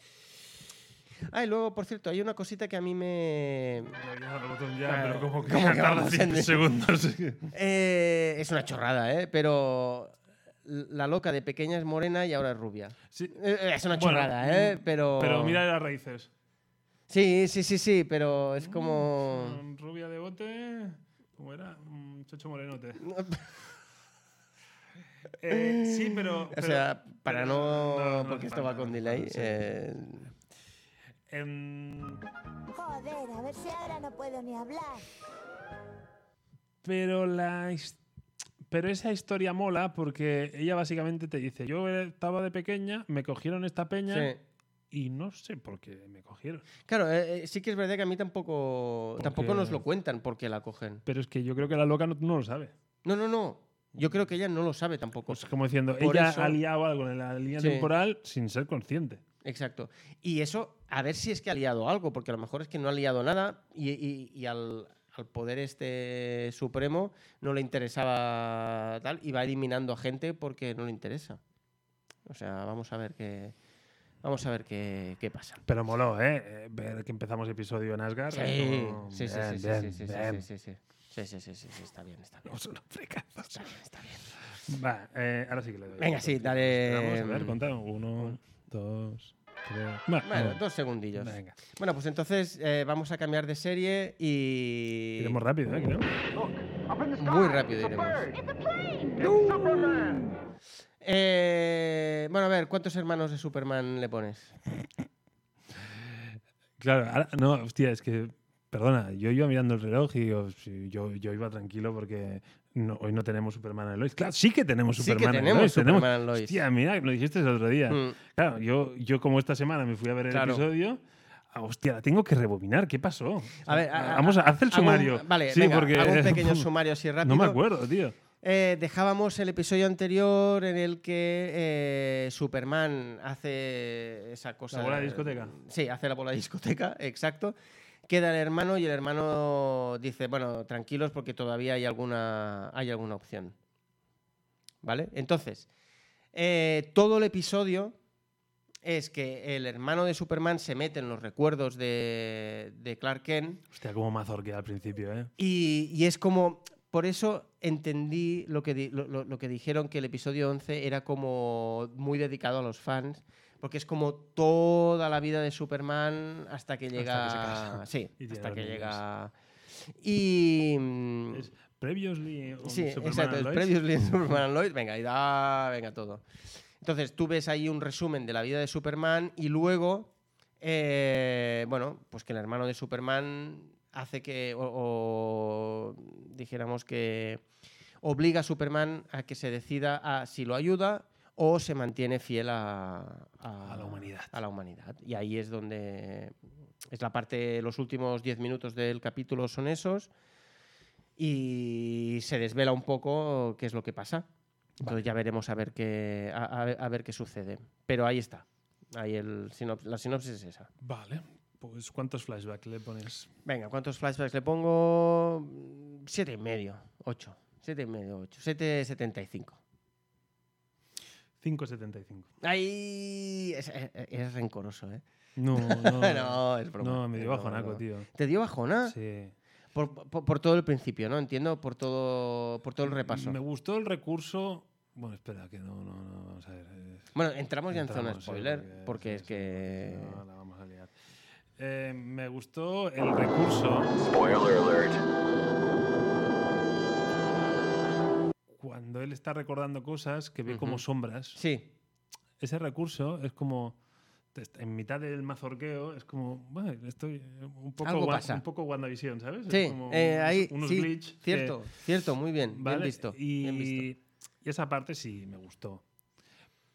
[SPEAKER 3] Ah, y luego, por cierto, hay una cosita que a mí me,
[SPEAKER 2] le había dado el botón ya,
[SPEAKER 3] Claro.
[SPEAKER 2] pero como que
[SPEAKER 3] ¿Cómo que
[SPEAKER 2] tarda
[SPEAKER 3] vamos
[SPEAKER 2] 10
[SPEAKER 3] en-
[SPEAKER 2] segundos.
[SPEAKER 3] Eh, es una chorrada, ¿eh? Pero la loca de pequeña es morena y ahora es rubia.
[SPEAKER 2] Sí,
[SPEAKER 3] Eh, eh, es una
[SPEAKER 2] Bueno,
[SPEAKER 3] chorrada,
[SPEAKER 2] mm,
[SPEAKER 3] ¿eh? Pero...
[SPEAKER 2] pero mira las raíces.
[SPEAKER 3] Sí, sí, sí, sí, pero es como...
[SPEAKER 2] Mm, Rubia de bote. ¿Cómo era? Mm, Chocho morenote. Eh, sí, pero.
[SPEAKER 3] o
[SPEAKER 2] pero-
[SPEAKER 3] sea, para
[SPEAKER 2] pero-
[SPEAKER 3] no...
[SPEAKER 2] no, no hace
[SPEAKER 3] porque esto va
[SPEAKER 2] falta,
[SPEAKER 3] con
[SPEAKER 2] no,
[SPEAKER 3] delay.
[SPEAKER 2] sí.
[SPEAKER 3] eh,
[SPEAKER 2] Em,
[SPEAKER 5] Joder, a ver si ahora no puedo ni hablar.
[SPEAKER 2] pero la. his- Pero esa historia mola porque ella básicamente te dice: Yo estaba de pequeña, me cogieron esta peña
[SPEAKER 3] sí.
[SPEAKER 2] y no sé por qué me cogieron.
[SPEAKER 3] Claro, eh, eh, sí que es verdad que a mí tampoco... Tampoco
[SPEAKER 2] Porque-
[SPEAKER 3] nos lo cuentan porque la cogen.
[SPEAKER 2] Pero es que yo creo que la loca no, no lo sabe.
[SPEAKER 3] No, no, no. Yo creo que ella no lo sabe tampoco.
[SPEAKER 2] Pues como diciendo,
[SPEAKER 3] Por
[SPEAKER 2] ella
[SPEAKER 3] eso-
[SPEAKER 2] ha liado algo en la línea
[SPEAKER 3] Sí.
[SPEAKER 2] temporal sin ser consciente.
[SPEAKER 3] Exacto. Y eso, a ver si es que ha liado algo, porque a lo mejor es que no ha liado nada y, y- y al, al poder este supremo no le interesaba tal y va eliminando a gente porque no le interesa. O sea, vamos a ver qué, vamos a ver qué, qué pasa.
[SPEAKER 2] Pero moló, ¿eh? Eh, Ver que empezamos episodio en Asgard.
[SPEAKER 3] Sí,
[SPEAKER 2] como,
[SPEAKER 3] sí, sí,
[SPEAKER 2] bien,
[SPEAKER 3] sí, sí,
[SPEAKER 2] bien,
[SPEAKER 3] sí, sí, sí,
[SPEAKER 2] bien.
[SPEAKER 3] sí, sí, sí. Sí, sí, sí, sí, sí, está bien, está bien.
[SPEAKER 2] No son los frecazos.
[SPEAKER 3] Está bien, está bien.
[SPEAKER 2] Va, eh, ahora sí que le doy.
[SPEAKER 3] Venga, sí, dale. mm.
[SPEAKER 2] Vamos a ver, contamos. Uno, dos, tres. Va,
[SPEAKER 3] Bueno,
[SPEAKER 2] vamos.
[SPEAKER 3] dos segundillos.
[SPEAKER 2] Venga.
[SPEAKER 3] Bueno, pues entonces eh, vamos a cambiar de serie y...
[SPEAKER 2] Iremos rápido, ¿eh? Creo.
[SPEAKER 3] Muy rápido iremos. Eh, bueno, a ver, ¿cuántos hermanos de Superman le pones?
[SPEAKER 2] Claro, ahora- no, hostia, es que. Perdona, yo iba mirando el reloj y digo, sí, yo, yo iba tranquilo porque no- hoy no tenemos Superman en Lois. Claro, sí que tenemos
[SPEAKER 3] Sí que
[SPEAKER 2] Superman en
[SPEAKER 3] tenemos
[SPEAKER 2] Lois.
[SPEAKER 3] Superman en Lois.
[SPEAKER 2] Hostia, mira, lo dijiste el otro día.
[SPEAKER 3] Mm.
[SPEAKER 2] Claro, yo, yo como esta semana me fui a ver el
[SPEAKER 3] Claro.
[SPEAKER 2] episodio. ah, hostia, la tengo que rebobinar. ¿Qué pasó? O sea,
[SPEAKER 3] A ver, a- a-
[SPEAKER 2] Ah, vamos, a- haz el
[SPEAKER 3] hago un-
[SPEAKER 2] sumario.
[SPEAKER 3] vale,
[SPEAKER 2] Sí,
[SPEAKER 3] venga,
[SPEAKER 2] porque-
[SPEAKER 3] hago un pequeño sumario así rápido.
[SPEAKER 2] No me acuerdo, tío.
[SPEAKER 3] Eh, dejábamos el episodio anterior en el que eh, Superman hace esa cosa.
[SPEAKER 2] La bola de discoteca.
[SPEAKER 3] Sí, hace la bola de discoteca, exacto. Queda el hermano y el hermano dice, bueno, tranquilos porque todavía hay alguna, hay alguna opción. ¿Vale? Entonces, eh, todo el episodio es que el hermano de Superman se mete en los recuerdos de, de Clark Kent
[SPEAKER 2] Hostia, como mazorquea al principio, ¿eh?
[SPEAKER 3] y, y es como... Por eso entendí lo que, di- lo, lo- lo que dijeron que el episodio 11 era como muy dedicado a los fans, porque es como toda la vida de Superman hasta que llega...
[SPEAKER 2] se casa.
[SPEAKER 3] sí,
[SPEAKER 2] Y tiene
[SPEAKER 3] hasta
[SPEAKER 2] los
[SPEAKER 3] que
[SPEAKER 2] niños.
[SPEAKER 3] llega... Y... mm,
[SPEAKER 2] Es previously on
[SPEAKER 3] Sí,
[SPEAKER 2] Superman
[SPEAKER 3] exacto,
[SPEAKER 2] and
[SPEAKER 3] el
[SPEAKER 2] Lois.
[SPEAKER 3] Previously en Superman and Lois, venga, y da, venga todo. Entonces tú ves ahí un resumen de la vida de Superman y luego, eh, bueno, pues que el hermano de Superman hace que, o, o dijéramos que obliga a Superman a que se decida a si lo ayuda o se mantiene fiel a,
[SPEAKER 2] A la humanidad.
[SPEAKER 3] a la humanidad. Y ahí es donde es la parte, los últimos 10 minutos del capítulo son esos y se desvela un poco qué es lo que pasa. Entonces ya veremos a ver qué a, a- a ver qué sucede. Pero ahí está. Ahí el sinop- la sinopsis es esa.
[SPEAKER 2] Vale. Pues, ¿cuántos flashbacks le pones?
[SPEAKER 3] Venga, ¿cuántos flashbacks le pongo? Mm, Siete y medio, ocho. Siete y medio, ocho. Siete setenta y cinco.
[SPEAKER 2] 5,75.
[SPEAKER 3] Ay, es, es- es rencoroso, ¿eh?
[SPEAKER 2] No, no.
[SPEAKER 3] No, Ah, es broma.
[SPEAKER 2] No, me dio
[SPEAKER 3] No,
[SPEAKER 2] bajonaco,
[SPEAKER 3] no.
[SPEAKER 2] tío.
[SPEAKER 3] ¿Te dio bajona?
[SPEAKER 2] Sí.
[SPEAKER 3] Por, por- por todo el principio, ¿no? Entiendo por todo, por todo el repaso.
[SPEAKER 2] Me gustó el recurso. Bueno, espera, que no, no, no, vamos a ver. eh,
[SPEAKER 3] Bueno, entramos ya en zona
[SPEAKER 2] entramos, sí,
[SPEAKER 3] spoiler, porque, es
[SPEAKER 2] sí, sí,
[SPEAKER 3] que...
[SPEAKER 2] porque si no, la vamos a liar. Eh, me gustó el recurso
[SPEAKER 4] Spoiler alert.
[SPEAKER 2] cuando él está recordando cosas que ve como
[SPEAKER 3] Ujú.
[SPEAKER 2] sombras.
[SPEAKER 3] Sí,
[SPEAKER 2] ese recurso es como te est- en mitad del mazorqueo es como bueno, estoy eh, un poco
[SPEAKER 3] Algo
[SPEAKER 2] wa-
[SPEAKER 3] pasa.
[SPEAKER 2] un poco WandaVision, ¿sabes? Es
[SPEAKER 3] Sí,
[SPEAKER 2] como
[SPEAKER 3] eh,
[SPEAKER 2] unos-
[SPEAKER 3] ahí,
[SPEAKER 2] unos
[SPEAKER 3] sí,
[SPEAKER 2] glitch que-
[SPEAKER 3] cierto, cierto, muy bien,
[SPEAKER 2] ¿vale?
[SPEAKER 3] bien visto,
[SPEAKER 2] Y,
[SPEAKER 3] bien visto.
[SPEAKER 2] y esa parte sí me gustó.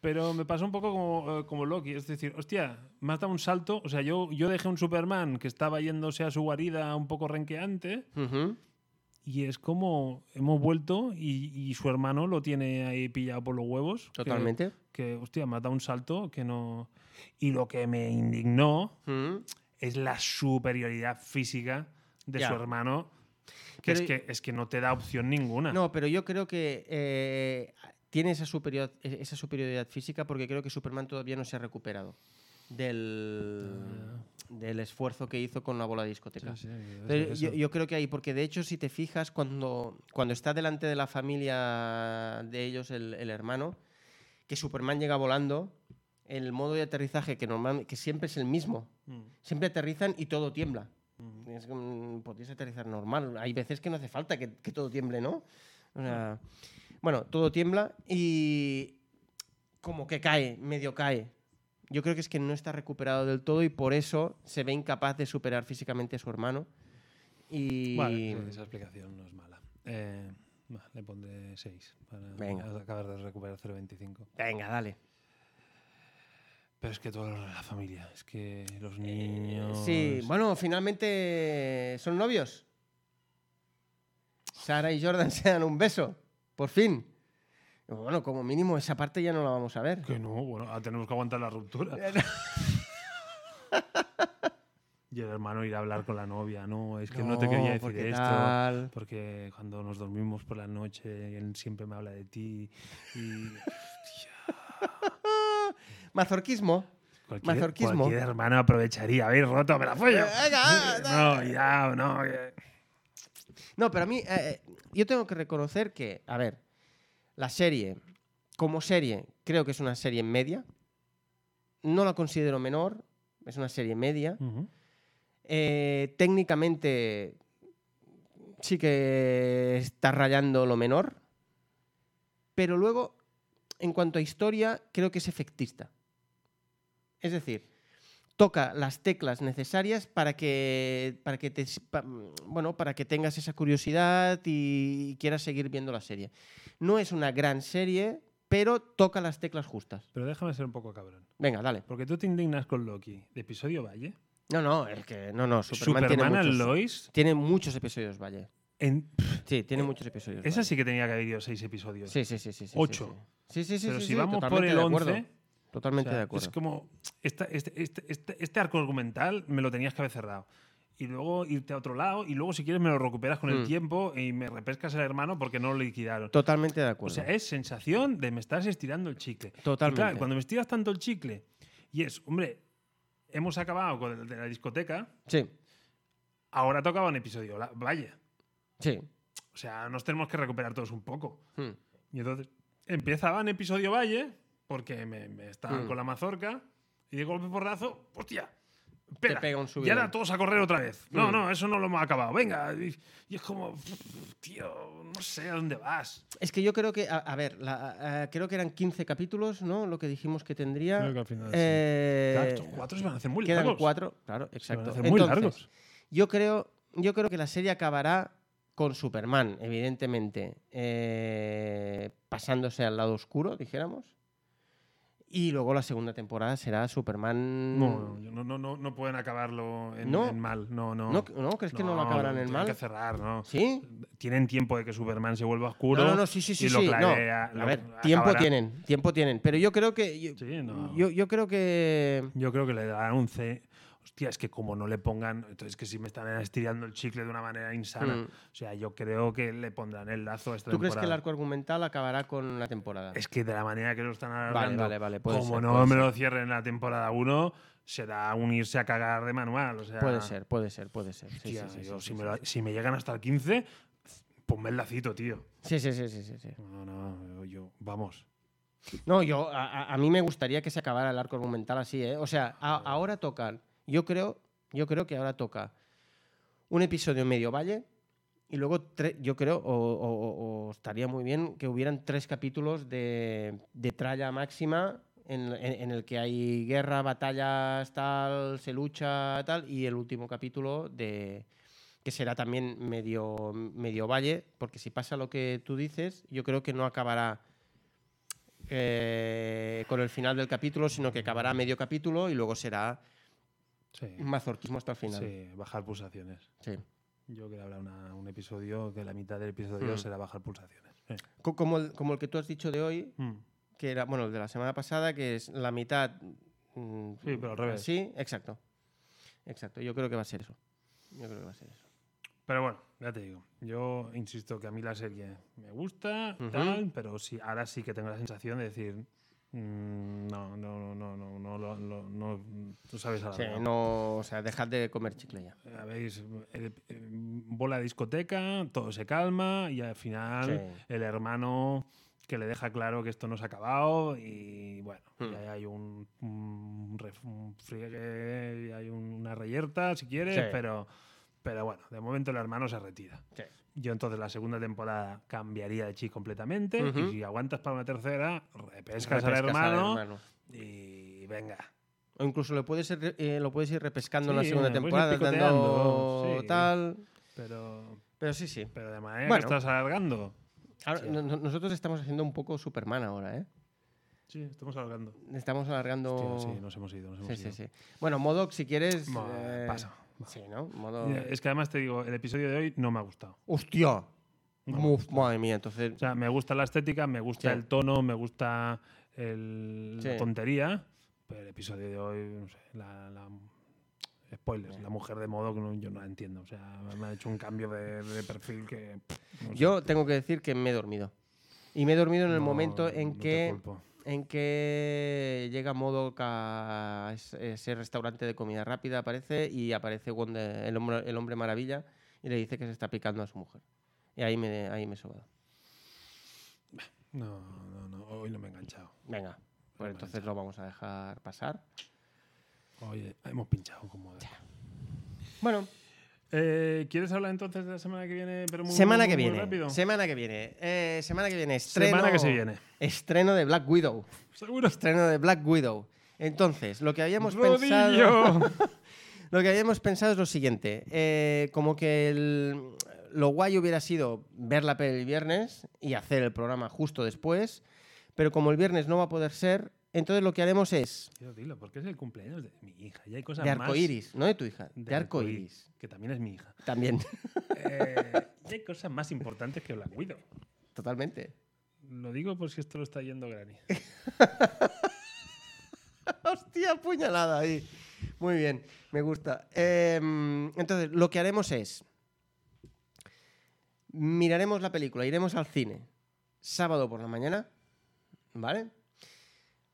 [SPEAKER 2] Pero me pasó un poco como, eh, como Loki, es decir, hostia, me has dado un salto, o sea, yo, yo dejé un Superman que estaba yéndose a su guarida un poco renqueante
[SPEAKER 3] Ujú.
[SPEAKER 2] y es como hemos vuelto y, y su hermano lo tiene ahí pillado por los huevos. que-
[SPEAKER 3] Totalmente.
[SPEAKER 2] que, hostia, me ha dado un salto que no. Y lo que me indignó
[SPEAKER 3] Ujú.
[SPEAKER 2] es la superioridad física de
[SPEAKER 3] Ya.
[SPEAKER 2] su hermano, que
[SPEAKER 3] Pero-
[SPEAKER 2] es, que es que no te da opción ninguna.
[SPEAKER 3] No, pero yo creo que eh, tiene esa superioridad, esa superioridad física porque creo que Superman todavía no se ha recuperado del, del esfuerzo que hizo con la bola de discoteca. Pero yo, yo creo que ahí, porque de hecho, si te fijas, cuando, cuando está delante de la familia de ellos el, el hermano, que Superman llega volando, el modo de aterrizaje que, normal, que siempre es el mismo.
[SPEAKER 2] Mm.
[SPEAKER 3] Siempre aterrizan y todo tiembla. Es como, mm, podrías aterrizar normal. Hay veces que no hace falta que, que todo tiemble, ¿no? O sea, bueno, todo tiembla y como que cae, medio cae. Yo creo que es que no está recuperado del todo y por eso se ve incapaz de superar físicamente a su hermano. Y
[SPEAKER 2] Vale, sí, esa explicación no es mala. Eh, va, le pondré 6 para
[SPEAKER 3] Venga.
[SPEAKER 2] acabar de recuperar 0.25.
[SPEAKER 3] venga, dale.
[SPEAKER 2] Pero es que toda la familia, es que los niños.
[SPEAKER 3] Eh, Sí, bueno, finalmente son novios. Sara y Jordan se dan un beso, por fin. Bueno, como mínimo esa parte ya no la vamos a ver.
[SPEAKER 2] Que no, bueno, ah, tenemos que aguantar la ruptura.
[SPEAKER 3] Eh,
[SPEAKER 2] y el hermano ir a hablar con la novia, no, es que no, te quería decir
[SPEAKER 3] porque
[SPEAKER 2] esto.
[SPEAKER 3] tal.
[SPEAKER 2] Porque cuando nos dormimos por la noche, él siempre me habla de ti. Y
[SPEAKER 3] Mazorquismo.
[SPEAKER 2] cualquier,
[SPEAKER 3] Mazorquismo.
[SPEAKER 2] cualquier hermano aprovecharía. Habéis roto, me la follo.
[SPEAKER 3] Eh, Venga,
[SPEAKER 2] no, ya, no. que-
[SPEAKER 3] No, pero a mí, eh, eh, yo tengo que reconocer que, a ver, la serie, como serie, creo que es una serie media. No la considero menor, es una serie media.
[SPEAKER 2] Ujú.
[SPEAKER 3] Eh, técnicamente sí que está rayando lo menor, pero luego, en cuanto a historia, creo que es efectista. Es decir, toca las teclas necesarias para que, para que, te, pa- bueno, para que tengas esa curiosidad y quieras seguir viendo la serie. No es una gran serie, pero toca las teclas justas.
[SPEAKER 2] Pero déjame ser un poco cabrón.
[SPEAKER 3] Venga, dale.
[SPEAKER 2] Porque tú te indignas con Loki, de episodio Valle.
[SPEAKER 3] No, no, es que no, no, Superman,
[SPEAKER 2] Superman,
[SPEAKER 3] tiene
[SPEAKER 2] and
[SPEAKER 3] muchos-
[SPEAKER 2] Lois.
[SPEAKER 3] tiene muchos episodios, Valle.
[SPEAKER 2] en-
[SPEAKER 3] Sí, tiene
[SPEAKER 2] Eh,
[SPEAKER 3] muchos episodios.
[SPEAKER 2] esa
[SPEAKER 3] vale.
[SPEAKER 2] sí que tenía que haber ido seis episodios.
[SPEAKER 3] Sí, sí, sí. sí, sí,
[SPEAKER 2] Ocho.
[SPEAKER 3] Sí, sí, sí. sí,
[SPEAKER 2] Pero
[SPEAKER 3] sí,
[SPEAKER 2] si
[SPEAKER 3] sí,
[SPEAKER 2] vamos por
[SPEAKER 3] totalmente
[SPEAKER 2] el
[SPEAKER 3] de acuerdo.
[SPEAKER 2] 11. O
[SPEAKER 3] Totalmente
[SPEAKER 2] sea,
[SPEAKER 3] de acuerdo.
[SPEAKER 2] Es como, esta- este, este- este- este arco argumental me lo tenías que haber cerrado. Y luego irte a otro lado, y luego si quieres me lo recuperas con
[SPEAKER 3] Mm.
[SPEAKER 2] el tiempo y me repescas al hermano porque no lo liquidaron.
[SPEAKER 3] Totalmente de
[SPEAKER 2] O eh,
[SPEAKER 3] acuerdo.
[SPEAKER 2] sea, es sensación de me estás estirando el chicle. Y claro,
[SPEAKER 3] Totalmente.
[SPEAKER 2] cuando me estiras tanto el chicle Y es, hombre, hemos acabado con el de la discoteca,
[SPEAKER 3] Sí,
[SPEAKER 2] ahora tocaba un episodio. la- vaya.
[SPEAKER 3] sí.
[SPEAKER 2] O sea, nos tenemos que recuperar todos un poco.
[SPEAKER 3] Hmm.
[SPEAKER 2] Y entonces empezaba en episodio Valle, porque me, me estaban
[SPEAKER 3] Mm.
[SPEAKER 2] con la mazorca, y de golpe porrazo, ¡hostia! Espera,
[SPEAKER 3] pega un
[SPEAKER 2] y ahora
[SPEAKER 3] subidón.
[SPEAKER 2] todos a correr otra vez. No,
[SPEAKER 3] Mm.
[SPEAKER 2] no, eso no lo hemos acabado. Venga, y, y es como, tío, no sé a dónde vas.
[SPEAKER 3] Es que yo creo que, a, a ver, la- a- creo que eran 15 capítulos, ¿no? Lo que dijimos que tendría.
[SPEAKER 2] Creo que al final sí.
[SPEAKER 3] Eh,
[SPEAKER 2] Claro, estos cuatro se van a hacer muy
[SPEAKER 3] quedan
[SPEAKER 2] largos.
[SPEAKER 3] cuatro, claro,
[SPEAKER 2] Se van a
[SPEAKER 3] exacto.
[SPEAKER 2] hacer muy
[SPEAKER 3] Entonces,
[SPEAKER 2] largos.
[SPEAKER 3] Yo creo, yo creo que la serie acabará con Superman, evidentemente, eh, pasándose al lado oscuro, dijéramos. Y luego la segunda temporada será Superman.
[SPEAKER 2] No, mm, no, no, no, no pueden acabarlo en,
[SPEAKER 3] No.
[SPEAKER 2] en mal. No, no.
[SPEAKER 3] ¿No? ¿No? ¿Crees que no lo acabarán en
[SPEAKER 2] tienen
[SPEAKER 3] mal?
[SPEAKER 2] que cerrar, ¿no.
[SPEAKER 3] ¿Sí?
[SPEAKER 2] Tienen tiempo de que Superman se vuelva oscuro.
[SPEAKER 3] No, no, no, sí, sí, sí.
[SPEAKER 2] y lo
[SPEAKER 3] sí, no.
[SPEAKER 2] clavea- lo
[SPEAKER 3] A ver, tiempo
[SPEAKER 2] acabará.
[SPEAKER 3] tienen, tiempo tienen. Pero yo creo que. Yo,
[SPEAKER 2] Sí, no.
[SPEAKER 3] yo, yo creo que.
[SPEAKER 2] Yo creo que le darán un C. Hostia, es que como no le pongan. Entonces, que si me están estirando el chicle de una manera insana.
[SPEAKER 3] Mm.
[SPEAKER 2] O sea, yo creo que le pondrán el lazo a esta
[SPEAKER 3] ¿Tú crees que el
[SPEAKER 2] temporada.
[SPEAKER 3] arco argumental acabará con la temporada?
[SPEAKER 2] Es que de la manera que lo están alargando.
[SPEAKER 3] vale, vale, puede
[SPEAKER 2] como
[SPEAKER 3] ser,
[SPEAKER 2] no
[SPEAKER 3] puede
[SPEAKER 2] me
[SPEAKER 3] ser.
[SPEAKER 2] lo cierren en la temporada 1, será unirse a cagar de manual. O sea,
[SPEAKER 3] Puede ser, puede ser, puede ser. Sí,
[SPEAKER 2] hostia,
[SPEAKER 3] sí, sí,
[SPEAKER 2] yo,
[SPEAKER 3] sí,
[SPEAKER 2] si,
[SPEAKER 3] sí,
[SPEAKER 2] me lo- si me llegan hasta el 15, ponme el lacito, tío.
[SPEAKER 3] sí, sí, sí, sí, sí, sí.
[SPEAKER 2] No, no, yo- yo. Vamos.
[SPEAKER 3] No, yo a, a- a mí me gustaría que se acabara el arco argumental así, ¿eh? O sea, a- ahora tocan. Yo creo, yo creo que ahora toca un episodio en medio valle y luego tre- yo creo o, o- o- o estaría muy bien que hubieran tres capítulos de, de tralla máxima en, en- en el que hay guerra, batallas, tal, se lucha, tal, y el último capítulo de que será también medio, medio valle, porque si pasa lo que tú dices, yo creo que no acabará eh, con el final del capítulo, sino que acabará medio capítulo y luego será
[SPEAKER 2] Sí.
[SPEAKER 3] mazorquismo hasta el final.
[SPEAKER 2] Sí, bajar pulsaciones.
[SPEAKER 3] Sí.
[SPEAKER 2] Yo creo que habrá una- un episodio que la mitad del episodio
[SPEAKER 3] Mm.
[SPEAKER 2] será bajar pulsaciones. Eh.
[SPEAKER 3] Co- Como el, como el que tú has dicho de hoy,
[SPEAKER 2] Mm.
[SPEAKER 3] que era, bueno, el de la semana pasada, que es la mitad. mm,
[SPEAKER 2] Sí, pero al revés.
[SPEAKER 3] Sí, exacto. Exacto, yo creo que va a ser eso. Yo creo que va a ser eso.
[SPEAKER 2] Pero bueno, ya te digo. Yo insisto que a mí la serie me gusta,
[SPEAKER 3] Ujú.
[SPEAKER 2] tal, pero sí, ahora sí que tengo la sensación de decir. mm, no, no, no, no, no, no, lo- lo- no, tú sabes a la
[SPEAKER 3] Sí,
[SPEAKER 2] verdad.
[SPEAKER 3] no, o sea, dejad de comer chicle ya.
[SPEAKER 2] Habéis el- eh, bola de discoteca, todo se calma y al final
[SPEAKER 3] Sí.
[SPEAKER 2] el hermano que le deja claro que esto no se ha acabado y bueno,
[SPEAKER 3] Hmm.
[SPEAKER 2] y ahí hay un, un, ref- un friegue, y hay un- una reyerta si quieres,
[SPEAKER 3] Sí.
[SPEAKER 2] pero, pero bueno, de momento el hermano se retira.
[SPEAKER 3] Sí.
[SPEAKER 2] Yo entonces la segunda temporada cambiaría de chip completamente
[SPEAKER 3] Ujú.
[SPEAKER 2] y si aguantas para una tercera, repescas,
[SPEAKER 3] Repescas
[SPEAKER 2] al
[SPEAKER 3] al
[SPEAKER 2] hermano,
[SPEAKER 3] hermano.
[SPEAKER 2] y venga.
[SPEAKER 3] O incluso lo puedes ir, eh, lo puedes ir repescando en la
[SPEAKER 2] Sí,
[SPEAKER 3] segunda
[SPEAKER 2] lo puedes ir
[SPEAKER 3] temporada, dando
[SPEAKER 2] picoteando, sí.
[SPEAKER 3] tal.
[SPEAKER 2] Pero,
[SPEAKER 3] Pero sí, sí.
[SPEAKER 2] pero de manera
[SPEAKER 3] Bueno.
[SPEAKER 2] que estás alargando.
[SPEAKER 3] Ahora,
[SPEAKER 2] Sí.
[SPEAKER 3] no- no- nosotros estamos haciendo un poco Superman ahora, ¿eh?
[SPEAKER 2] Sí, estamos alargando.
[SPEAKER 3] Estamos alargando.
[SPEAKER 2] Hostia, sí, nos hemos ido, nos
[SPEAKER 3] Sí,
[SPEAKER 2] hemos
[SPEAKER 3] sí,
[SPEAKER 2] ido.
[SPEAKER 3] sí. Bueno, Modoc, si quieres.
[SPEAKER 2] Mo-
[SPEAKER 3] eh,
[SPEAKER 2] pasa. eh.
[SPEAKER 3] Sí, ¿no? Modo...
[SPEAKER 2] Mira, Es que además te digo, el episodio de hoy no me ha gustado.
[SPEAKER 3] ¡Hostia!
[SPEAKER 2] No me
[SPEAKER 3] Muf, madre mía, entonces.
[SPEAKER 2] O sea, me gusta la estética, me gusta
[SPEAKER 3] Sí.
[SPEAKER 2] el tono, me gusta el- la
[SPEAKER 3] Sí.
[SPEAKER 2] tontería, pero el episodio de hoy, no sé, la... la- Spoilers, la mujer de modo que no- yo no la entiendo. O sea, me ha hecho un cambio de, de perfil que. pff, no sé.
[SPEAKER 3] yo tengo que decir que me he dormido. Y me he dormido en el
[SPEAKER 2] No,
[SPEAKER 3] momento en
[SPEAKER 2] no te
[SPEAKER 3] que.
[SPEAKER 2] culpo.
[SPEAKER 3] En que llega Modoc a ese ese restaurante de comida rápida, aparece, y aparece Wonder- el, hombre, el hombre maravilla y le dice que se está picando a su mujer. Y ahí me, ahí me he sobado.
[SPEAKER 2] No, no, no, hoy no me he enganchado.
[SPEAKER 3] Venga, pues entonces lo vamos a dejar pasar.
[SPEAKER 2] Hoy hemos pinchado como.
[SPEAKER 3] Bueno,
[SPEAKER 2] Eh, ¿Quieres hablar entonces de la semana que viene? Pero muy,
[SPEAKER 3] semana
[SPEAKER 2] muy-
[SPEAKER 3] que
[SPEAKER 2] muy
[SPEAKER 3] viene.
[SPEAKER 2] rápido?
[SPEAKER 3] Semana que viene. eh, semana que viene. Estreno,
[SPEAKER 2] Semana que se viene.
[SPEAKER 3] Estreno de Black Widow.
[SPEAKER 2] Seguro.
[SPEAKER 3] Estreno de Black Widow. Entonces, lo que habíamos pensado.
[SPEAKER 2] Rodillo.
[SPEAKER 3] Lo que habíamos pensado es lo siguiente. eh, como que el- lo guay hubiera sido ver la peli el viernes y hacer el programa justo después. Pero como el viernes no va a poder ser, entonces lo que haremos es.
[SPEAKER 2] Quiero decirlo, porque es el cumpleaños de mi hija. Y hay cosas
[SPEAKER 3] De
[SPEAKER 2] más.
[SPEAKER 3] arcoiris, no de tu hija.
[SPEAKER 2] del
[SPEAKER 3] De arcoiris.
[SPEAKER 2] arcoíris, Que también es mi hija.
[SPEAKER 3] También.
[SPEAKER 2] Eh, y hay cosas más importantes que Black Widow.
[SPEAKER 3] Totalmente.
[SPEAKER 2] Lo digo por si esto lo está yendo Granny.
[SPEAKER 3] Hostia, puñalada ahí. Muy bien, me gusta. Em, entonces, lo que haremos es. Miraremos la película, iremos al cine. Sábado por la mañana, ¿vale?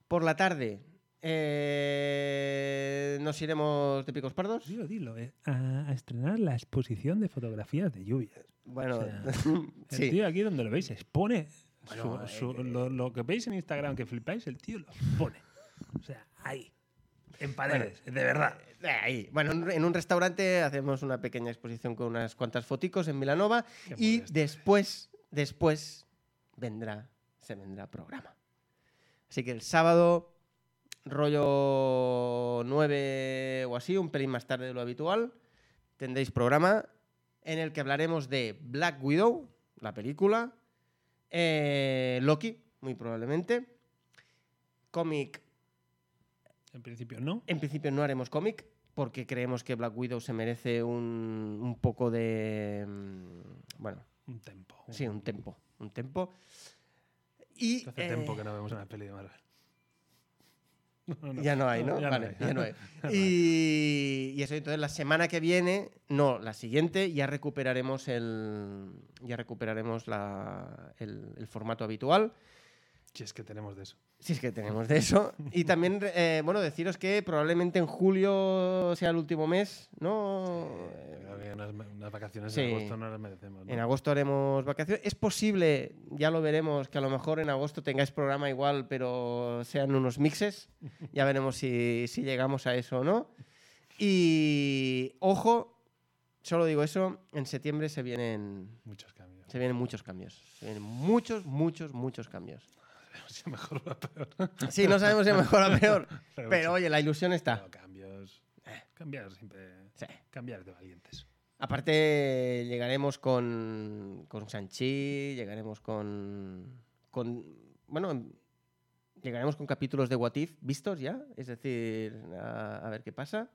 [SPEAKER 3] Por la tarde Eh, Nos iremos de picos pardos.
[SPEAKER 2] Dilo, dilo. eh. A, a estrenar la exposición de fotografías de lluvias.
[SPEAKER 3] Bueno,
[SPEAKER 2] O sea, El
[SPEAKER 3] sí.
[SPEAKER 2] tío aquí donde lo veis expone su-
[SPEAKER 3] Bueno,
[SPEAKER 2] su-
[SPEAKER 3] eh,
[SPEAKER 2] lo, lo que veis en Instagram que flipáis, el tío lo expone. O sea, ahí. En paredes, de verdad.
[SPEAKER 3] Eh, ahí. Bueno, en un- en un restaurante hacemos una pequeña exposición con unas cuantas foticos en Milanova
[SPEAKER 2] Qué
[SPEAKER 3] y
[SPEAKER 2] modesto.
[SPEAKER 3] después, después vendrá, se vendrá programa. Así que el sábado, rollo 9 o así, un pelín más tarde de lo habitual, tendréis programa en el que hablaremos de Black Widow, la película, eh, Loki, muy probablemente, cómic
[SPEAKER 2] En principio no.
[SPEAKER 3] en principio no haremos cómic porque creemos que Black Widow se merece un, un poco de... mm, Bueno,
[SPEAKER 2] Un tempo.
[SPEAKER 3] sí, un tempo. Un tempo. Y...
[SPEAKER 2] Hace
[SPEAKER 3] eh,
[SPEAKER 2] tiempo que no vemos una peli de Marvel. No, no, no.
[SPEAKER 3] Ya no hay, ¿no?
[SPEAKER 2] ya
[SPEAKER 3] vale,
[SPEAKER 2] hay.
[SPEAKER 3] ya no hay. Y, y eso, entonces la semana que viene, no, la siguiente, ya recuperaremos el, ya recuperaremos la- el- el formato habitual.
[SPEAKER 2] Si es que tenemos de eso.
[SPEAKER 3] Si es que tenemos de eso. Y también, eh, bueno, deciros que probablemente en julio sea el último mes, ¿no?
[SPEAKER 2] Yo creo que unas, unas vacaciones
[SPEAKER 3] sí.
[SPEAKER 2] en agosto no las merecemos. ¿no?
[SPEAKER 3] En agosto haremos vacaciones. Es posible, ya lo veremos, que a lo mejor en agosto tengáis programa igual, pero sean unos mixes. Ya veremos si, si llegamos a eso o no. Y ojo, solo digo eso, en septiembre se vienen,
[SPEAKER 2] Muchos cambios.
[SPEAKER 3] se vienen muchos cambios. Se vienen muchos, muchos, muchos cambios.
[SPEAKER 2] Si mejor o peor.
[SPEAKER 3] Sí, no sabemos si mejor o peor,
[SPEAKER 2] Pero
[SPEAKER 3] pero
[SPEAKER 2] sí.
[SPEAKER 3] oye, la ilusión está. Eh.
[SPEAKER 2] Pero cambios. Cambiar siempre.
[SPEAKER 3] Sí.
[SPEAKER 2] Cambiar de valientes.
[SPEAKER 3] Aparte, llegaremos con, con Sanchi, llegaremos con, con. Bueno, em, llegaremos con capítulos de What If vistos ya, es decir, a, a ver qué pasa.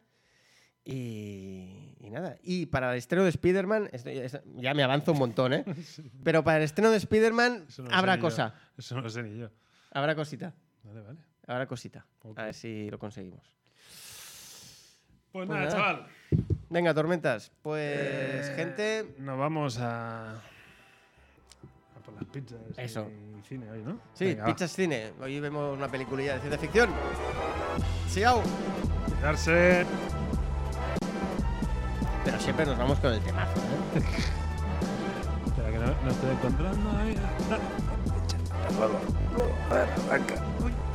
[SPEAKER 3] Y, y nada. Y para el estreno de Spider-Man, esto ya es- ya me avanzo un montón, ¿eh? Pero para el estreno de Spider-Man
[SPEAKER 2] Eso no lo sé
[SPEAKER 3] habrá
[SPEAKER 2] ni
[SPEAKER 3] cosa,
[SPEAKER 2] yo. Eso no lo sé ni yo.
[SPEAKER 3] habrá cosita,
[SPEAKER 2] Vale, vale.
[SPEAKER 3] habrá cosita.
[SPEAKER 2] Ok.
[SPEAKER 3] A ver si lo conseguimos.
[SPEAKER 2] Pues
[SPEAKER 3] nada,
[SPEAKER 2] nada, chaval.
[SPEAKER 3] Venga, tormentas.
[SPEAKER 2] Eh,
[SPEAKER 3] Pues, gente.
[SPEAKER 2] Nos vamos a. a por las pizzas
[SPEAKER 3] Eso.
[SPEAKER 2] y cine hoy, ¿no?
[SPEAKER 3] Sí,
[SPEAKER 2] Venga, va.
[SPEAKER 3] Pizzas Cine. Hoy vemos una peliculilla de ciencia ficción. Sigao.
[SPEAKER 2] Cuidarse.
[SPEAKER 3] Pero siempre nos vamos con el temazo. ¿eh?
[SPEAKER 2] Espera, que no, no estoy encontrando. Ahí. Ah, ah, picha. Hasta luego. A ver, arranca. Uy.